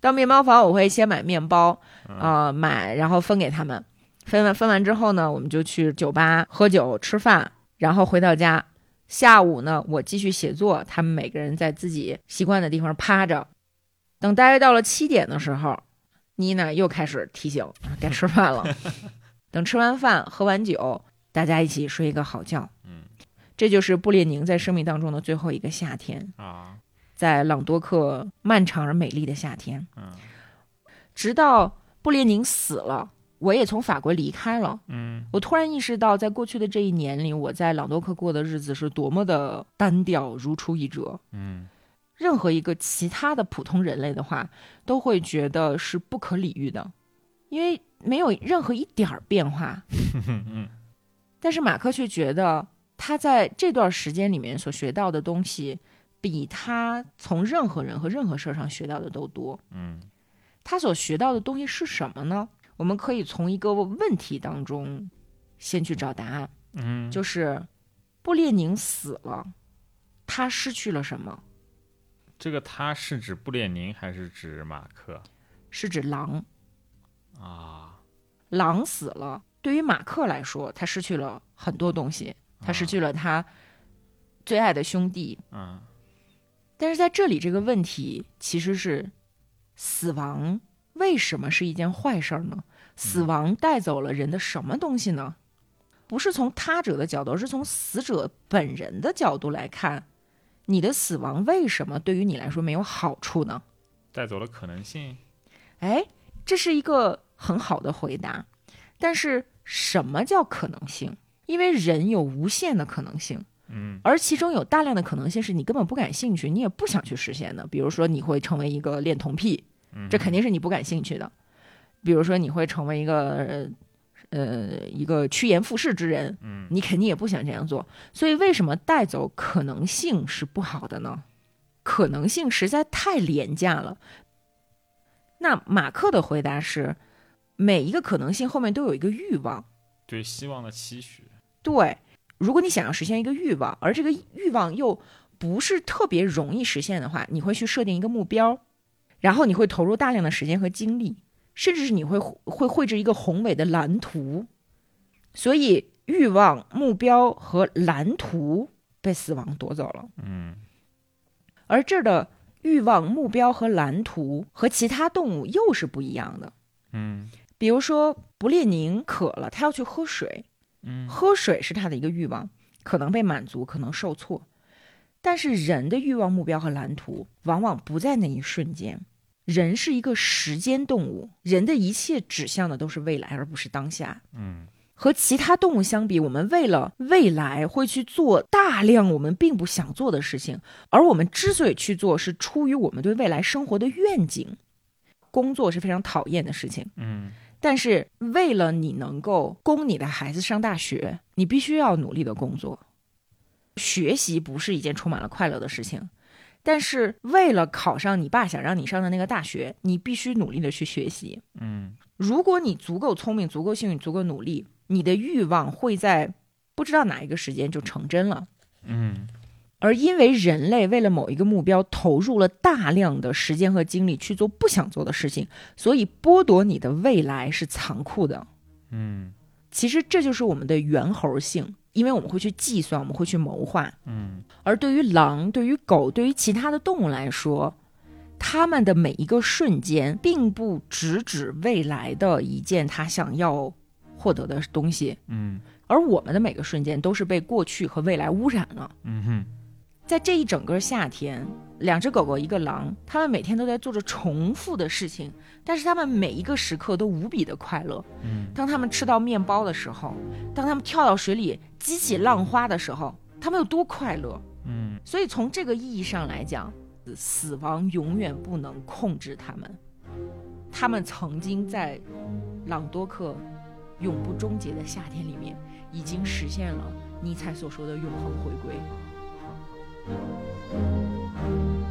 S1: 到面包房，我会先买面包，啊、买然后分给他们。分完分完之后呢，我们就去酒吧喝酒吃饭，然后回到家。下午呢，我继续写作，他们每个人在自己习惯的地方趴着。等大约到了七点的时候，妮娜又开始提醒啊该吃饭了。等吃完饭喝完酒，大家一起睡一个好觉。
S2: 嗯，
S1: 这就是布列宁在生命当中的最后一个夏天，
S2: 啊，
S1: 在朗多克漫长而美丽的夏天，
S2: 嗯
S1: 直到布列宁死了，我也从法国离开了。
S2: 嗯
S1: 我突然意识到，在过去的这一年里，我在朗多克过的日子是多么的单调，如出一辙。
S2: 嗯
S1: 任何一个其他的普通人类的话，都会觉得是不可理喻的，因为没有任何一点儿变化。
S2: 嗯
S1: 但是马克却觉得他在这段时间里面所学到的东西，比他从任何人和任何事儿上学到的都多。
S2: 嗯
S1: 他所学到的东西是什么呢？我们可以从一个问题当中先去找答案，
S2: 嗯，
S1: 就是布列宁死了，他失去了什么？
S2: 这个他是指布列宁还是指马克
S1: 是指狼，
S2: 啊？
S1: 狼死了。对于马克来说，他失去了很多东西，他失去了他最爱的兄弟，
S2: 嗯
S1: 但是在这里，这个问题其实是死亡为什么是一件坏事儿呢？死亡带走了人的什么东西呢？不是从他者的角度，而是从死者本人的角度来看，你的死亡为什么对于你来说没有好处呢？
S2: 带走了可能性。
S1: 哎，这是一个很好的回答。但是什么叫可能性？因为人有无限的可能性。
S2: 嗯
S1: 而其中有大量的可能性是你根本不感兴趣，你也不想去实现的。比如说，你会成为一个恋童癖，
S2: 嗯，
S1: 这肯定是你不感兴趣的。比如说，你会成为一个呃一个趋炎附势之人，
S2: 嗯
S1: 你肯定也不想这样做。所以，为什么带走可能性是不好的呢？可能性实在太廉价了。那马克的回答是，每一个可能性后面都有一个欲望。
S2: 对希望的期许。
S1: 对，如果你想要实现一个欲望，而这个欲望又不是特别容易实现的话，你会去设定一个目标，然后你会投入大量的时间和精力，甚至是你会会绘制一个宏伟的蓝图。所以，欲望、目标和蓝图被死亡夺走了。
S2: 嗯
S1: 而这儿的欲望、目标和蓝图和其他动物又是不一样的。
S2: 嗯
S1: 比如说，不列宁渴了，他要去喝水，
S2: 嗯
S1: 喝水是他的一个欲望，可能被满足，可能受挫。但是人的欲望、目标和蓝图往往不在那一瞬间。人是一个时间动物，人的一切指向的都是未来，而不是当下。
S2: 嗯
S1: 和其他动物相比，我们为了未来会去做大量我们并不想做的事情，而我们之所以去做，是出于我们对未来生活的愿景。工作是非常讨厌的事情，
S2: 嗯
S1: 但是为了你能够供你的孩子上大学，你必须要努力的工作。学习不是一件充满了快乐的事情，但是为了考上你爸想让你上的那个大学，你必须努力的去学习。
S2: 嗯
S1: 如果你足够聪明、足够幸运、足够努力，你的欲望会在不知道哪一个时间就成真了。
S2: 嗯
S1: 而因为人类为了某一个目标投入了大量的时间和精力去做不想做的事情，所以剥夺你的未来是残酷的。
S2: 嗯
S1: 其实这就是我们的猿猴性，因为我们会去计算，我们会去谋划。
S2: 嗯
S1: 而对于狼、对于狗、对于其他的动物来说，它们的每一个瞬间，并不直指未来的一件它想要获得的东西，
S2: 嗯
S1: 而我们的每个瞬间都是被过去和未来污染了。
S2: 嗯哼
S1: 在这一整个夏天，两只狗狗，一个狼，它们每天都在做着重复的事情，但是它们每一个时刻都无比的快乐。
S2: 嗯
S1: 当他们吃到面包的时候，当他们跳到水里激起浪花的时候，他们有多快乐？
S2: 嗯
S1: 所以从这个意义上来讲，死亡永远不能控制他们。他们曾经在朗多克永不终结的夏天里面，已经实现了尼采所说的永恒回归。
S2: 嗯